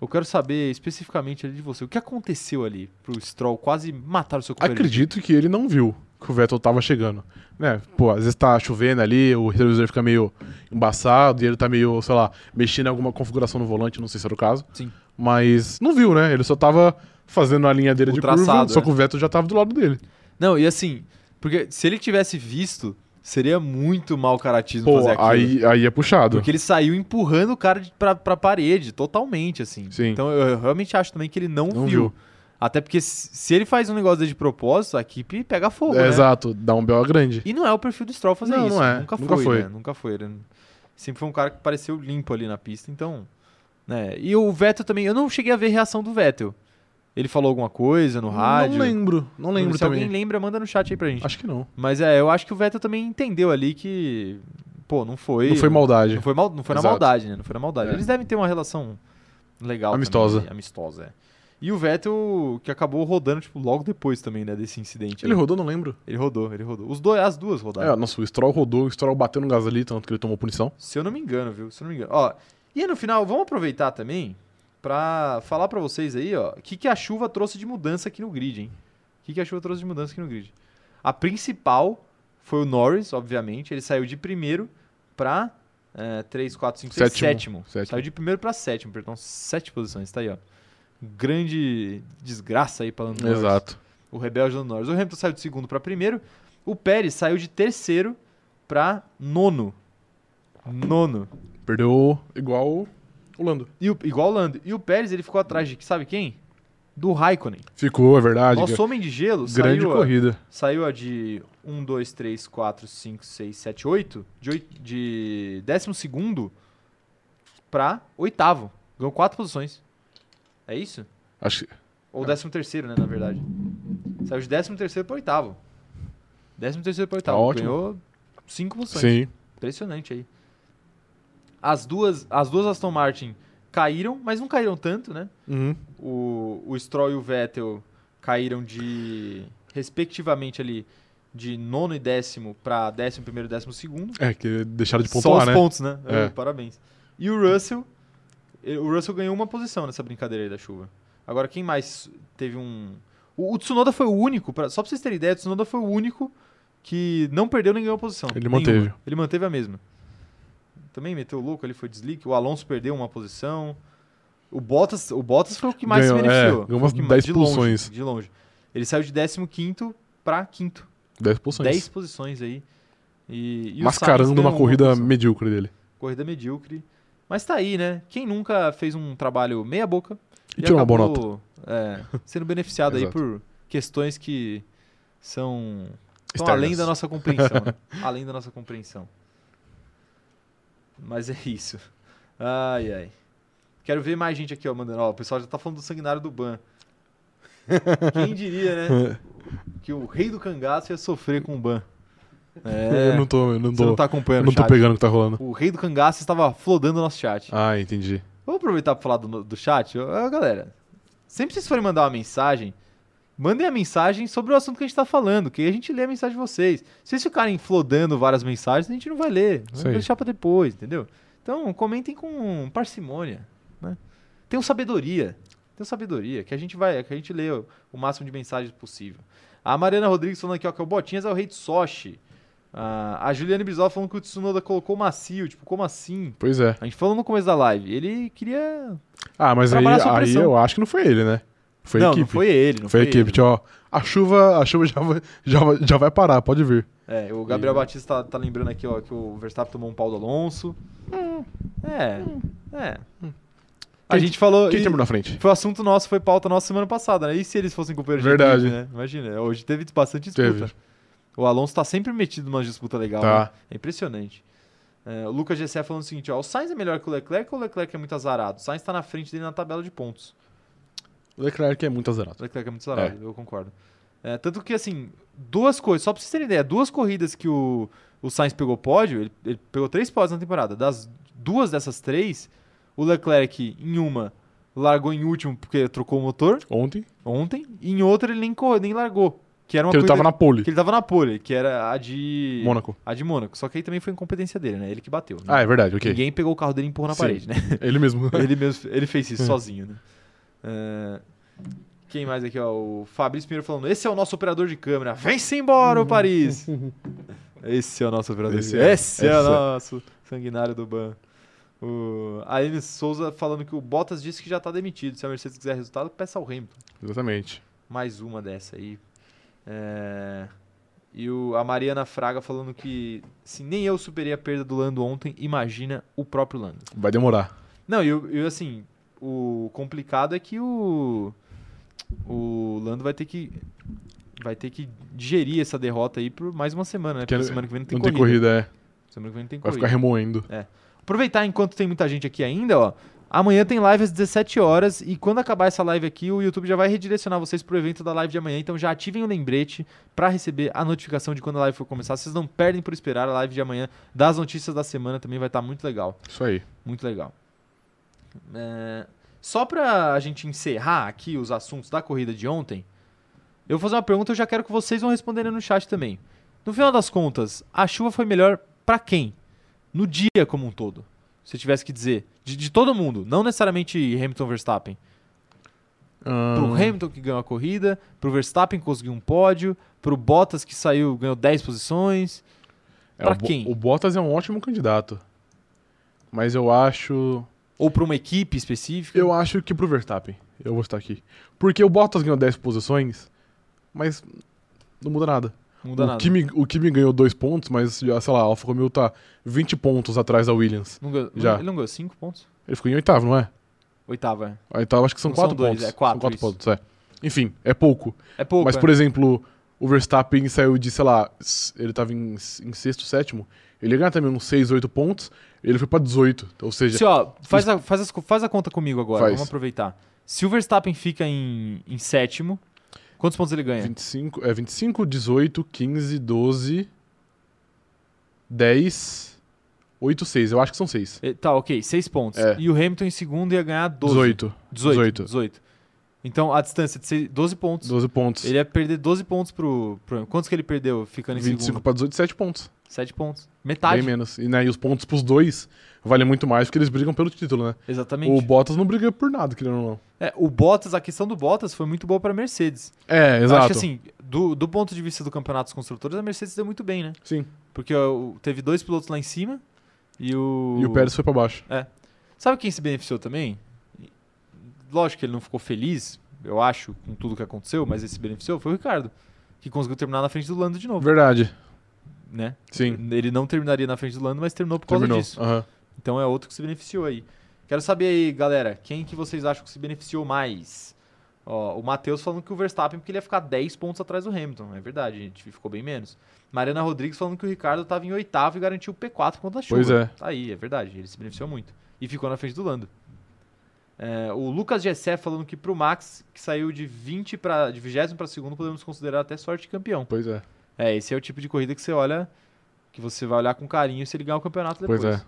eu quero saber especificamente ali de você. O que aconteceu ali pro Stroll quase matar o seu companheiro? Acredito que ele não viu que o Vettel tava chegando. Né? Pô, às vezes tá chovendo ali, o retrovisor fica meio embaçado e ele tá meio, sei lá, mexendo em alguma configuração no volante, não sei se era o caso. Sim. Mas não viu, né? Ele só tava fazendo a linha dele O de curva, traçado, só né? que o Vettel já tava do lado dele. Não, e assim, porque se ele tivesse visto, seria muito mau caratismo Pô, fazer aquilo. né? aí, aí é puxado. Porque ele saiu empurrando o cara de- pra, pra parede, totalmente, assim. Sim. Então eu, eu realmente acho também que ele não, Não viu. viu. Até porque se se ele faz um negócio desse de propósito, a equipe pega fogo, É, né? Exato, dá um belo grande. E não é o perfil do Stroll fazer Não, isso. não é. Nunca, Nunca foi, foi. né? Nunca foi. Ele sempre foi um cara que pareceu limpo ali na pista, então... Né? E o Vettel também... Eu não cheguei a ver a reação do Vettel. Ele falou alguma coisa no rádio? Não lembro, não lembro Se também. alguém lembra, manda no chat aí pra gente. Acho que não. Mas é, eu acho que o Vettel também entendeu ali que... Pô, não foi... um Não foi maldade. Não foi, mal, não foi na Exato. maldade, né? Não foi na maldade. É. Eles devem ter uma relação legal. Amistosa. também, né? amistosa, é. E o Vettel, que acabou rodando, tipo, logo depois também, né, desse incidente. Ele aí. rodou, não lembro. Ele rodou, ele rodou. Os dois, as duas rodaram. É, nossa, o Stroll rodou, o Stroll bateu no Gasly, tanto que ele tomou punição. Se eu não me engano, viu? Se eu não me engano. Ó, e aí no final, vamos aproveitar também pra falar pra vocês aí, ó, o que, que a chuva trouxe de mudança aqui no grid, hein? O que, que a chuva trouxe de mudança aqui no grid? A principal foi o Norris, obviamente. Ele saiu de primeiro pra eh, 3, 4, 5, 6, sétimo. Sétimo. Sétimo. Saiu de primeiro pra sétimo, perdão. Sete posições, tá aí, ó. Grande desgraça aí pra Lando Norris. Exato. O rebelde Lando Norris. O Hamilton saiu de segundo pra primeiro. O Pérez saiu de terceiro pra nono. Nono. Perdeu igual o Lando. E o, igual o Lando. E o Pérez, ele ficou atrás de, sabe quem? Do Raikkonen. Ficou, é verdade. Nosso cara. homem de gelo Grande saiu, a- corrida. saiu a de 1, 2, 3, 4, 5, 6, 7, 8. De, oit- de décimo segundo pra oitavo. Ganhou quatro posições. É isso? Acho que- Ou décimo terceiro, né, na verdade. Saiu de décimo terceiro pra oitavo. Décimo terceiro pra oitavo. Tá ótimo. Ganhou cinco posições. Sim. Impressionante aí. As duas, as duas Aston Martin caíram, mas não caíram tanto, né? Uhum. O, o Stroll e o Vettel caíram de, respectivamente ali, de nono e décimo para décimo primeiro e décimo segundo. É, que deixaram de Só pontuar, os né? pontos, né? É. É, Parabéns. E o Russell, eh, o Russell ganhou uma posição nessa brincadeira aí da chuva. Agora, quem mais teve um... O, o Tsunoda foi o único, pra- só pra vocês terem ideia, o Tsunoda foi o único que não perdeu nem ganhou posição. Ele Nenhuma. manteve. Ele manteve a mesma. Também meteu o louco, ele foi deslique. O Alonso perdeu uma posição. O Bottas, o Bottas foi o que mais se Ganhou- é, beneficiou. ganhou Foi o umas que mais- 10 de longe, pulsões. De longe. Ele saiu de 15 para quinto. 10 posições. 10 posições aí. E, e o Sainz um Mascarando ganhou uma corrida posição. medíocre dele. Corrida medíocre. Mas tá aí, né? Quem nunca fez um trabalho meia boca E tirou uma boa nota. é, sendo beneficiado aí <laughs> Exato. por questões que são estão Externas. além da nossa compreensão. <laughs> né? Além da nossa compreensão. Mas é isso. Ai, ai. Quero ver mais gente aqui, ó, mandando. Ó, o pessoal já tá falando do sanguinário do Ban. <laughs> Quem diria, né? Que o rei do cangaço ia sofrer com o Ban. Eu É, não tô, eu não você tô, não tá acompanhando eu o não tô chat. pegando o que tá rolando. O rei do cangaço estava flodando o nosso chat. Ah, entendi. Vamos aproveitar pra falar do, do chat? Ô, ô, galera, sempre que vocês forem mandar uma mensagem, mandem a mensagem sobre o assunto que a gente tá falando, que aí a gente lê a mensagem de vocês. Se vocês ficarem flodando várias mensagens, a gente não vai ler. Isso Vai aí. deixar pra depois, entendeu? Então, comentem com parcimônia, né? Tenham sabedoria. Tenham sabedoria, que a gente vai, que a gente lê o, o máximo de mensagens possível. A Mariana Rodrigues falando aqui, ó, que o Botinhas é o rei de Sochi. Ah, a Juliane Brizola falando que o Tsunoda colocou macio, tipo, como assim? Pois é. A gente falou no começo da live, ele queria Ah, mas aí, Trabalhar sob aí pressão. eu acho que não foi ele, né? Foi a não, equipe. não foi ele. Não Foi a equipe, ele. tipo, ó. A chuva, a chuva já vai, já, vai- já vai parar, pode vir. É, o Gabriel Batista tá, tá lembrando aqui, ó, que o Verstappen tomou um pau do Alonso. É, é. A Hum. Quem- gente falou... Quem e terminou na frente? Foi assunto nosso, foi pauta nossa semana passada, né? E se eles fossem companheiros Verdade. de equipe, né? Imagina, hoje teve bastante disputa. Teve. O Alonso tá sempre metido numa disputa legal, Tá. né? É impressionante. É, o Lucas GC falando o seguinte, ó, o Sainz é melhor que o Leclerc ou o Leclerc é muito azarado? O Sainz tá na frente dele na tabela de pontos. O Leclerc é muito azarado. Leclerc é muito sarado, eu concordo. É, tanto que, assim, duas coisas, só pra vocês terem ideia, duas corridas que o, o Sainz pegou pódio, ele, ele pegou três pódios na temporada. Das duas dessas três, o Leclerc, em uma, largou em último porque trocou o motor Ontem, ontem, e em outra ele nem, correu, nem largou. Que era uma que ele corrida tava na pole, que ele tava na pole, que era a de. Mônaco. A de Mônaco. Só que aí também foi incompetência dele, né? Ele que bateu. né? Ah, é verdade, ok. Ninguém pegou o carro dele e empurrou na Sim. parede, né? Ele mesmo. <laughs> Ele, mesmo, ele fez isso sozinho, né? É, quem mais aqui, ó? O Fabrício Pinheiro falando: esse é o nosso operador de câmera. Vem-se embora, o <laughs> Paris! Esse é o nosso operador Esse de câmera. é, Esse é o esse é. nosso sanguinário do Ban. O a Aline Souza falando que o Bottas disse que já tá demitido. Se a Mercedes quiser resultado, peça ao Hamilton. <laughs> Exatamente. Mais uma dessa aí. É, E o, a Mariana Fraga falando que se nem eu superei a perda do Lando ontem, imagina o próprio Lando. Vai demorar. Não, e, o- e assim, o complicado é que o. O Lando vai ter que. Vai ter que digerir essa derrota aí por mais uma semana, né? Porque Porque semana que vem não tem não corrida. tem corrida, é. Semana que vem não tem Vai corrida. ficar remoendo. Aproveitar enquanto tem muita gente aqui ainda, ó. Amanhã tem live às 17 horas e quando acabar essa live aqui, o YouTube já vai redirecionar vocês pro evento da live de amanhã, então já ativem o lembrete pra receber a notificação de quando a live for começar. Vocês não perdem por esperar a live de amanhã das notícias da semana também vai estar muito legal. Isso aí. Muito legal. É, só pra gente encerrar aqui os assuntos da corrida de ontem, eu vou fazer uma pergunta, eu já quero que vocês vão responderem no chat também. No final das contas, a chuva foi melhor pra quem? No dia como um todo. Se eu tivesse que dizer. De, de todo mundo, não necessariamente Hamilton Verstappen. Pro Ahn, Hamilton que ganhou a corrida, pro Verstappen que conseguiu um pódio, pro Bottas que saiu, ganhou 10 posições. é, pra o Bo- quem? O Bottas é um ótimo candidato. Mas eu acho. Ou pra uma equipe específica. Eu acho que pro Verstappen. Eu vou estar aqui. Porque o Bottas ganhou 10 posições, mas não muda nada. Não muda o, nada. Kimi, o Kimi ganhou 2 pontos, mas, sei lá, a Alfa Romeo tá 20 pontos atrás da Williams. Não ganhou- Já. Ele não ganhou 5 pontos? Ele ficou em oitavo, não é? Oitava, é. Oitavo acho que são Não 4 são dois, pontos. é quatro, São 4 isso. pontos, é. Enfim, é pouco. É pouco. Mas, é. por exemplo, o Verstappen saiu de, sei lá, s- ele tava em, s- em sexto, sétimo. Ele ia ganhar também uns 6, 8 pontos. Ele foi pra 18. Ou seja, Se, ó, faz, a, faz, as co- faz a conta comigo agora, Faz. vamos aproveitar. Se o Verstappen fica em, em sétimo, quantos pontos ele ganha? 25, é 25, 18, 15, 12, 10, 8, 6. Eu acho que são 6. Eh, Tá, ok, seis pontos. É. E o Hamilton em segundo ia ganhar 12. 18. 18. 18. 18. Então a distância de seis- 12 pontos. 12 pontos. Ele ia perder 12 pontos pro, pro. Quantos que ele perdeu ficando em 25 segundo? Tá pra 18, 7 pontos. 7 pontos. Bem Metade. menos. E, né, e os pontos pros dois valem muito mais porque eles brigam pelo título, né? Exatamente. O Bottas não briga por nada, querendo ou não. É, o Bottas, a questão do Bottas foi muito boa pra Mercedes. É, Eu exato. Acho que assim, do, do ponto de vista do campeonato dos construtores, a Mercedes deu muito bem, né? Sim. Porque ó, o- teve dois pilotos lá em cima e o. E o Pérez foi pra baixo. Sabe quem se beneficiou também? Lógico que ele não ficou feliz, eu acho, com tudo que aconteceu, mas ele se beneficiou foi o Ricardo, que conseguiu terminar na frente do Lando de novo, Verdade. né? Sim. Ele não terminaria na frente do Lando, mas terminou por causa Terminou. disso. Aham. Então é outro que se beneficiou aí. Quero saber aí, galera, quem que vocês acham que se beneficiou mais? Ó, o Matheus falando que o Verstappen, porque ele ia ficar 10 pontos atrás do Hamilton. É verdade, gente, ficou bem menos. Mariana Rodrigues falando que o Ricardo estava em oitavo e garantiu o P4 contra a chuva. Pois é. Tá aí, é verdade, ele se beneficiou muito. E ficou na frente do Lando. É, o Lucas Gessé falando que pro Max, que saiu de 20 para de 20 para segundo, podemos considerar até sorte de campeão. Pois é. É, esse é o tipo de corrida que você olha, que você vai olhar com carinho se ele ganhar o campeonato depois. Pois é.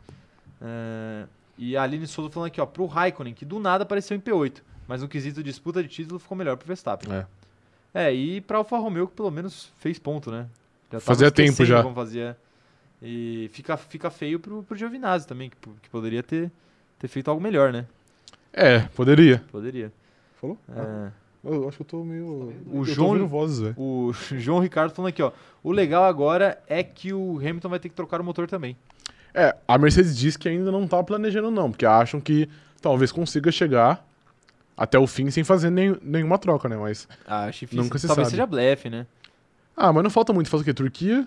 É, e a Aline Souza falando aqui, ó, pro Raikkonen, que do nada apareceu em P8, mas no quesito de disputa de título ficou melhor pro Verstappen. É. É, e pra Alfa Romeo, que pelo menos fez ponto, né? Já tava Fazia tempo esquecendo já. Como fazia. E fica, fica feio pro, pro Giovinazzi também, que, po- que poderia ter, ter feito algo melhor, né? É, poderia. Poderia. Falou? Ah, É. Eu acho que eu tô meio. O eu João- tô ouvindo vozes, velho. O <laughs> João Ricardo falando aqui, ó. O legal agora é que o Hamilton vai ter que trocar o motor também. É, a Mercedes diz que ainda não tá planejando, não, porque acham que talvez consiga chegar até o fim sem fazer nem- nenhuma troca, né? Mas. Ah, acho difícil. Nunca se Talvez sabe. seja blefe, né? Ah, mas não falta muito. Falta o quê? Turquia,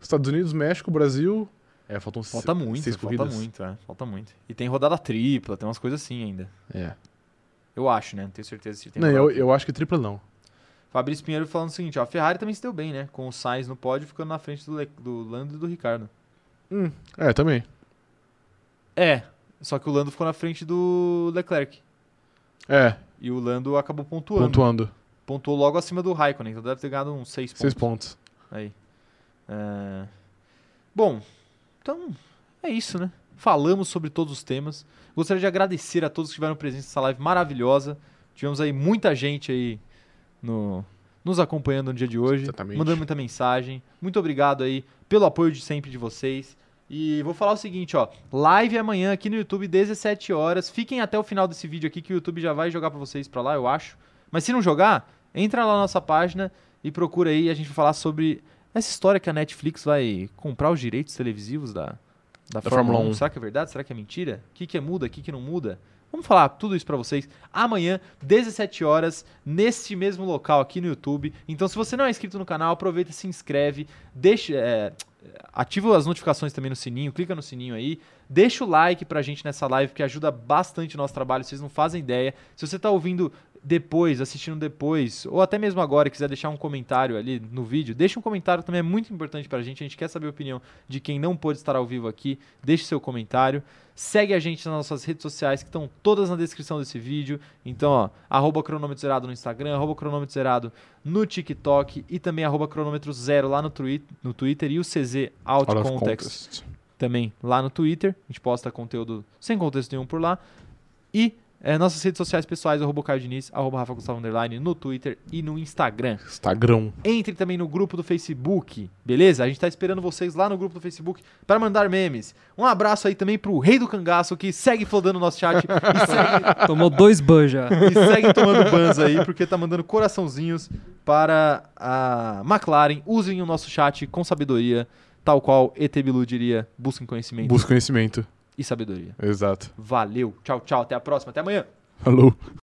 Estados Unidos, México, Brasil. É, faltam se- Falta muito, seis falta corridas. muito, é. Falta muito. E tem rodada tripla, tem umas coisas assim ainda. É. Eu acho, né? Não tenho certeza se tem não, rodada eu, tripla. eu acho que tripla não. Fabrício Pinheiro falando o seguinte, ó. A Ferrari também se deu bem, né? Com o Sainz no pódio, ficando na frente do, Le- do Lando e do Ricardo. É, também. É, só que o Lando ficou na frente do Leclerc. É, E o Lando acabou pontuando. pontuando. Pontuou logo acima do Raikkonen, então deve ter ganhado uns 6 pontos. Seis pontos. Aí. É. Bom, então é isso, né? Falamos sobre todos os temas. Gostaria de agradecer a todos que tiveram presença nessa live maravilhosa. Tivemos aí muita gente aí no, nos acompanhando no dia de hoje, Exatamente. mandando muita mensagem. Muito obrigado aí pelo apoio de sempre de vocês. E vou falar o seguinte, ó, live amanhã aqui no YouTube 17 horas. Fiquem até o final desse vídeo aqui que o YouTube já vai jogar pra vocês pra lá, eu acho. Mas se não jogar, entra lá na nossa página e procura aí, a gente vai falar sobre essa história que a Netflix vai comprar os direitos televisivos da, da, Fórmula 1. Será que é verdade? Será que é mentira? O que, que é muda? O que, que não muda? Vamos falar tudo isso pra vocês amanhã, 17 horas, neste mesmo local aqui no YouTube. Então, se você não é inscrito no canal, aproveita, se inscreve, deixa, é, ativa as notificações também no sininho, clica no sininho aí, deixa o like pra gente nessa live, que ajuda bastante o nosso trabalho, vocês não fazem ideia. Se você tá ouvindo depois, assistindo depois, ou até mesmo agora e quiser deixar um comentário ali no vídeo, deixa um comentário também, é muito importante pra gente, a gente quer saber a opinião de quem não pôde estar ao vivo aqui, deixe seu comentário. Segue a gente nas nossas redes sociais que estão todas na descrição desse vídeo. Então, ó, arroba cronômetro zerado no Instagram, arroba cronômetro zerado no TikTok e também arroba cronômetro zero lá no, Twi- no Twitter e o CZ Out, Out of Context context. também lá no Twitter. A gente posta conteúdo sem contexto nenhum por lá. E eh, nossas redes sociais pessoais, arroba Caio Diniz, arroba Rafa Gustavo Underline, no Twitter e no Instagram. Instagram. Entre também no grupo do Facebook, beleza? A gente tá esperando vocês lá no grupo do Facebook para mandar memes. Um abraço aí também pro Rei do Cangaço, que segue flodando o nosso chat e segue É. Tomou dois bans já. e seguem tomando bans aí, porque tá mandando coraçãozinhos para a McLaren. Usem o nosso chat com sabedoria, tal qual ET Bilu diria, busquem conhecimento Busca conhecimento. e sabedoria. Exato. Valeu, tchau, tchau, até a próxima, até amanhã. Falou.